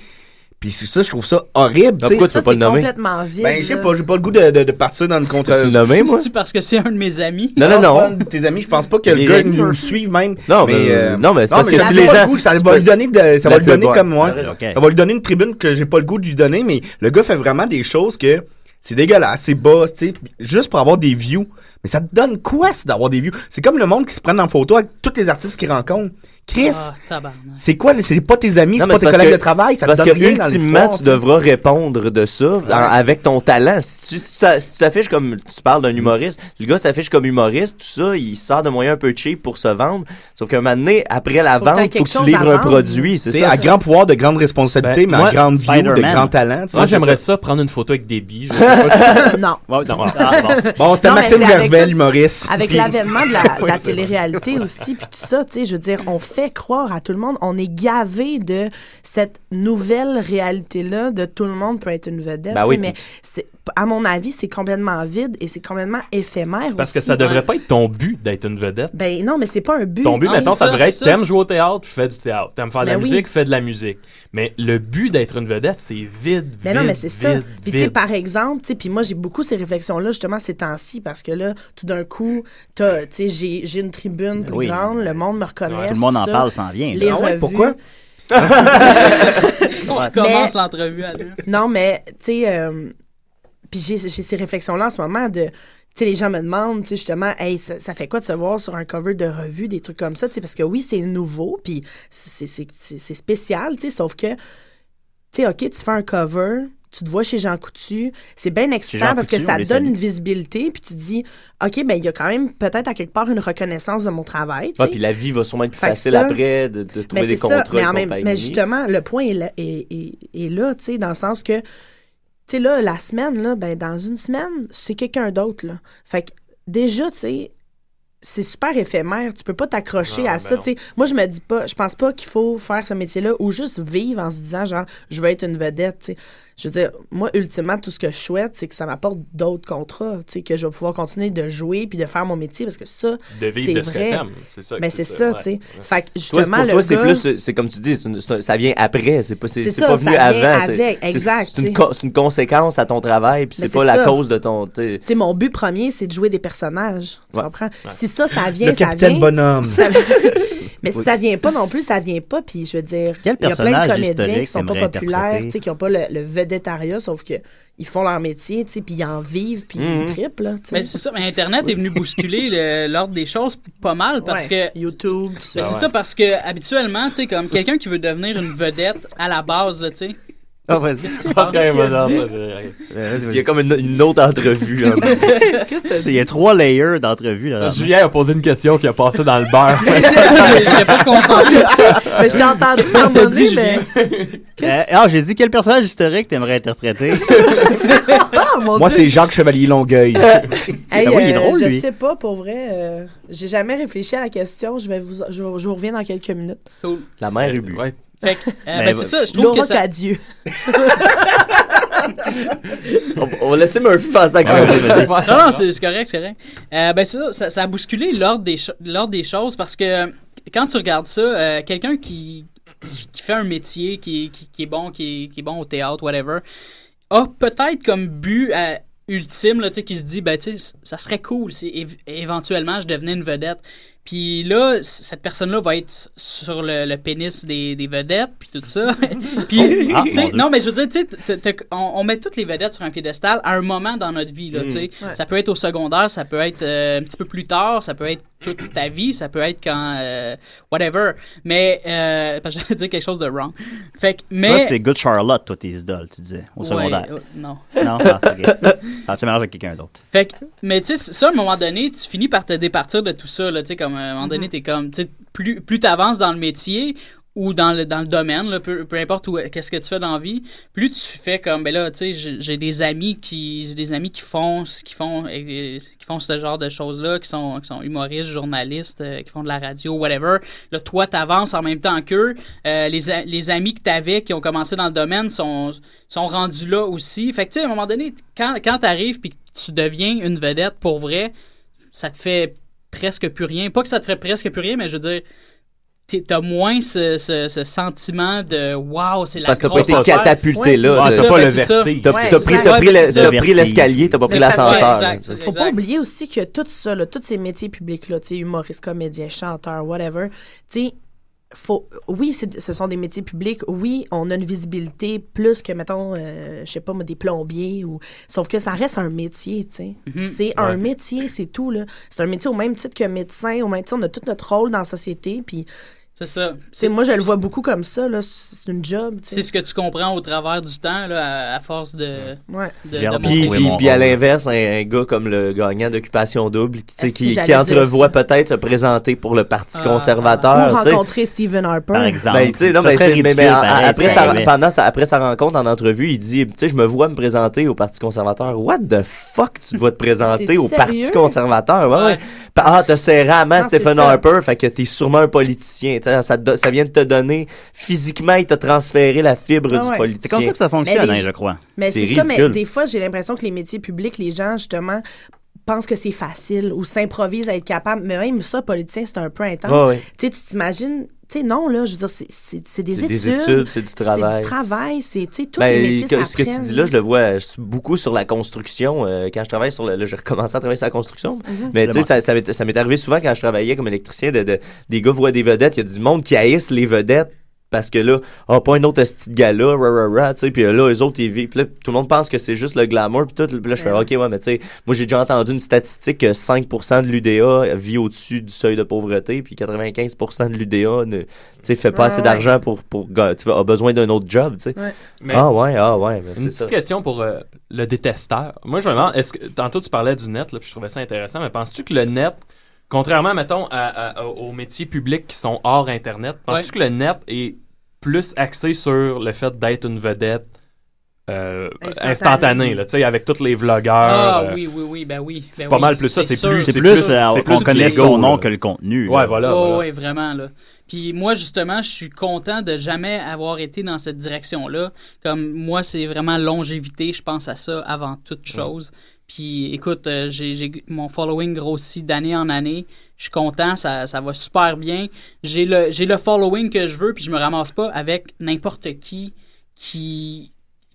[SPEAKER 8] Puis c'est ça, je trouve ça horrible.
[SPEAKER 10] Ah,
[SPEAKER 8] tu sais.
[SPEAKER 10] pourquoi tu Ça, veux pas le c'est nommer?
[SPEAKER 7] complètement vide,
[SPEAKER 8] Ben, je sais
[SPEAKER 7] là.
[SPEAKER 8] pas, j'ai pas le goût de, de- de partir dans le contre.
[SPEAKER 10] Peux-tu le nommer, moi?
[SPEAKER 13] C'est-tu parce que c'est un de mes amis?
[SPEAKER 8] Non, non, non. Tes amis, je pense pas que le
[SPEAKER 10] Les
[SPEAKER 8] gars
[SPEAKER 10] amis.
[SPEAKER 8] nous suive même.
[SPEAKER 10] Non, mais- non, mais c'est parce que
[SPEAKER 8] ça
[SPEAKER 10] si
[SPEAKER 8] donne
[SPEAKER 10] les
[SPEAKER 8] pas le
[SPEAKER 10] gens-
[SPEAKER 8] goût, ça
[SPEAKER 10] tu
[SPEAKER 8] va
[SPEAKER 10] peux-
[SPEAKER 8] lui donner, de- ça va
[SPEAKER 10] La
[SPEAKER 8] lui donner
[SPEAKER 10] pub,
[SPEAKER 8] comme
[SPEAKER 10] ouais.
[SPEAKER 8] moi.
[SPEAKER 10] T'as raison. Ok.
[SPEAKER 8] Ça va lui donner une tribune que j'ai pas le goût de lui donner, mais le gars fait vraiment des choses que c'est dégueulasse, c'est bas, tu sais, juste pour avoir des views. Mais ça te donne quoi, c'est d'avoir des views? C'est comme le monde qui se prenne en photo avec tous les artistes qu'ils rencontrent. Chris,
[SPEAKER 13] Ah, tabarnak.
[SPEAKER 8] c'est quoi, le- c'est pas tes amis,
[SPEAKER 10] Non, mais
[SPEAKER 8] c'est pas
[SPEAKER 10] c'est
[SPEAKER 8] tes
[SPEAKER 10] parce
[SPEAKER 8] collègues
[SPEAKER 10] que-
[SPEAKER 8] de travail,
[SPEAKER 10] c'est
[SPEAKER 8] ça te
[SPEAKER 10] parce
[SPEAKER 8] donne
[SPEAKER 10] que
[SPEAKER 8] rien dans
[SPEAKER 10] ultimement,
[SPEAKER 8] l'histoire,
[SPEAKER 10] tu
[SPEAKER 8] sais.
[SPEAKER 10] devras répondre de ça en- avec ton talent. Si tu- si tu t'a- si tu t'affiches comme tu parles d'un humoriste, le gars s'affiche comme humoriste, tout ça, il sort de moyens un peu cheap pour se vendre. Sauf qu'un moment donné, après la
[SPEAKER 8] Faut que t'aies
[SPEAKER 10] vente, faut
[SPEAKER 8] quelque
[SPEAKER 10] que tu
[SPEAKER 8] chose
[SPEAKER 10] livres
[SPEAKER 8] à
[SPEAKER 10] un
[SPEAKER 8] vendre.
[SPEAKER 10] produit. C'est
[SPEAKER 8] T'sais,
[SPEAKER 10] ça.
[SPEAKER 8] à grand pouvoir, de grande responsabilité, mais à grande view, de grand talent. tu sais,
[SPEAKER 11] Moi,
[SPEAKER 8] c'est
[SPEAKER 11] j'aimerais
[SPEAKER 8] ça.
[SPEAKER 11] ça prendre une photo avec des billes. je sais pas si-
[SPEAKER 7] <laughs> Non.
[SPEAKER 11] Ouais, non.
[SPEAKER 7] Ah,
[SPEAKER 8] bon. Bon, c'était
[SPEAKER 7] Non, mais
[SPEAKER 8] Maxime
[SPEAKER 7] c'est avec-
[SPEAKER 8] Gervais, l'humoriste.
[SPEAKER 7] Avec
[SPEAKER 8] Puis-
[SPEAKER 7] l'avènement
[SPEAKER 8] <laughs>
[SPEAKER 7] de la,
[SPEAKER 8] C'est
[SPEAKER 7] la
[SPEAKER 8] ça.
[SPEAKER 7] télé-réalité aussi, puis tout ça, tu sais, je veux dire, on fait croire à tout le monde, on est gavé de cette nouvelle réalité-là, de tout le monde peut être une vedette,
[SPEAKER 11] Ben
[SPEAKER 7] tu sais,
[SPEAKER 11] oui,
[SPEAKER 7] mais
[SPEAKER 11] puis-
[SPEAKER 7] c'est- à mon avis, c'est complètement vide et c'est complètement éphémère
[SPEAKER 11] Parce que
[SPEAKER 7] aussi. hein.
[SPEAKER 11] ça devrait pas être ton but d'être une vedette.
[SPEAKER 7] Ben non, mais c'est pas un but. hein.
[SPEAKER 11] Ton but,
[SPEAKER 7] tu sais.
[SPEAKER 11] maintenant, ça devrait être t'aimes jouer au théâtre, fais du théâtre. T'aimes faire de la
[SPEAKER 7] Ben oui.
[SPEAKER 11] musique, fais de la musique. Mais le but d'être une vedette, c'est vide,
[SPEAKER 7] Mais
[SPEAKER 11] vide,
[SPEAKER 7] Ben non, mais c'est ça.
[SPEAKER 11] vide,
[SPEAKER 7] Puis, tu sais,
[SPEAKER 11] vide.
[SPEAKER 7] par exemple, tu sais, puis moi, j'ai beaucoup ces réflexions-là, justement, ces temps-ci, parce que là, tout d'un coup, t'as- tu sais, j'ai j'ai une tribune plus
[SPEAKER 5] Oui.
[SPEAKER 7] grande, le monde me reconnaît.
[SPEAKER 5] Tout le monde
[SPEAKER 7] tout
[SPEAKER 5] en
[SPEAKER 7] ça.
[SPEAKER 5] parle, s'en vient. là.
[SPEAKER 7] Les
[SPEAKER 5] Ah ouais,
[SPEAKER 7] revues. <laughs>
[SPEAKER 5] pourquoi?
[SPEAKER 13] On recommence l'entrevue à deux.
[SPEAKER 2] <laughs>
[SPEAKER 7] Non, mais, tu sais, euh, puis j'ai j'ai ces réflexions-là en ce moment de. Tu sais, les gens me demandent, tu sais, justement, hey, ça, ça fait quoi de se voir sur un cover de revue, des trucs comme ça, tu sais, parce que oui, c'est nouveau, puis c'est- c'est c'est- c'est spécial, tu sais, sauf que, tu sais, OK, tu fais un cover, tu te vois chez Jean Coutu, c'est bien excitant
[SPEAKER 2] Jean
[SPEAKER 7] parce
[SPEAKER 2] Coutu,
[SPEAKER 7] que
[SPEAKER 2] on
[SPEAKER 7] ça
[SPEAKER 2] les
[SPEAKER 7] donne
[SPEAKER 2] salue.
[SPEAKER 7] une visibilité, puis tu dis, OK, ben il y a quand même peut-être à quelque part une reconnaissance de mon travail, tu
[SPEAKER 10] Ouais,
[SPEAKER 7] sais.
[SPEAKER 10] puis la vie va sûrement être plus
[SPEAKER 7] Fait que
[SPEAKER 10] facile
[SPEAKER 7] ça-
[SPEAKER 10] après de, de trouver
[SPEAKER 7] Mais
[SPEAKER 10] des
[SPEAKER 7] Ben, c'est ça,
[SPEAKER 10] contrats
[SPEAKER 7] mais,
[SPEAKER 10] et
[SPEAKER 7] en même-
[SPEAKER 10] compagnie.
[SPEAKER 7] mais justement, le point est là, est- est- est là, tu sais, dans le sens que, tu sais, là, la semaine, là, ben, dans une semaine, c'est quelqu'un d'autre, là. Fait que, déjà, tu sais, c'est super éphémère. Tu peux pas
[SPEAKER 11] Ah,
[SPEAKER 7] t'accrocher
[SPEAKER 18] Non,
[SPEAKER 7] à
[SPEAKER 18] ben
[SPEAKER 7] ça.
[SPEAKER 18] non.
[SPEAKER 7] tu sais. Moi, je me dis pas, je pense pas qu'il faut faire ce métier-là ou juste vivre en se disant, genre, je veux être une vedette. tu sais. Je veux dire, moi, ultimement, tout ce que je souhaite, c'est que ça m'apporte d'autres contrats, tu sais, que je vais pouvoir continuer de jouer puis de faire mon métier parce que ça.
[SPEAKER 11] De vivre
[SPEAKER 7] c'est
[SPEAKER 11] de ce que
[SPEAKER 7] vrai.
[SPEAKER 11] t'aimes, c'est ça que
[SPEAKER 7] Mais
[SPEAKER 11] c'est
[SPEAKER 7] c'est
[SPEAKER 11] ça,
[SPEAKER 7] ça,
[SPEAKER 11] ouais.
[SPEAKER 7] tu sais.
[SPEAKER 11] Ouais.
[SPEAKER 7] Fait que
[SPEAKER 10] Toi, c'est-
[SPEAKER 7] justement,
[SPEAKER 10] pour
[SPEAKER 7] le
[SPEAKER 10] toi, c'est
[SPEAKER 7] gars-
[SPEAKER 10] plus, euh, c'est comme tu dis, c'est une- c'est un- ça vient après, c'est pas, c'est,
[SPEAKER 7] C'est
[SPEAKER 10] c'est
[SPEAKER 7] ça,
[SPEAKER 10] pas venu
[SPEAKER 7] ça vient
[SPEAKER 10] avant. c'est-
[SPEAKER 7] avec,
[SPEAKER 10] c'est,
[SPEAKER 7] exact,
[SPEAKER 10] C'est, une,
[SPEAKER 7] t'sais.
[SPEAKER 10] co- c'est une conséquence à ton travail, puis
[SPEAKER 7] Mais
[SPEAKER 10] c'est
[SPEAKER 7] c'est
[SPEAKER 10] pas la
[SPEAKER 7] ça.
[SPEAKER 10] cause de ton. t'sais.
[SPEAKER 7] Tu sais, mon but premier, c'est de jouer des personnages. Tu
[SPEAKER 10] Ouais.
[SPEAKER 7] comprends?
[SPEAKER 10] Ouais.
[SPEAKER 7] Si ça, ça vient,
[SPEAKER 10] Le
[SPEAKER 7] ça
[SPEAKER 10] capitaine
[SPEAKER 7] vient.
[SPEAKER 10] bonhomme.
[SPEAKER 7] <laughs>
[SPEAKER 13] <laughs>
[SPEAKER 7] Ça- Mais si
[SPEAKER 10] Oui.
[SPEAKER 7] ça vient pas non plus, ça vient pas. Puis je veux dire,
[SPEAKER 5] Quel
[SPEAKER 7] il y a plein
[SPEAKER 5] personnage
[SPEAKER 7] de comédiens qui
[SPEAKER 5] historique
[SPEAKER 7] sont pas
[SPEAKER 5] t'aimerais
[SPEAKER 7] populaires,
[SPEAKER 5] interpréter?
[SPEAKER 7] tu sais, qui ont pas le, le vedettariat, sauf que ils font leur métier, tu sais, puis ils en vivent, puis
[SPEAKER 13] Mhm.
[SPEAKER 7] ils triplent. là, tu sais. <laughs>
[SPEAKER 13] Mais c'est ça, mais Internet est venu bousculer le- l'ordre des choses pas mal parce
[SPEAKER 7] Ouais,
[SPEAKER 13] que.
[SPEAKER 7] YouTube,
[SPEAKER 13] Mais
[SPEAKER 7] ça,
[SPEAKER 13] c'est
[SPEAKER 7] ouais.
[SPEAKER 13] ça parce que habituellement, tu sais, comme quelqu'un qui veut devenir une vedette à la base, là, tu sais.
[SPEAKER 5] Ah, vas-y.
[SPEAKER 13] Qu'est-ce qui se passe?
[SPEAKER 5] Ok, vas-y.
[SPEAKER 13] Qu'est-ce
[SPEAKER 10] Il y a comme une, une autre entrevue. hein.
[SPEAKER 13] Qu'est-ce que t'as dit?
[SPEAKER 5] Il y a trois layers d'entrevues. là.
[SPEAKER 11] Julien a posé une question qui a passé dans le beurre.
[SPEAKER 13] J'étais pas concentré.
[SPEAKER 7] <laughs> Mais je t'ai entendu
[SPEAKER 13] Qu'est-ce que
[SPEAKER 7] pas
[SPEAKER 13] t'as
[SPEAKER 7] demander,
[SPEAKER 13] dit,
[SPEAKER 7] mais.
[SPEAKER 5] Euh, ah, j'ai dit quel personnage historique t'aimerais interpréter?
[SPEAKER 7] Ah, mon
[SPEAKER 8] Moi,
[SPEAKER 7] Dieu!
[SPEAKER 8] c'est Jacques Chevalier Longueuil.
[SPEAKER 7] Hey,
[SPEAKER 5] Ah
[SPEAKER 8] Ben oui, il est
[SPEAKER 7] euh,
[SPEAKER 8] drôle,
[SPEAKER 7] je
[SPEAKER 8] lui.
[SPEAKER 7] sais pas, pour vrai. euh, J'ai jamais réfléchi à la question. Je vais vous, je, vous- je vous reviens dans quelques minutes.
[SPEAKER 13] Cool.
[SPEAKER 10] La mère Ubu.
[SPEAKER 13] Fait que, euh,
[SPEAKER 10] Mais
[SPEAKER 13] ben,
[SPEAKER 10] va-
[SPEAKER 13] c'est ça, je trouve
[SPEAKER 7] Laura
[SPEAKER 13] que ça. <laughs>
[SPEAKER 7] Cadieux.
[SPEAKER 10] On, on va laisser Murphy faire ça. quand même.
[SPEAKER 13] non, non, c'est c'est correct, c'est correct. Euh, ben, c'est ça, ça, ça a bousculé l'ordre des, cho- l'ordre des choses parce que quand tu regardes ça, euh, quelqu'un qui, qui, qui fait un métier, qui, qui, qui est bon, qui, est- qui est bon au théâtre, whatever, a peut-être comme but euh, ultime, là, tu sais, qui se dit, ben, tu sais, ça serait cool si év- éventuellement je devenais une vedette. Puis là, c- cette personne-là va être sur le, le pénis des, des vedettes, puis tout ça. <laughs> puis,
[SPEAKER 18] Ah,
[SPEAKER 13] tu sais,
[SPEAKER 18] mon Dieu.
[SPEAKER 13] non, mais je veux dire, tu sais, t'as- t'as- on, on met toutes les vedettes sur un piédestal à un moment dans notre vie, là,
[SPEAKER 18] Mm.
[SPEAKER 13] tu sais.
[SPEAKER 18] Ouais.
[SPEAKER 13] Ça peut être au secondaire, ça peut être euh, un petit peu plus tard, ça peut être toute ta vie, ça peut être quand... euh, whatever. Mais, euh, parce que j'allais dire quelque chose de wrong. Fait que, mais...
[SPEAKER 5] Toi, c'est Good Charlotte, toi, tes idoles, tu disais, au
[SPEAKER 13] Ouais,
[SPEAKER 5] secondaire.
[SPEAKER 13] euh, non.
[SPEAKER 5] Non, ah, ok. Ah, tu mélanges avec quelqu'un d'autre.
[SPEAKER 13] Fait que, mais tu sais, ça, à un moment donné, tu finis par te départir de tout ça, là, tu sais, comme, à un moment donné, t'es comme, tu sais, plus, plus t'avances dans le métier ou dans le, dans le domaine, là, peu, peu importe où, qu'est-ce que tu fais dans la vie, plus tu fais comme, ben là, tu sais, j'ai j'ai des amis qui, j'ai des amis qui font, ce- qui font, euh, qui font ce genre de choses-là, qui sont, qui sont humoristes, journalistes, euh, qui font de la radio, whatever. Là, toi, t'avances en même temps qu'eux. Euh, les, a- les amis que t'avais qui ont commencé dans le domaine sont, sont rendus là aussi. Fait que, tu sais, à un moment donné, t- quand, quand t'arrives puis que tu deviens une vedette pour vrai, ça te fait presque plus rien. Pas que ça te fait presque plus rien, mais je veux dire, t'es- t'as moins ce, ce- ce sentiment de waouh, c'est la
[SPEAKER 10] Parce que t'as pas
[SPEAKER 13] grosse
[SPEAKER 10] été
[SPEAKER 13] affaire.
[SPEAKER 10] catapulté
[SPEAKER 13] Ouais,
[SPEAKER 10] là.
[SPEAKER 13] c'est
[SPEAKER 10] là.
[SPEAKER 13] ça, ben, c'est ça.
[SPEAKER 10] T'as t'as pris, t'as pris,
[SPEAKER 13] Ouais,
[SPEAKER 10] le-
[SPEAKER 13] ben, c'est ça.
[SPEAKER 10] t'as pris l'escalier, t'as pas pris
[SPEAKER 13] Mais c'est parce que-
[SPEAKER 10] l'ascenseur. là.
[SPEAKER 13] exact, c'est-
[SPEAKER 7] Faut
[SPEAKER 13] exact.
[SPEAKER 7] pas oublier aussi que tout ça, là, tous ces métiers publics-là, tu sais, humoriste, comédien, chanteur, whatever, tu sais, faut, oui, c'est- ce sont des métiers publics. Oui, on a une visibilité plus que, mettons, euh, je sais pas, moi, des plombiers. ou Sauf que ça reste un métier, tu sais.
[SPEAKER 18] Mhm.
[SPEAKER 7] C'est un
[SPEAKER 18] Ouais.
[SPEAKER 7] métier, c'est tout, là. C'est un métier au même titre que médecin, au même titre, on a tout notre rôle dans la société, puis...
[SPEAKER 13] C'est ça.
[SPEAKER 7] Tu sais, moi, je le vois beaucoup comme ça, là. C'est une job, tu sais.
[SPEAKER 13] C'est ce que tu comprends au travers du temps, là, à, à force de.
[SPEAKER 7] Ouais.
[SPEAKER 13] de-
[SPEAKER 10] Puis-
[SPEAKER 13] de
[SPEAKER 10] puis,
[SPEAKER 13] montrer.
[SPEAKER 10] puis- puis à l'inverse, un, un gars comme le gagnant d'occupation double qui, tu sais,
[SPEAKER 7] Ah, si,
[SPEAKER 10] qui,
[SPEAKER 7] j'allais
[SPEAKER 10] qui
[SPEAKER 7] dire
[SPEAKER 10] entrevoit peut-être se présenter pour le Parti
[SPEAKER 7] Ah,
[SPEAKER 10] conservateur.
[SPEAKER 7] Ou
[SPEAKER 10] tu sais.
[SPEAKER 7] rencontrer Stephen Harper.
[SPEAKER 10] Ben, tu sais, non,
[SPEAKER 5] Ça
[SPEAKER 10] ben,
[SPEAKER 5] serait
[SPEAKER 10] c'est-
[SPEAKER 5] ridicule,
[SPEAKER 10] mais- mais en-
[SPEAKER 5] pareil,
[SPEAKER 10] après,
[SPEAKER 5] ça
[SPEAKER 10] sa,
[SPEAKER 5] arrivait.
[SPEAKER 10] pendant sa- après sa rencontre en entrevue, il dit, tu sais, je me vois me présenter au Parti conservateur. What the fuck tu dois te présenter
[SPEAKER 5] T'es-tu
[SPEAKER 10] au Parti
[SPEAKER 5] sérieux?
[SPEAKER 10] conservateur? Ouais, ouais. Pa- Ah, t'as serré à main
[SPEAKER 5] Non, c'est
[SPEAKER 10] Stephen
[SPEAKER 5] ça.
[SPEAKER 10] Harper, fait que t'es sûrement un politicien. Tu sais, Ça, te do- ça vient de te donner, physiquement, il t'a transféré la fibre
[SPEAKER 7] Ah
[SPEAKER 10] du
[SPEAKER 7] ouais.
[SPEAKER 10] politicien.
[SPEAKER 5] C'est comme ça que ça hein,
[SPEAKER 7] Mais
[SPEAKER 10] hein,
[SPEAKER 7] les- Mais c'est ça, mais
[SPEAKER 10] ridicule.
[SPEAKER 7] des fois, j'ai l'impression que les métiers publics, les gens, justement, pensent que c'est facile ou s'improvisent à être capable. Mais même ça, politicien, c'est un peu intense.
[SPEAKER 10] Ouais, ouais.
[SPEAKER 7] Tu sais, tu t'imagines. Tu sais, non, là, je veux dire, c'est- c'est c'est des,
[SPEAKER 10] C'est des
[SPEAKER 7] études.
[SPEAKER 10] études, c'est du
[SPEAKER 7] C'est
[SPEAKER 10] travail.
[SPEAKER 7] du travail, c'est, tu sais, tous
[SPEAKER 10] Ben,
[SPEAKER 7] les métiers
[SPEAKER 10] que- ce que tu
[SPEAKER 7] s'apprennent.
[SPEAKER 10] dis là, je le vois euh, s- beaucoup sur la construction. euh, quand je travaille sur le, là, j'ai recommencé à travailler sur la construction.
[SPEAKER 18] Mhm.
[SPEAKER 10] Mais tu sais, ça, ça m'est- ça m'est arrivé souvent quand je travaillais comme électricien, de, de- des gars voient des vedettes, il y a du monde qui haïssent les vedettes. Parce que là, oh, pas un autre petit gars-là, ra, ra, ra, tu sais, puis euh, là, eux autres, ils vivent. Puis là, tout le monde pense que c'est juste le glamour, puis tout. Puis là, je fais,
[SPEAKER 18] Ouais.
[SPEAKER 10] OK, ouais, mais tu sais, moi, j'ai déjà entendu une statistique que 5 de l'UDA vit au-dessus du seuil de pauvreté, puis 95 de l'UDA ne, tu sais, fait pas
[SPEAKER 11] Ah,
[SPEAKER 10] assez
[SPEAKER 11] ouais.
[SPEAKER 10] d'argent pour, pour, ga- tu vois, a besoin d'un autre job, tu sais.
[SPEAKER 11] Ouais. Mais-
[SPEAKER 10] Ah ouais, ah ouais, mais
[SPEAKER 11] Une
[SPEAKER 10] c'est
[SPEAKER 11] petite
[SPEAKER 10] ça.
[SPEAKER 11] question pour euh, le détesteur. Moi, je me demande, est-ce que tantôt tu parlais du net, là, puis je trouvais ça intéressant, mais penses-tu que le net, contrairement, mettons, à- à- aux métiers publics qui sont hors Internet, penses-tu
[SPEAKER 13] Ouais.
[SPEAKER 11] que le net est plus axé sur le fait d'être une vedette euh,
[SPEAKER 13] Instantané.
[SPEAKER 11] instantané, là, tu sais, avec tous les vlogueurs.
[SPEAKER 13] Ah
[SPEAKER 11] euh,
[SPEAKER 13] oui, oui, oui, ben oui.
[SPEAKER 11] c'est
[SPEAKER 13] ben
[SPEAKER 11] pas
[SPEAKER 13] oui,
[SPEAKER 11] mal plus ça, c'est
[SPEAKER 13] sûr.
[SPEAKER 11] plus,
[SPEAKER 5] C'est plus, euh,
[SPEAKER 11] c'est
[SPEAKER 5] on
[SPEAKER 11] du
[SPEAKER 5] connaisse
[SPEAKER 11] l'ego,
[SPEAKER 5] ton nom
[SPEAKER 11] là.
[SPEAKER 5] que le contenu,
[SPEAKER 11] Ouais,
[SPEAKER 5] là.
[SPEAKER 11] voilà.
[SPEAKER 13] Ouais,
[SPEAKER 11] voilà.
[SPEAKER 13] Oh, ouais, vraiment, là. Puis moi, justement, je suis content de jamais avoir été dans cette direction-là. Comme moi, c'est vraiment longévité, je pense à ça avant toute chose. Puis écoute, euh, j'ai, j'ai- mon following grossit d'année en année. Je suis content, ça, ça va super bien. J'ai le, j'ai le following que je veux, puis je me ramasse pas avec n'importe qui qui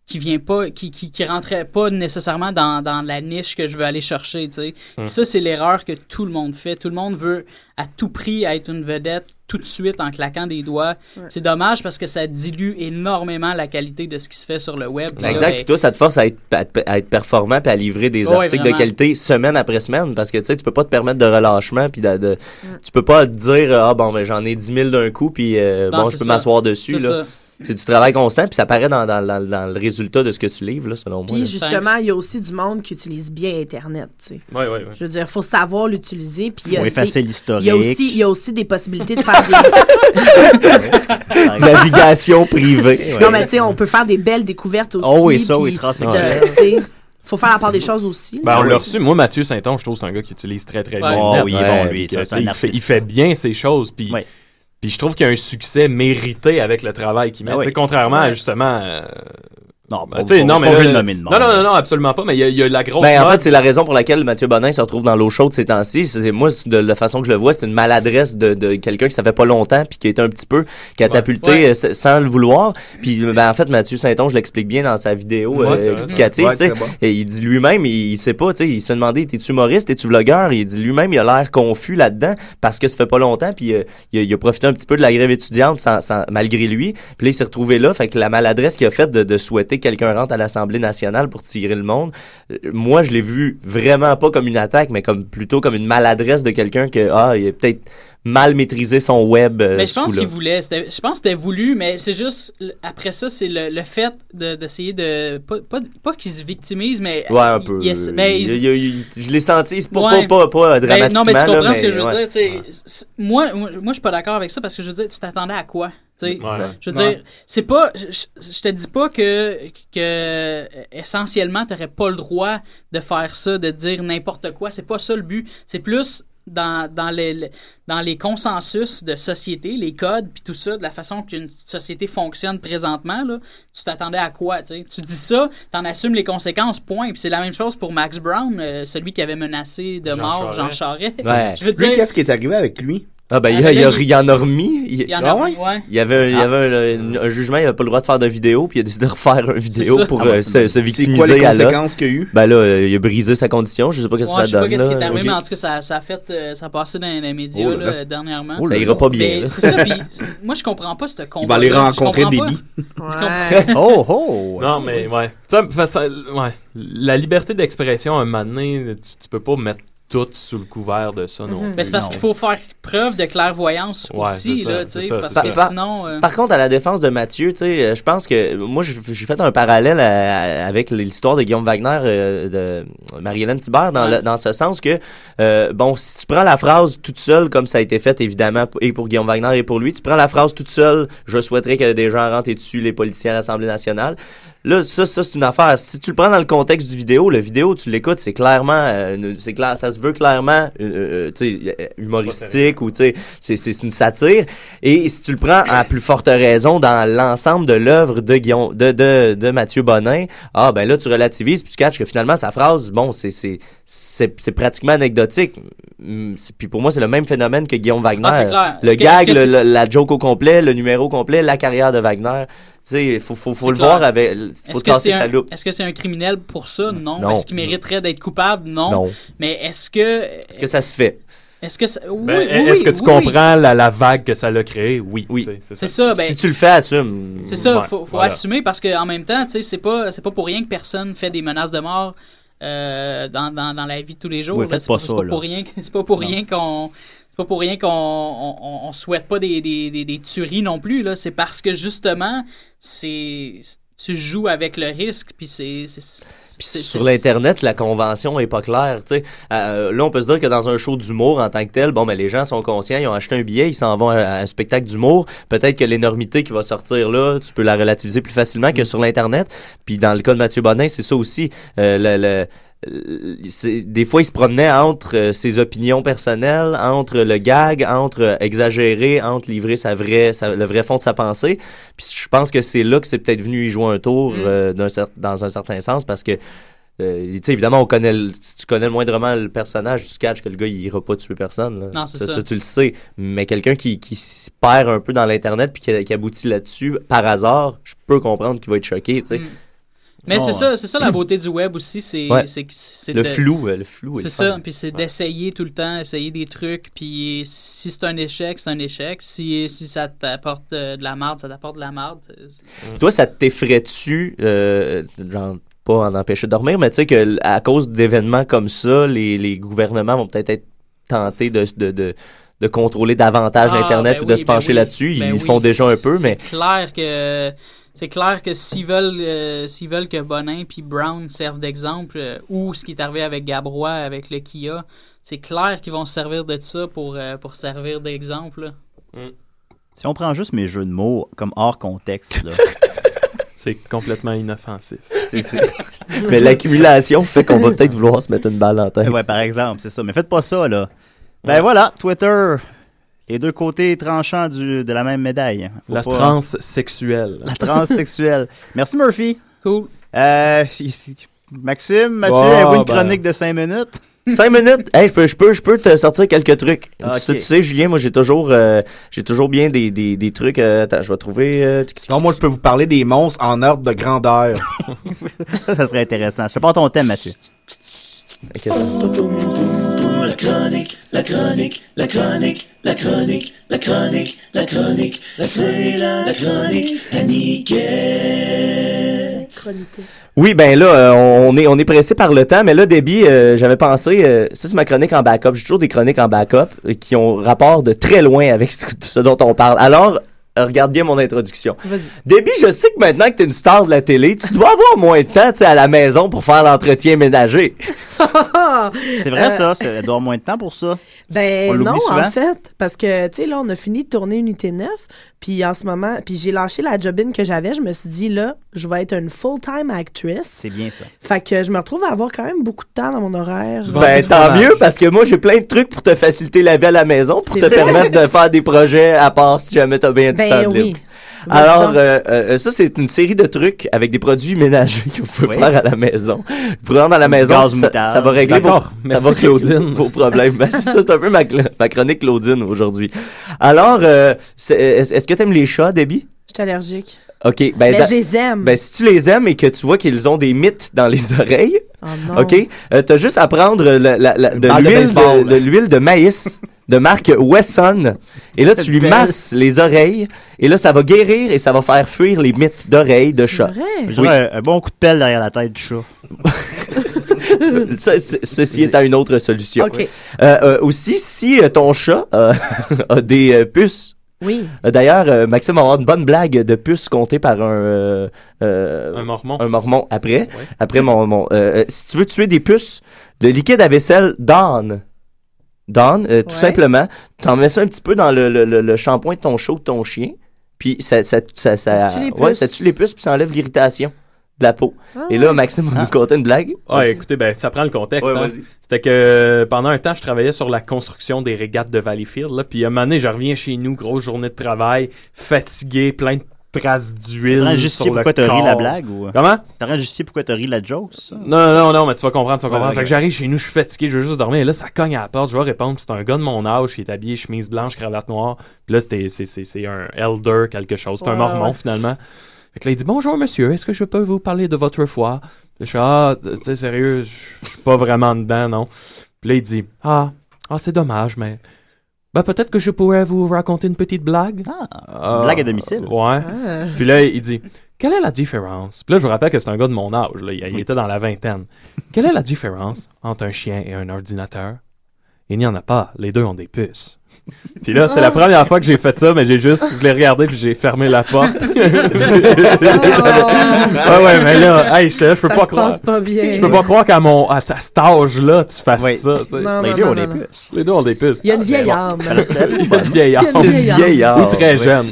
[SPEAKER 13] qui vient pas qui, qui, qui rentrait pas nécessairement dans, dans la niche que je veux aller chercher tu sais
[SPEAKER 10] Hmm.
[SPEAKER 18] Mm.
[SPEAKER 13] ça c'est l'erreur que tout le monde fait tout le monde veut à tout prix être une vedette tout de suite en claquant des doigts
[SPEAKER 18] Ouais.
[SPEAKER 13] c'est dommage parce que ça dilue énormément la qualité de ce qui se fait sur le web Puis là,
[SPEAKER 10] Exact.
[SPEAKER 13] ben,
[SPEAKER 10] Puis toi, ça te force à être, à être- à être performant puis à livrer des
[SPEAKER 13] Ouais,
[SPEAKER 10] articles
[SPEAKER 13] vraiment.
[SPEAKER 10] de qualité semaine après semaine parce que tu sais, tu peux pas te permettre de relâchement puis de, de-
[SPEAKER 13] Mm.
[SPEAKER 10] tu peux pas te dire ah bon ben j'en ai 10 000 d'un coup puis euh,
[SPEAKER 13] Non,
[SPEAKER 10] bon
[SPEAKER 13] c'est
[SPEAKER 10] je peux
[SPEAKER 13] ça.
[SPEAKER 10] m'asseoir dessus
[SPEAKER 13] C'est
[SPEAKER 10] là.
[SPEAKER 13] ça.
[SPEAKER 10] C'est du travail constant puis ça paraît dans, dans- dans- dans le résultat de ce que tu livres là, selon moi.
[SPEAKER 7] Puis
[SPEAKER 10] là.
[SPEAKER 7] justement, il y a aussi du monde qui utilise bien Internet. tu sais.
[SPEAKER 10] Ouais, ouais, ouais.
[SPEAKER 7] Je veux dire, faut savoir l'utiliser. Puis il y a,
[SPEAKER 5] Faut effacer
[SPEAKER 7] tu sais,
[SPEAKER 5] l'historique.
[SPEAKER 7] Il y a aussi, il y a aussi des possibilités
[SPEAKER 10] <laughs>
[SPEAKER 7] de faire des.
[SPEAKER 10] Navigation privée.
[SPEAKER 7] <laughs> Non, mais tu sais, on peut faire des belles découvertes
[SPEAKER 10] Ah
[SPEAKER 7] aussi.
[SPEAKER 11] Oh oui, ça, oui,
[SPEAKER 7] puis
[SPEAKER 11] transexuel.
[SPEAKER 7] de- tu sais, faut faire la part des choses aussi.
[SPEAKER 11] Ben,
[SPEAKER 7] là.
[SPEAKER 11] on l'a reçu. Moi, Mathieu Saint-Onge, je trouve que c'est un gars qui utilise très, très
[SPEAKER 7] Ouais.
[SPEAKER 11] bien.
[SPEAKER 5] Oh
[SPEAKER 11] le net.
[SPEAKER 5] oui, il est bon, lui,
[SPEAKER 11] puis,
[SPEAKER 5] ça,
[SPEAKER 11] euh,
[SPEAKER 5] c'est un
[SPEAKER 11] tu sais, il, fait,
[SPEAKER 5] artiste.
[SPEAKER 11] il fait bien ses choses. Puis, puis je trouve qu'il y a un succès mérité avec le travail
[SPEAKER 10] Ben
[SPEAKER 11] qu'il met.
[SPEAKER 5] Ah oui.
[SPEAKER 11] Tu sais, Contrairement à justement. euh, ben,
[SPEAKER 5] Non,
[SPEAKER 10] pas-
[SPEAKER 11] tu sais,
[SPEAKER 10] pas-
[SPEAKER 11] non,
[SPEAKER 10] pas
[SPEAKER 11] mais
[SPEAKER 10] obligé
[SPEAKER 11] là-
[SPEAKER 10] de nommer de
[SPEAKER 11] non,
[SPEAKER 10] monde.
[SPEAKER 11] non, non, non, absolument pas. Mais il y a- il y, a la grosse.
[SPEAKER 10] Ben, en
[SPEAKER 11] mode.
[SPEAKER 10] fait, c'est la raison pour laquelle Mathieu Bonin se retrouve dans l'eau chaude ces temps-ci. C'est- Moi, c'est de la façon que je le vois, c'est une maladresse de, de quelqu'un qui ça fait pas longtemps puis qui est un petit peu catapulté
[SPEAKER 11] Ouais.
[SPEAKER 10] euh, s- sans le vouloir. Puis, ben, en fait, Mathieu Saint-Onge l'explique bien dans sa vidéo
[SPEAKER 11] Ouais,
[SPEAKER 10] euh,
[SPEAKER 11] c'est vrai.
[SPEAKER 10] explicative.
[SPEAKER 11] Ouais,
[SPEAKER 10] tu sais.
[SPEAKER 11] très bon.
[SPEAKER 10] Et il dit lui-même, il, il sait pas, tu sais, il se demandait, t'es-tu humoriste, t'es-tu vlogueur? Il dit lui-même, il a l'air confus là-dedans parce que ça fait pas longtemps, puis euh, il, a, il a profité un petit peu de la grève étudiante sans, sans- malgré lui. Puis là, il s'est retrouvé là, fait que la maladresse qu'il a faite de, de souhaiter que quelqu'un rentre à l'Assemblée nationale pour tirer le monde, euh, moi, je l'ai vu vraiment pas comme une attaque, mais comme plutôt comme une maladresse de quelqu'un que, ah, il a peut-être mal maîtrisé son web. euh,
[SPEAKER 13] Mais je
[SPEAKER 10] ce
[SPEAKER 13] pense
[SPEAKER 10] coup-là.
[SPEAKER 13] qu'il voulait. C'était- Je pense que c'était voulu, mais c'est juste. l- Après ça, c'est le, le fait de- d'essayer de. Pas, pas, pas qu'il se victimise, mais.
[SPEAKER 10] Ouais, un peu.
[SPEAKER 13] il essa- ben, il-
[SPEAKER 10] Il- il- il- il- je l'ai senti, c'est pas,
[SPEAKER 13] Ouais.
[SPEAKER 10] pas, pas, pas, euh,
[SPEAKER 13] Ben, non,
[SPEAKER 10] dramatiquement.
[SPEAKER 13] mais tu comprends
[SPEAKER 10] là,
[SPEAKER 13] ce que
[SPEAKER 10] mais
[SPEAKER 13] je veux
[SPEAKER 10] ouais.
[SPEAKER 13] dire. tu sais, c'est- Moi, moi, moi, je suis pas d'accord avec ça parce que je veux dire, tu t'attendais à quoi? tu sais?
[SPEAKER 18] Ouais.
[SPEAKER 13] Je veux
[SPEAKER 18] Ouais.
[SPEAKER 13] dire, c'est pas. Je, je- je te dis pas que, que essentiellement, t'aurais pas le droit de faire ça, de dire n'importe quoi. C'est pas ça le but. C'est plus dans, dans, les, les- dans les consensus de société, les codes, puis tout ça, de la façon qu'une société fonctionne présentement, là, tu t'attendais à quoi? tu sais? Tu dis ça, t'en assumes les conséquences, point. Puis c'est la même chose pour Max Brown, euh, celui qui avait menacé de
[SPEAKER 10] Jean
[SPEAKER 13] mort
[SPEAKER 10] Charest.
[SPEAKER 13] Jean Charest.
[SPEAKER 10] Ouais.
[SPEAKER 13] <laughs> Je veux
[SPEAKER 8] Lui,
[SPEAKER 13] dire,
[SPEAKER 8] qu'est-ce qui est arrivé avec lui?
[SPEAKER 10] Ah ben, il, y a- il y a- il y en a remis. Il,
[SPEAKER 13] Il y en a
[SPEAKER 10] Ah
[SPEAKER 13] remis, ouais.
[SPEAKER 10] Il y avait, un- il y avait un, un- un jugement, il n'avait pas le droit de faire de vidéo, puis il a décidé de refaire une vidéo
[SPEAKER 13] ça.
[SPEAKER 10] pour
[SPEAKER 13] Ah ouais,
[SPEAKER 10] euh,
[SPEAKER 13] c'est-
[SPEAKER 10] se, se
[SPEAKER 13] c'est
[SPEAKER 10] victimiser
[SPEAKER 8] quoi les
[SPEAKER 10] à l'os.
[SPEAKER 8] conséquences qu'il y a eu?
[SPEAKER 10] Ben là, euh, il a brisé sa condition, je sais pas ce que
[SPEAKER 13] Ouais,
[SPEAKER 10] ça
[SPEAKER 13] je sais pas
[SPEAKER 10] donne.
[SPEAKER 13] qu'est-ce qui est
[SPEAKER 10] là.
[SPEAKER 13] arrivé,
[SPEAKER 10] Ok.
[SPEAKER 13] mais en tout cas, ça, ça a fait, euh, ça a passé dans les médias
[SPEAKER 10] Oh là
[SPEAKER 13] là,
[SPEAKER 10] là.
[SPEAKER 13] dernièrement.
[SPEAKER 10] Oh là Ça ira pas bien,
[SPEAKER 13] Mais
[SPEAKER 10] là.
[SPEAKER 13] C'est ça, puis moi, je comprends pas ce combat.
[SPEAKER 8] aller rencontrer Déby.
[SPEAKER 10] <laughs>
[SPEAKER 5] oh, oh!
[SPEAKER 11] Non, mais ouais. Tu sais, parce que, ouais. La liberté d'expression, un moment donné, tu, tu peux pas mettre tout sous le couvert de ça non plus.
[SPEAKER 13] Mais Mhm. Ben, c'est parce
[SPEAKER 11] Non.
[SPEAKER 13] qu'il faut faire preuve de clairvoyance
[SPEAKER 11] Ouais,
[SPEAKER 13] aussi,
[SPEAKER 11] c'est ça,
[SPEAKER 13] là, tu sais,
[SPEAKER 11] c'est ça,
[SPEAKER 13] parce
[SPEAKER 11] c'est
[SPEAKER 13] que
[SPEAKER 11] ça.
[SPEAKER 13] sinon. euh,
[SPEAKER 10] Par contre, à la défense de Mathieu, tu sais, euh, je pense que moi, j'ai j'ai fait un parallèle à- à- avec l'histoire de Guillaume Wagner euh, de Marie-Hélène Thibert dans,
[SPEAKER 13] Ouais.
[SPEAKER 10] le- dans ce sens que, euh, bon, si tu prends la phrase toute seule, comme ça a été fait évidemment p- et pour Guillaume Wagner et pour lui, tu prends la phrase toute seule, je souhaiterais que des gens rentrent et tuent les policiers à l'Assemblée nationale. Là, ça, ça c'est une affaire. Si tu le prends dans le contexte du vidéo, le vidéo, tu l'écoutes, c'est clairement, euh, une- c'est clair, ça se veut clairement, euh, euh, tu sais, euh, humoristique ou tu sais, c'est- c'est une satire. Et si tu le prends à plus forte raison dans l'ensemble de l'œuvre de Guillaume, de, de, de Mathieu Bonin, ah ben là tu relativises puis tu catches que finalement sa phrase, bon, c'est c'est c'est c'est pratiquement anecdotique. Mm, c'est- Puis pour moi, c'est le même phénomène que Guillaume Wagner.
[SPEAKER 13] Ah, c'est clair.
[SPEAKER 10] Le
[SPEAKER 13] Ce que-
[SPEAKER 10] gag,
[SPEAKER 13] que
[SPEAKER 10] le-
[SPEAKER 13] c'est-
[SPEAKER 10] le- la joke au complet, le numéro au complet, la carrière de Wagner. Tu sais, faut faut faut
[SPEAKER 13] C'est
[SPEAKER 10] le
[SPEAKER 13] clair.
[SPEAKER 10] voir avec, faut
[SPEAKER 13] Est-ce
[SPEAKER 10] se
[SPEAKER 13] que
[SPEAKER 10] casser
[SPEAKER 13] c'est
[SPEAKER 10] sa
[SPEAKER 13] un,
[SPEAKER 10] loupe.
[SPEAKER 13] est-ce que c'est un criminel pour ça? Non.
[SPEAKER 10] Non.
[SPEAKER 13] Est-ce qu'il mériterait d'être coupable? Non.
[SPEAKER 10] Non.
[SPEAKER 13] Mais est-ce que.
[SPEAKER 10] Est-ce que ça se fait?
[SPEAKER 13] Est-ce que. ça- Oui,
[SPEAKER 11] Ben,
[SPEAKER 13] oui,
[SPEAKER 11] Est-ce que tu
[SPEAKER 13] oui, oui.
[SPEAKER 11] comprends la, la vague que ça l'a créée? Oui. Oui.
[SPEAKER 13] C'est ça, ben-
[SPEAKER 10] si tu le fais, assume.
[SPEAKER 13] C'est ça,
[SPEAKER 11] Ouais,
[SPEAKER 13] faut, faut
[SPEAKER 11] voilà.
[SPEAKER 13] assumer parce qu'en même temps, tu sais, c'est pas, c'est pas pour rien que personne fait des menaces de mort euh, dans, dans, dans la vie de tous les jours.
[SPEAKER 5] Oui,
[SPEAKER 13] là.
[SPEAKER 5] faites
[SPEAKER 13] c'est
[SPEAKER 5] pas
[SPEAKER 13] pas, c'est
[SPEAKER 5] ça,
[SPEAKER 13] pas
[SPEAKER 5] là.
[SPEAKER 13] pour rien que- <laughs> c'est pas pour
[SPEAKER 5] Non.
[SPEAKER 13] rien qu'on c'est pas pour rien qu'on on, on- on souhaite pas des, des, des, des tueries non plus là. C'est parce que justement, c'est tu joues avec le risque, puis c'est. c'est- c'est- c'est-
[SPEAKER 10] sur
[SPEAKER 13] c'est-
[SPEAKER 10] l'internet, la convention est pas claire. tu sais. Euh, là, on peut se dire que dans un show d'humour en tant que tel, bon, ben, les gens sont conscients, ils ont acheté un billet, ils s'en vont à, à un spectacle d'humour. Peut-être que l'énormité qui va sortir là, tu peux la relativiser plus facilement que sur l'internet. Puis dans le cas de Mathieu Bonin, c'est ça aussi. Euh, le- le- le- c'est- des fois, il se promenait entre euh, ses opinions personnelles, entre le gag, entre euh, exagérer, entre livrer sa vraie, sa- le vrai fond de sa pensée. Puis je pense que c'est là que c'est peut-être venu y jouer un tour euh, d'un cer- dans un certain sens parce que euh, tu sais, évidemment, on connaît le- si tu connais le moindrement le personnage du sketch, que le gars, il ira pas tuer personne. là.
[SPEAKER 13] Non, c'est ça.
[SPEAKER 10] Tu le sais. Mais quelqu'un qui, qui se perd un peu dans l'Internet puis qui, qui aboutit là-dessus par hasard, je peux comprendre qu'il va être choqué, tu sais.
[SPEAKER 13] Mm. Mais
[SPEAKER 10] Sinon,
[SPEAKER 13] c'est
[SPEAKER 10] euh,
[SPEAKER 13] ça, c'est ça la beauté du web aussi, c'est
[SPEAKER 10] Ouais.
[SPEAKER 13] c'est que c'est
[SPEAKER 10] Le
[SPEAKER 13] de-
[SPEAKER 10] flou, euh, le flou est
[SPEAKER 13] C'est
[SPEAKER 10] le
[SPEAKER 13] ça,
[SPEAKER 10] fun.
[SPEAKER 13] puis c'est d'essayer tout le temps, essayer des trucs, puis si c'est un échec, c'est un échec. Si, si ça t'apporte euh, de la marde, ça t'apporte de la marde. C'est- c'est-
[SPEAKER 10] Mm. euh, Toi, ça t'effraie-tu, euh, genre, pas en empêcher de dormir, mais tu sais que l- à cause d'événements comme ça, les, les gouvernements vont peut-être être tentés de, de, de, de contrôler davantage
[SPEAKER 13] Ah,
[SPEAKER 10] l'Internet
[SPEAKER 13] ben
[SPEAKER 10] ou de
[SPEAKER 13] oui,
[SPEAKER 10] se
[SPEAKER 13] ben
[SPEAKER 10] pencher
[SPEAKER 13] oui,
[SPEAKER 10] là-dessus. Ils
[SPEAKER 13] ben
[SPEAKER 10] le
[SPEAKER 13] oui.
[SPEAKER 10] font déjà un peu, mais.
[SPEAKER 13] C'est clair que c'est clair que s'ils veulent euh, s'ils veulent que Bonin puis Brown servent d'exemple euh, ou ce qui est arrivé avec Gabrois avec le Kia, c'est clair qu'ils vont se servir de ça pour euh, pour servir d'exemple. là.
[SPEAKER 5] Si on prend juste mes jeux de mots comme hors contexte, là.
[SPEAKER 11] C'est complètement inoffensif.
[SPEAKER 5] <laughs>
[SPEAKER 10] Mais l'accumulation fait qu'on va peut-être vouloir se mettre une balle en tête.
[SPEAKER 5] Ouais, par exemple, c'est ça. Mais faites pas ça, là. Ben voilà, Twitter, les deux côtés tranchants du, de la même médaille. Faut
[SPEAKER 11] La
[SPEAKER 5] pas-
[SPEAKER 11] transsexuelle.
[SPEAKER 5] La
[SPEAKER 13] <laughs>
[SPEAKER 11] <laughs>
[SPEAKER 5] transsexuelle. Merci, Murphy. Euh,
[SPEAKER 13] Cool.
[SPEAKER 5] Maxime, Mathieu,
[SPEAKER 10] Bon,
[SPEAKER 5] avez-vous une
[SPEAKER 10] ben.
[SPEAKER 5] chronique de 5 minutes?
[SPEAKER 10] 5 minutes. Hey, je peux, je peux, je peux te sortir quelques trucs. Tu
[SPEAKER 5] Ok.
[SPEAKER 10] sais- Tu, sais, Julien, moi, j'ai toujours, euh, j'ai toujours bien des, des, des trucs. euh, attends, je vais trouver. euh, tic, tic,
[SPEAKER 8] Sinon, moi, je peux vous parler des monstres en ordre de grandeur. <laughs>
[SPEAKER 5] ça serait intéressant. Je sais pas ton thème, Mathieu.
[SPEAKER 1] La chronique, la chronique, la chronique, la chronique, la chronique, la chronique, la c'est la, la chronique, Aniquette.
[SPEAKER 10] Oui, ben là, euh, on est, on est pressé par le temps, mais là, Debbie, euh, j'avais pensé, euh, ça c'est ma chronique en backup. J'ai toujours des chroniques en backup euh, qui ont rapport de très loin avec <laughs> ce, ce dont on parle. Alors, euh, regarde bien mon introduction. Debbie, je sais que maintenant que t'es une star de la télé, tu dois avoir moins de temps, tu sais, à la maison pour faire l'entretien ménager.
[SPEAKER 7] <laughs>
[SPEAKER 5] C'est vrai, ça. c'est- Elle doit avoir moins de temps pour ça. On
[SPEAKER 7] Euh, Ben
[SPEAKER 5] l'oublie
[SPEAKER 7] non,
[SPEAKER 5] souvent.
[SPEAKER 7] en fait, parce que, tu sais, là, on a fini de tourner Unité 9, puis en ce moment, puis j'ai lâché la job-in que j'avais, je me suis dit, là, je vais être une full-time actrice.
[SPEAKER 5] C'est bien ça.
[SPEAKER 7] Fait que je me retrouve à avoir quand même beaucoup de temps dans mon horaire.
[SPEAKER 10] Ben tant mieux parce que moi j'ai plein de trucs pour te faciliter la vie à la maison, pour te
[SPEAKER 7] C'est vrai.
[SPEAKER 10] permettre de faire des projets à part si jamais t'as bien du
[SPEAKER 7] Ben
[SPEAKER 10] temps de
[SPEAKER 7] oui.
[SPEAKER 10] libre.
[SPEAKER 7] Vas-y
[SPEAKER 10] Alors
[SPEAKER 7] donc.
[SPEAKER 10] euh, euh, ça c'est une série de trucs avec des produits ménagers que vous pouvez
[SPEAKER 11] Oui.
[SPEAKER 10] faire à la maison. Vous rentrez à la
[SPEAKER 11] Du
[SPEAKER 10] maison,
[SPEAKER 11] gaz
[SPEAKER 10] ça,
[SPEAKER 11] moutarde.
[SPEAKER 10] ça va régler vos,
[SPEAKER 11] D'accord.
[SPEAKER 10] ça
[SPEAKER 11] Merci,
[SPEAKER 10] va régler
[SPEAKER 11] <laughs> Claudine.
[SPEAKER 10] vos problèmes. Ben, c'est ça c'est un peu ma, cl- ma chronique Claudine aujourd'hui. Alors euh, c'est- est-ce est-ce que t'aimes les chats, Debbie?
[SPEAKER 7] Je suis allergique.
[SPEAKER 10] OK. Ben,
[SPEAKER 7] Mais
[SPEAKER 10] da-
[SPEAKER 7] je les aime.
[SPEAKER 10] Ben, si tu les aimes et que tu vois qu'ils ont des mythes dans les <laughs> oreilles,
[SPEAKER 6] Oh
[SPEAKER 7] non.
[SPEAKER 10] OK, euh, t'as juste à prendre la, la- la- de
[SPEAKER 5] balle de
[SPEAKER 10] l'huile de,
[SPEAKER 5] baseball.
[SPEAKER 10] de l'huile de maïs de marque Wesson. Et là, tu lui
[SPEAKER 5] Belle.
[SPEAKER 10] masses les oreilles. Et là, ça va guérir et ça va faire fuir les mythes d'oreilles de chat.
[SPEAKER 5] Je dirais un, un bon coup de pelle derrière la tête du chat.
[SPEAKER 10] Euh, <laughs> ça, c- ceci étant une autre solution.
[SPEAKER 5] Ok.
[SPEAKER 10] Euh, euh, aussi, si euh, ton chat euh, <laughs> a des euh, puces.
[SPEAKER 7] Oui.
[SPEAKER 10] Euh, D'ailleurs, euh, Maxime va avoir une bonne blague de puces comptée par un... euh, euh,
[SPEAKER 11] Un mormon.
[SPEAKER 10] Un mormon après. Après mon... mon, euh, euh, si tu veux tuer des puces, le liquide à vaisselle Dawn. Dawn, euh, tout simplement. Tu en mets ça un petit peu dans le, le- le- le shampoing de ton chat ou de ton chien. Puis ça... ça, ça, ça,
[SPEAKER 11] Ça tue les
[SPEAKER 10] Ouais,
[SPEAKER 11] puces.
[SPEAKER 10] ça tue les puces puis ça enlève l'irritation de la peau. Et là, Maxime va nous conter une
[SPEAKER 11] <laughs>
[SPEAKER 10] blague.
[SPEAKER 11] Ah, écoutez, ben, ça prend le contexte.
[SPEAKER 10] Ouais,
[SPEAKER 11] hein.
[SPEAKER 10] vas-y.
[SPEAKER 11] C'était que euh, pendant un temps, je travaillais sur la construction des régates de Valleyfield. Là, puis à un moment donné, je reviens chez nous, grosse journée de travail, fatigué, plein de traces d'huile.
[SPEAKER 5] T'as rien
[SPEAKER 11] sur
[SPEAKER 5] justifié
[SPEAKER 11] le
[SPEAKER 5] pourquoi t'as ri
[SPEAKER 11] corps. Ah,
[SPEAKER 5] la blague ou. euh?
[SPEAKER 11] Comment?
[SPEAKER 5] T'as rien justifié pourquoi t'as ri la joke, ça?
[SPEAKER 11] Non, non, non, mais tu vas comprendre, tu vas
[SPEAKER 5] Ouais,
[SPEAKER 11] comprendre.
[SPEAKER 5] ouais,
[SPEAKER 11] fait
[SPEAKER 5] ouais.
[SPEAKER 11] que j'arrive chez nous, je suis fatigué, je veux juste dormir. Et là, ça cogne à la porte, je vais répondre. puis C'est un gars de mon âge qui est habillé chemise blanche, cravate noire. Puis là, c'était- c'est c'est- c'est un elder, quelque chose. C'est un
[SPEAKER 18] Ouais,
[SPEAKER 11] mormon,
[SPEAKER 18] ouais.
[SPEAKER 11] finalement. Fait que là, il dit Bonjour, monsieur, est-ce que je peux vous parler de votre foi Puis Je suis Ah, tu sais, sérieux, je je suis pas vraiment dedans, non. Puis là, il dit Ah, ah c'est dommage, mais. Ben, peut-être que je pourrais vous raconter une petite blague.
[SPEAKER 5] Ah, une blague à domicile.
[SPEAKER 11] Ouais.
[SPEAKER 5] Ah.
[SPEAKER 11] Puis là, il dit Quelle est la différence Puis là, je vous rappelle que c'est un gars de mon âge. là. Il, il était dans la vingtaine. Quelle est la différence entre un chien et un ordinateur Il n'y en a pas. Les deux ont des puces. Puis là, c'est la première fois que j'ai fait ça, mais j'ai juste, je l'ai regardé puis j'ai fermé
[SPEAKER 6] <laughs>
[SPEAKER 11] la porte.
[SPEAKER 6] Ah
[SPEAKER 11] ouais, ouais, mais là, hey, j'étais là, je peux
[SPEAKER 6] Ça
[SPEAKER 11] pas
[SPEAKER 6] se
[SPEAKER 11] croire.
[SPEAKER 6] passe pas bien.
[SPEAKER 11] Je peux pas croire qu'à mon, à, à cet âge-là, tu fasses
[SPEAKER 6] Oui.
[SPEAKER 11] ça, tu sais.
[SPEAKER 6] Non, Les non, deux ont non, des non.
[SPEAKER 11] puces. Les deux ont des puces.
[SPEAKER 6] Il y a une vieille
[SPEAKER 11] Ah,
[SPEAKER 6] âme.
[SPEAKER 11] ben bon. <laughs> Il y a une vieille
[SPEAKER 10] Il y a
[SPEAKER 11] âme.
[SPEAKER 10] une vieille âme.
[SPEAKER 11] Ou très
[SPEAKER 10] Oui.
[SPEAKER 11] jeune.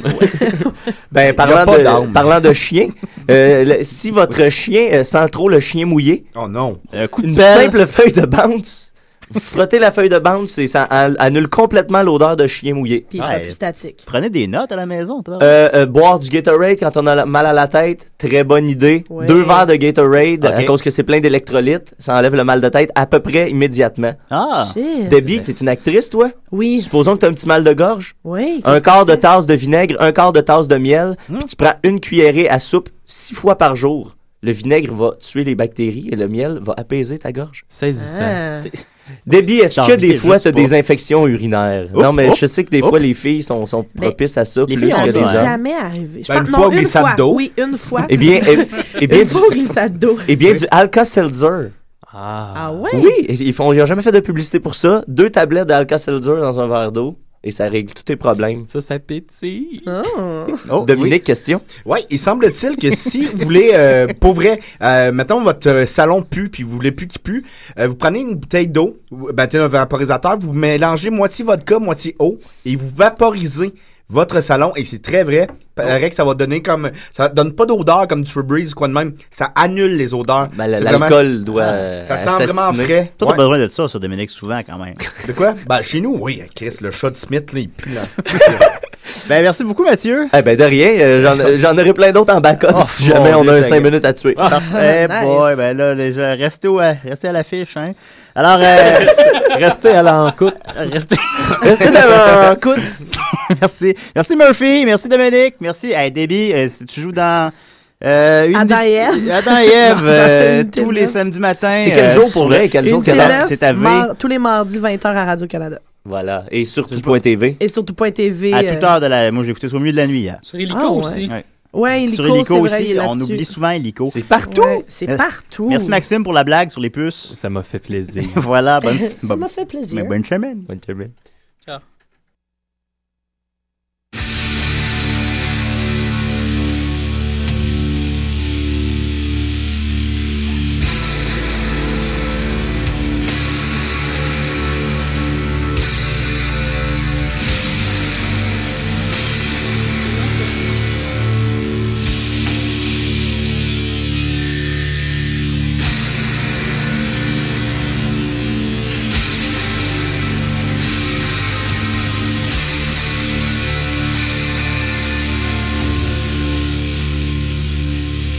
[SPEAKER 10] Ben, parlant,
[SPEAKER 11] pas
[SPEAKER 10] de,
[SPEAKER 11] d'âme.
[SPEAKER 10] parlant de chien, euh, le- si votre chien euh, sent trop le chien mouillé, euh,
[SPEAKER 8] oh non.
[SPEAKER 10] une
[SPEAKER 8] pelle.
[SPEAKER 10] simple feuille de bounce, vous frottez la feuille de bounce et ça an- annule complètement l'odeur de chien mouillé.
[SPEAKER 6] Puis il sera plus statique.
[SPEAKER 5] Prenez des notes hein. à la maison, toi.
[SPEAKER 10] Euh, euh, boire du Gatorade quand on a la- mal à la tête, très bonne idée.
[SPEAKER 5] Ouais.
[SPEAKER 10] Deux verres de Gatorade à
[SPEAKER 5] Ok.
[SPEAKER 10] cause que c'est plein d'électrolytes, ça enlève le mal de tête à peu près immédiatement.
[SPEAKER 5] Ah.
[SPEAKER 6] Shit.
[SPEAKER 10] Debbie, t'es une actrice, toi?
[SPEAKER 6] Oui.
[SPEAKER 10] Supposons que t'as un petit mal de gorge.
[SPEAKER 6] Oui.
[SPEAKER 10] Un quart de tasse de vinaigre, un quart de tasse de miel,
[SPEAKER 6] Hein?
[SPEAKER 10] puis tu prends une cuillerée à soupe six fois par jour. Le vinaigre va tuer les bactéries et le miel va apaiser ta gorge.
[SPEAKER 11] Saisissant.
[SPEAKER 6] Ah.
[SPEAKER 10] Debbie, est-ce
[SPEAKER 6] J'ai
[SPEAKER 10] que
[SPEAKER 6] envie
[SPEAKER 10] des
[SPEAKER 6] de
[SPEAKER 10] fois
[SPEAKER 6] juste
[SPEAKER 10] t'as
[SPEAKER 6] pas. Oh,
[SPEAKER 10] des infections urinaires?
[SPEAKER 6] Oups,
[SPEAKER 10] non, mais
[SPEAKER 6] oups,
[SPEAKER 10] je sais que des fois les filles sont, sont
[SPEAKER 7] Ben,
[SPEAKER 6] Mais
[SPEAKER 10] propices à ça
[SPEAKER 6] les
[SPEAKER 10] plus
[SPEAKER 6] filles, on
[SPEAKER 10] que
[SPEAKER 6] est
[SPEAKER 10] les hommes.
[SPEAKER 6] jamais arrivé. Je
[SPEAKER 10] Ben,
[SPEAKER 6] pense-
[SPEAKER 10] une
[SPEAKER 6] non,
[SPEAKER 10] fois au
[SPEAKER 6] une
[SPEAKER 10] glissade
[SPEAKER 6] fois.
[SPEAKER 10] d'eau.
[SPEAKER 6] Oui, une fois.
[SPEAKER 10] Eh bien, eh- eh bien,
[SPEAKER 6] une
[SPEAKER 10] du-
[SPEAKER 6] fois au glissade d'eau.
[SPEAKER 10] Eh bien, du Alka-Seltzer.
[SPEAKER 11] Ah.
[SPEAKER 6] Ah ouais?
[SPEAKER 10] Oui, ils ils font, ils ont jamais fait de publicité pour ça. Deux tablettes d'Alka-Seltzer dans un verre d'eau et ça règle tous tes problèmes.
[SPEAKER 11] Ça, ça pétille.
[SPEAKER 10] Dominique, question.
[SPEAKER 8] Oui, Oh, il semble-t-il que si vous voulez, euh, pour vrai, euh, mettons votre euh, salon pue, puis vous voulez plus qu'il pue, euh, vous prenez une bouteille d'eau, vous battez un vaporisateur, vous mélangez moitié vodka, moitié eau, et vous vaporisez votre salon, et c'est très vrai, paraît que ça va donner comme, ça donne pas d'odeur comme du Febreze ou quoi de même, ça annule les odeurs.
[SPEAKER 10] Ben, la-
[SPEAKER 8] C'est vraiment- Ah,
[SPEAKER 10] l'alcool doit, euh,
[SPEAKER 8] Ça sent vraiment
[SPEAKER 10] assassiner.
[SPEAKER 8] frais.
[SPEAKER 5] Toi,
[SPEAKER 8] Ouais.
[SPEAKER 5] t'as besoin de ça, ça, Dominique, souvent, quand même.
[SPEAKER 8] <laughs> De quoi? Ben, chez nous, oui, Chris, le chat de Smith, là, il
[SPEAKER 10] <laughs>
[SPEAKER 8] pue, là.
[SPEAKER 5] <laughs> ben, merci beaucoup, Mathieu.
[SPEAKER 10] Eh ben, de rien. euh, j'en- euh, J'en aurais plein d'autres en backup
[SPEAKER 5] Oh,
[SPEAKER 10] si jamais
[SPEAKER 5] mon
[SPEAKER 10] on
[SPEAKER 5] Dieu,
[SPEAKER 10] a un
[SPEAKER 5] ça
[SPEAKER 10] 5
[SPEAKER 5] gagne.
[SPEAKER 10] minutes à tuer.
[SPEAKER 5] <laughs> Parfait,
[SPEAKER 10] Ah, Nice.
[SPEAKER 5] boy. Ben là, les gens, restez, au- euh, restez à l'affiche, hein. Alors, euh,
[SPEAKER 10] <laughs>
[SPEAKER 11] restez à l'encoute.
[SPEAKER 5] <laughs> Restez,
[SPEAKER 10] restez à l'encoute.
[SPEAKER 5] <laughs> merci. Merci, Murphy. Merci, Dominique. Merci. Hey, Debbie, euh, si tu joues dans. Euh, une
[SPEAKER 6] Adam et Ève.
[SPEAKER 5] Adam et Ève,
[SPEAKER 6] <laughs>
[SPEAKER 5] euh,
[SPEAKER 6] Dans
[SPEAKER 5] tous les samedis
[SPEAKER 6] Ben,
[SPEAKER 5] matins.
[SPEAKER 10] C'est quel
[SPEAKER 5] euh,
[SPEAKER 10] jour pour
[SPEAKER 5] sur-
[SPEAKER 10] vrai? Quel jour,
[SPEAKER 5] Une
[SPEAKER 10] quelle heure?
[SPEAKER 5] dix-neuf,
[SPEAKER 10] C'est à V.
[SPEAKER 5] mar-
[SPEAKER 6] Tous les mardis, 20h à Radio-Canada.
[SPEAKER 10] Voilà. Et surtout point TV.
[SPEAKER 6] Et surtout point TV.
[SPEAKER 5] À
[SPEAKER 6] euh,
[SPEAKER 5] toute heure de la. Moi, j'ai écouté ça au milieu de la nuit. Hier.
[SPEAKER 13] Sur
[SPEAKER 6] Illico Ah, ouais. aussi. Ouais, Illico,
[SPEAKER 5] Sur
[SPEAKER 6] c'est
[SPEAKER 5] Illico
[SPEAKER 6] vrai, il
[SPEAKER 5] aussi.
[SPEAKER 6] est
[SPEAKER 5] On
[SPEAKER 6] là-dessus.
[SPEAKER 5] oublie souvent Illico.
[SPEAKER 10] C'est partout.
[SPEAKER 6] c'est
[SPEAKER 5] Mer-
[SPEAKER 6] partout.
[SPEAKER 5] Merci, Maxime, pour la blague sur les puces.
[SPEAKER 11] Ça m'a fait plaisir.
[SPEAKER 5] <laughs> voilà, bonne.
[SPEAKER 6] <laughs> Ça
[SPEAKER 5] bon-
[SPEAKER 6] m'a fait plaisir.
[SPEAKER 5] mais Bonne semaine.
[SPEAKER 10] Bonne semaine.
[SPEAKER 13] Ciao.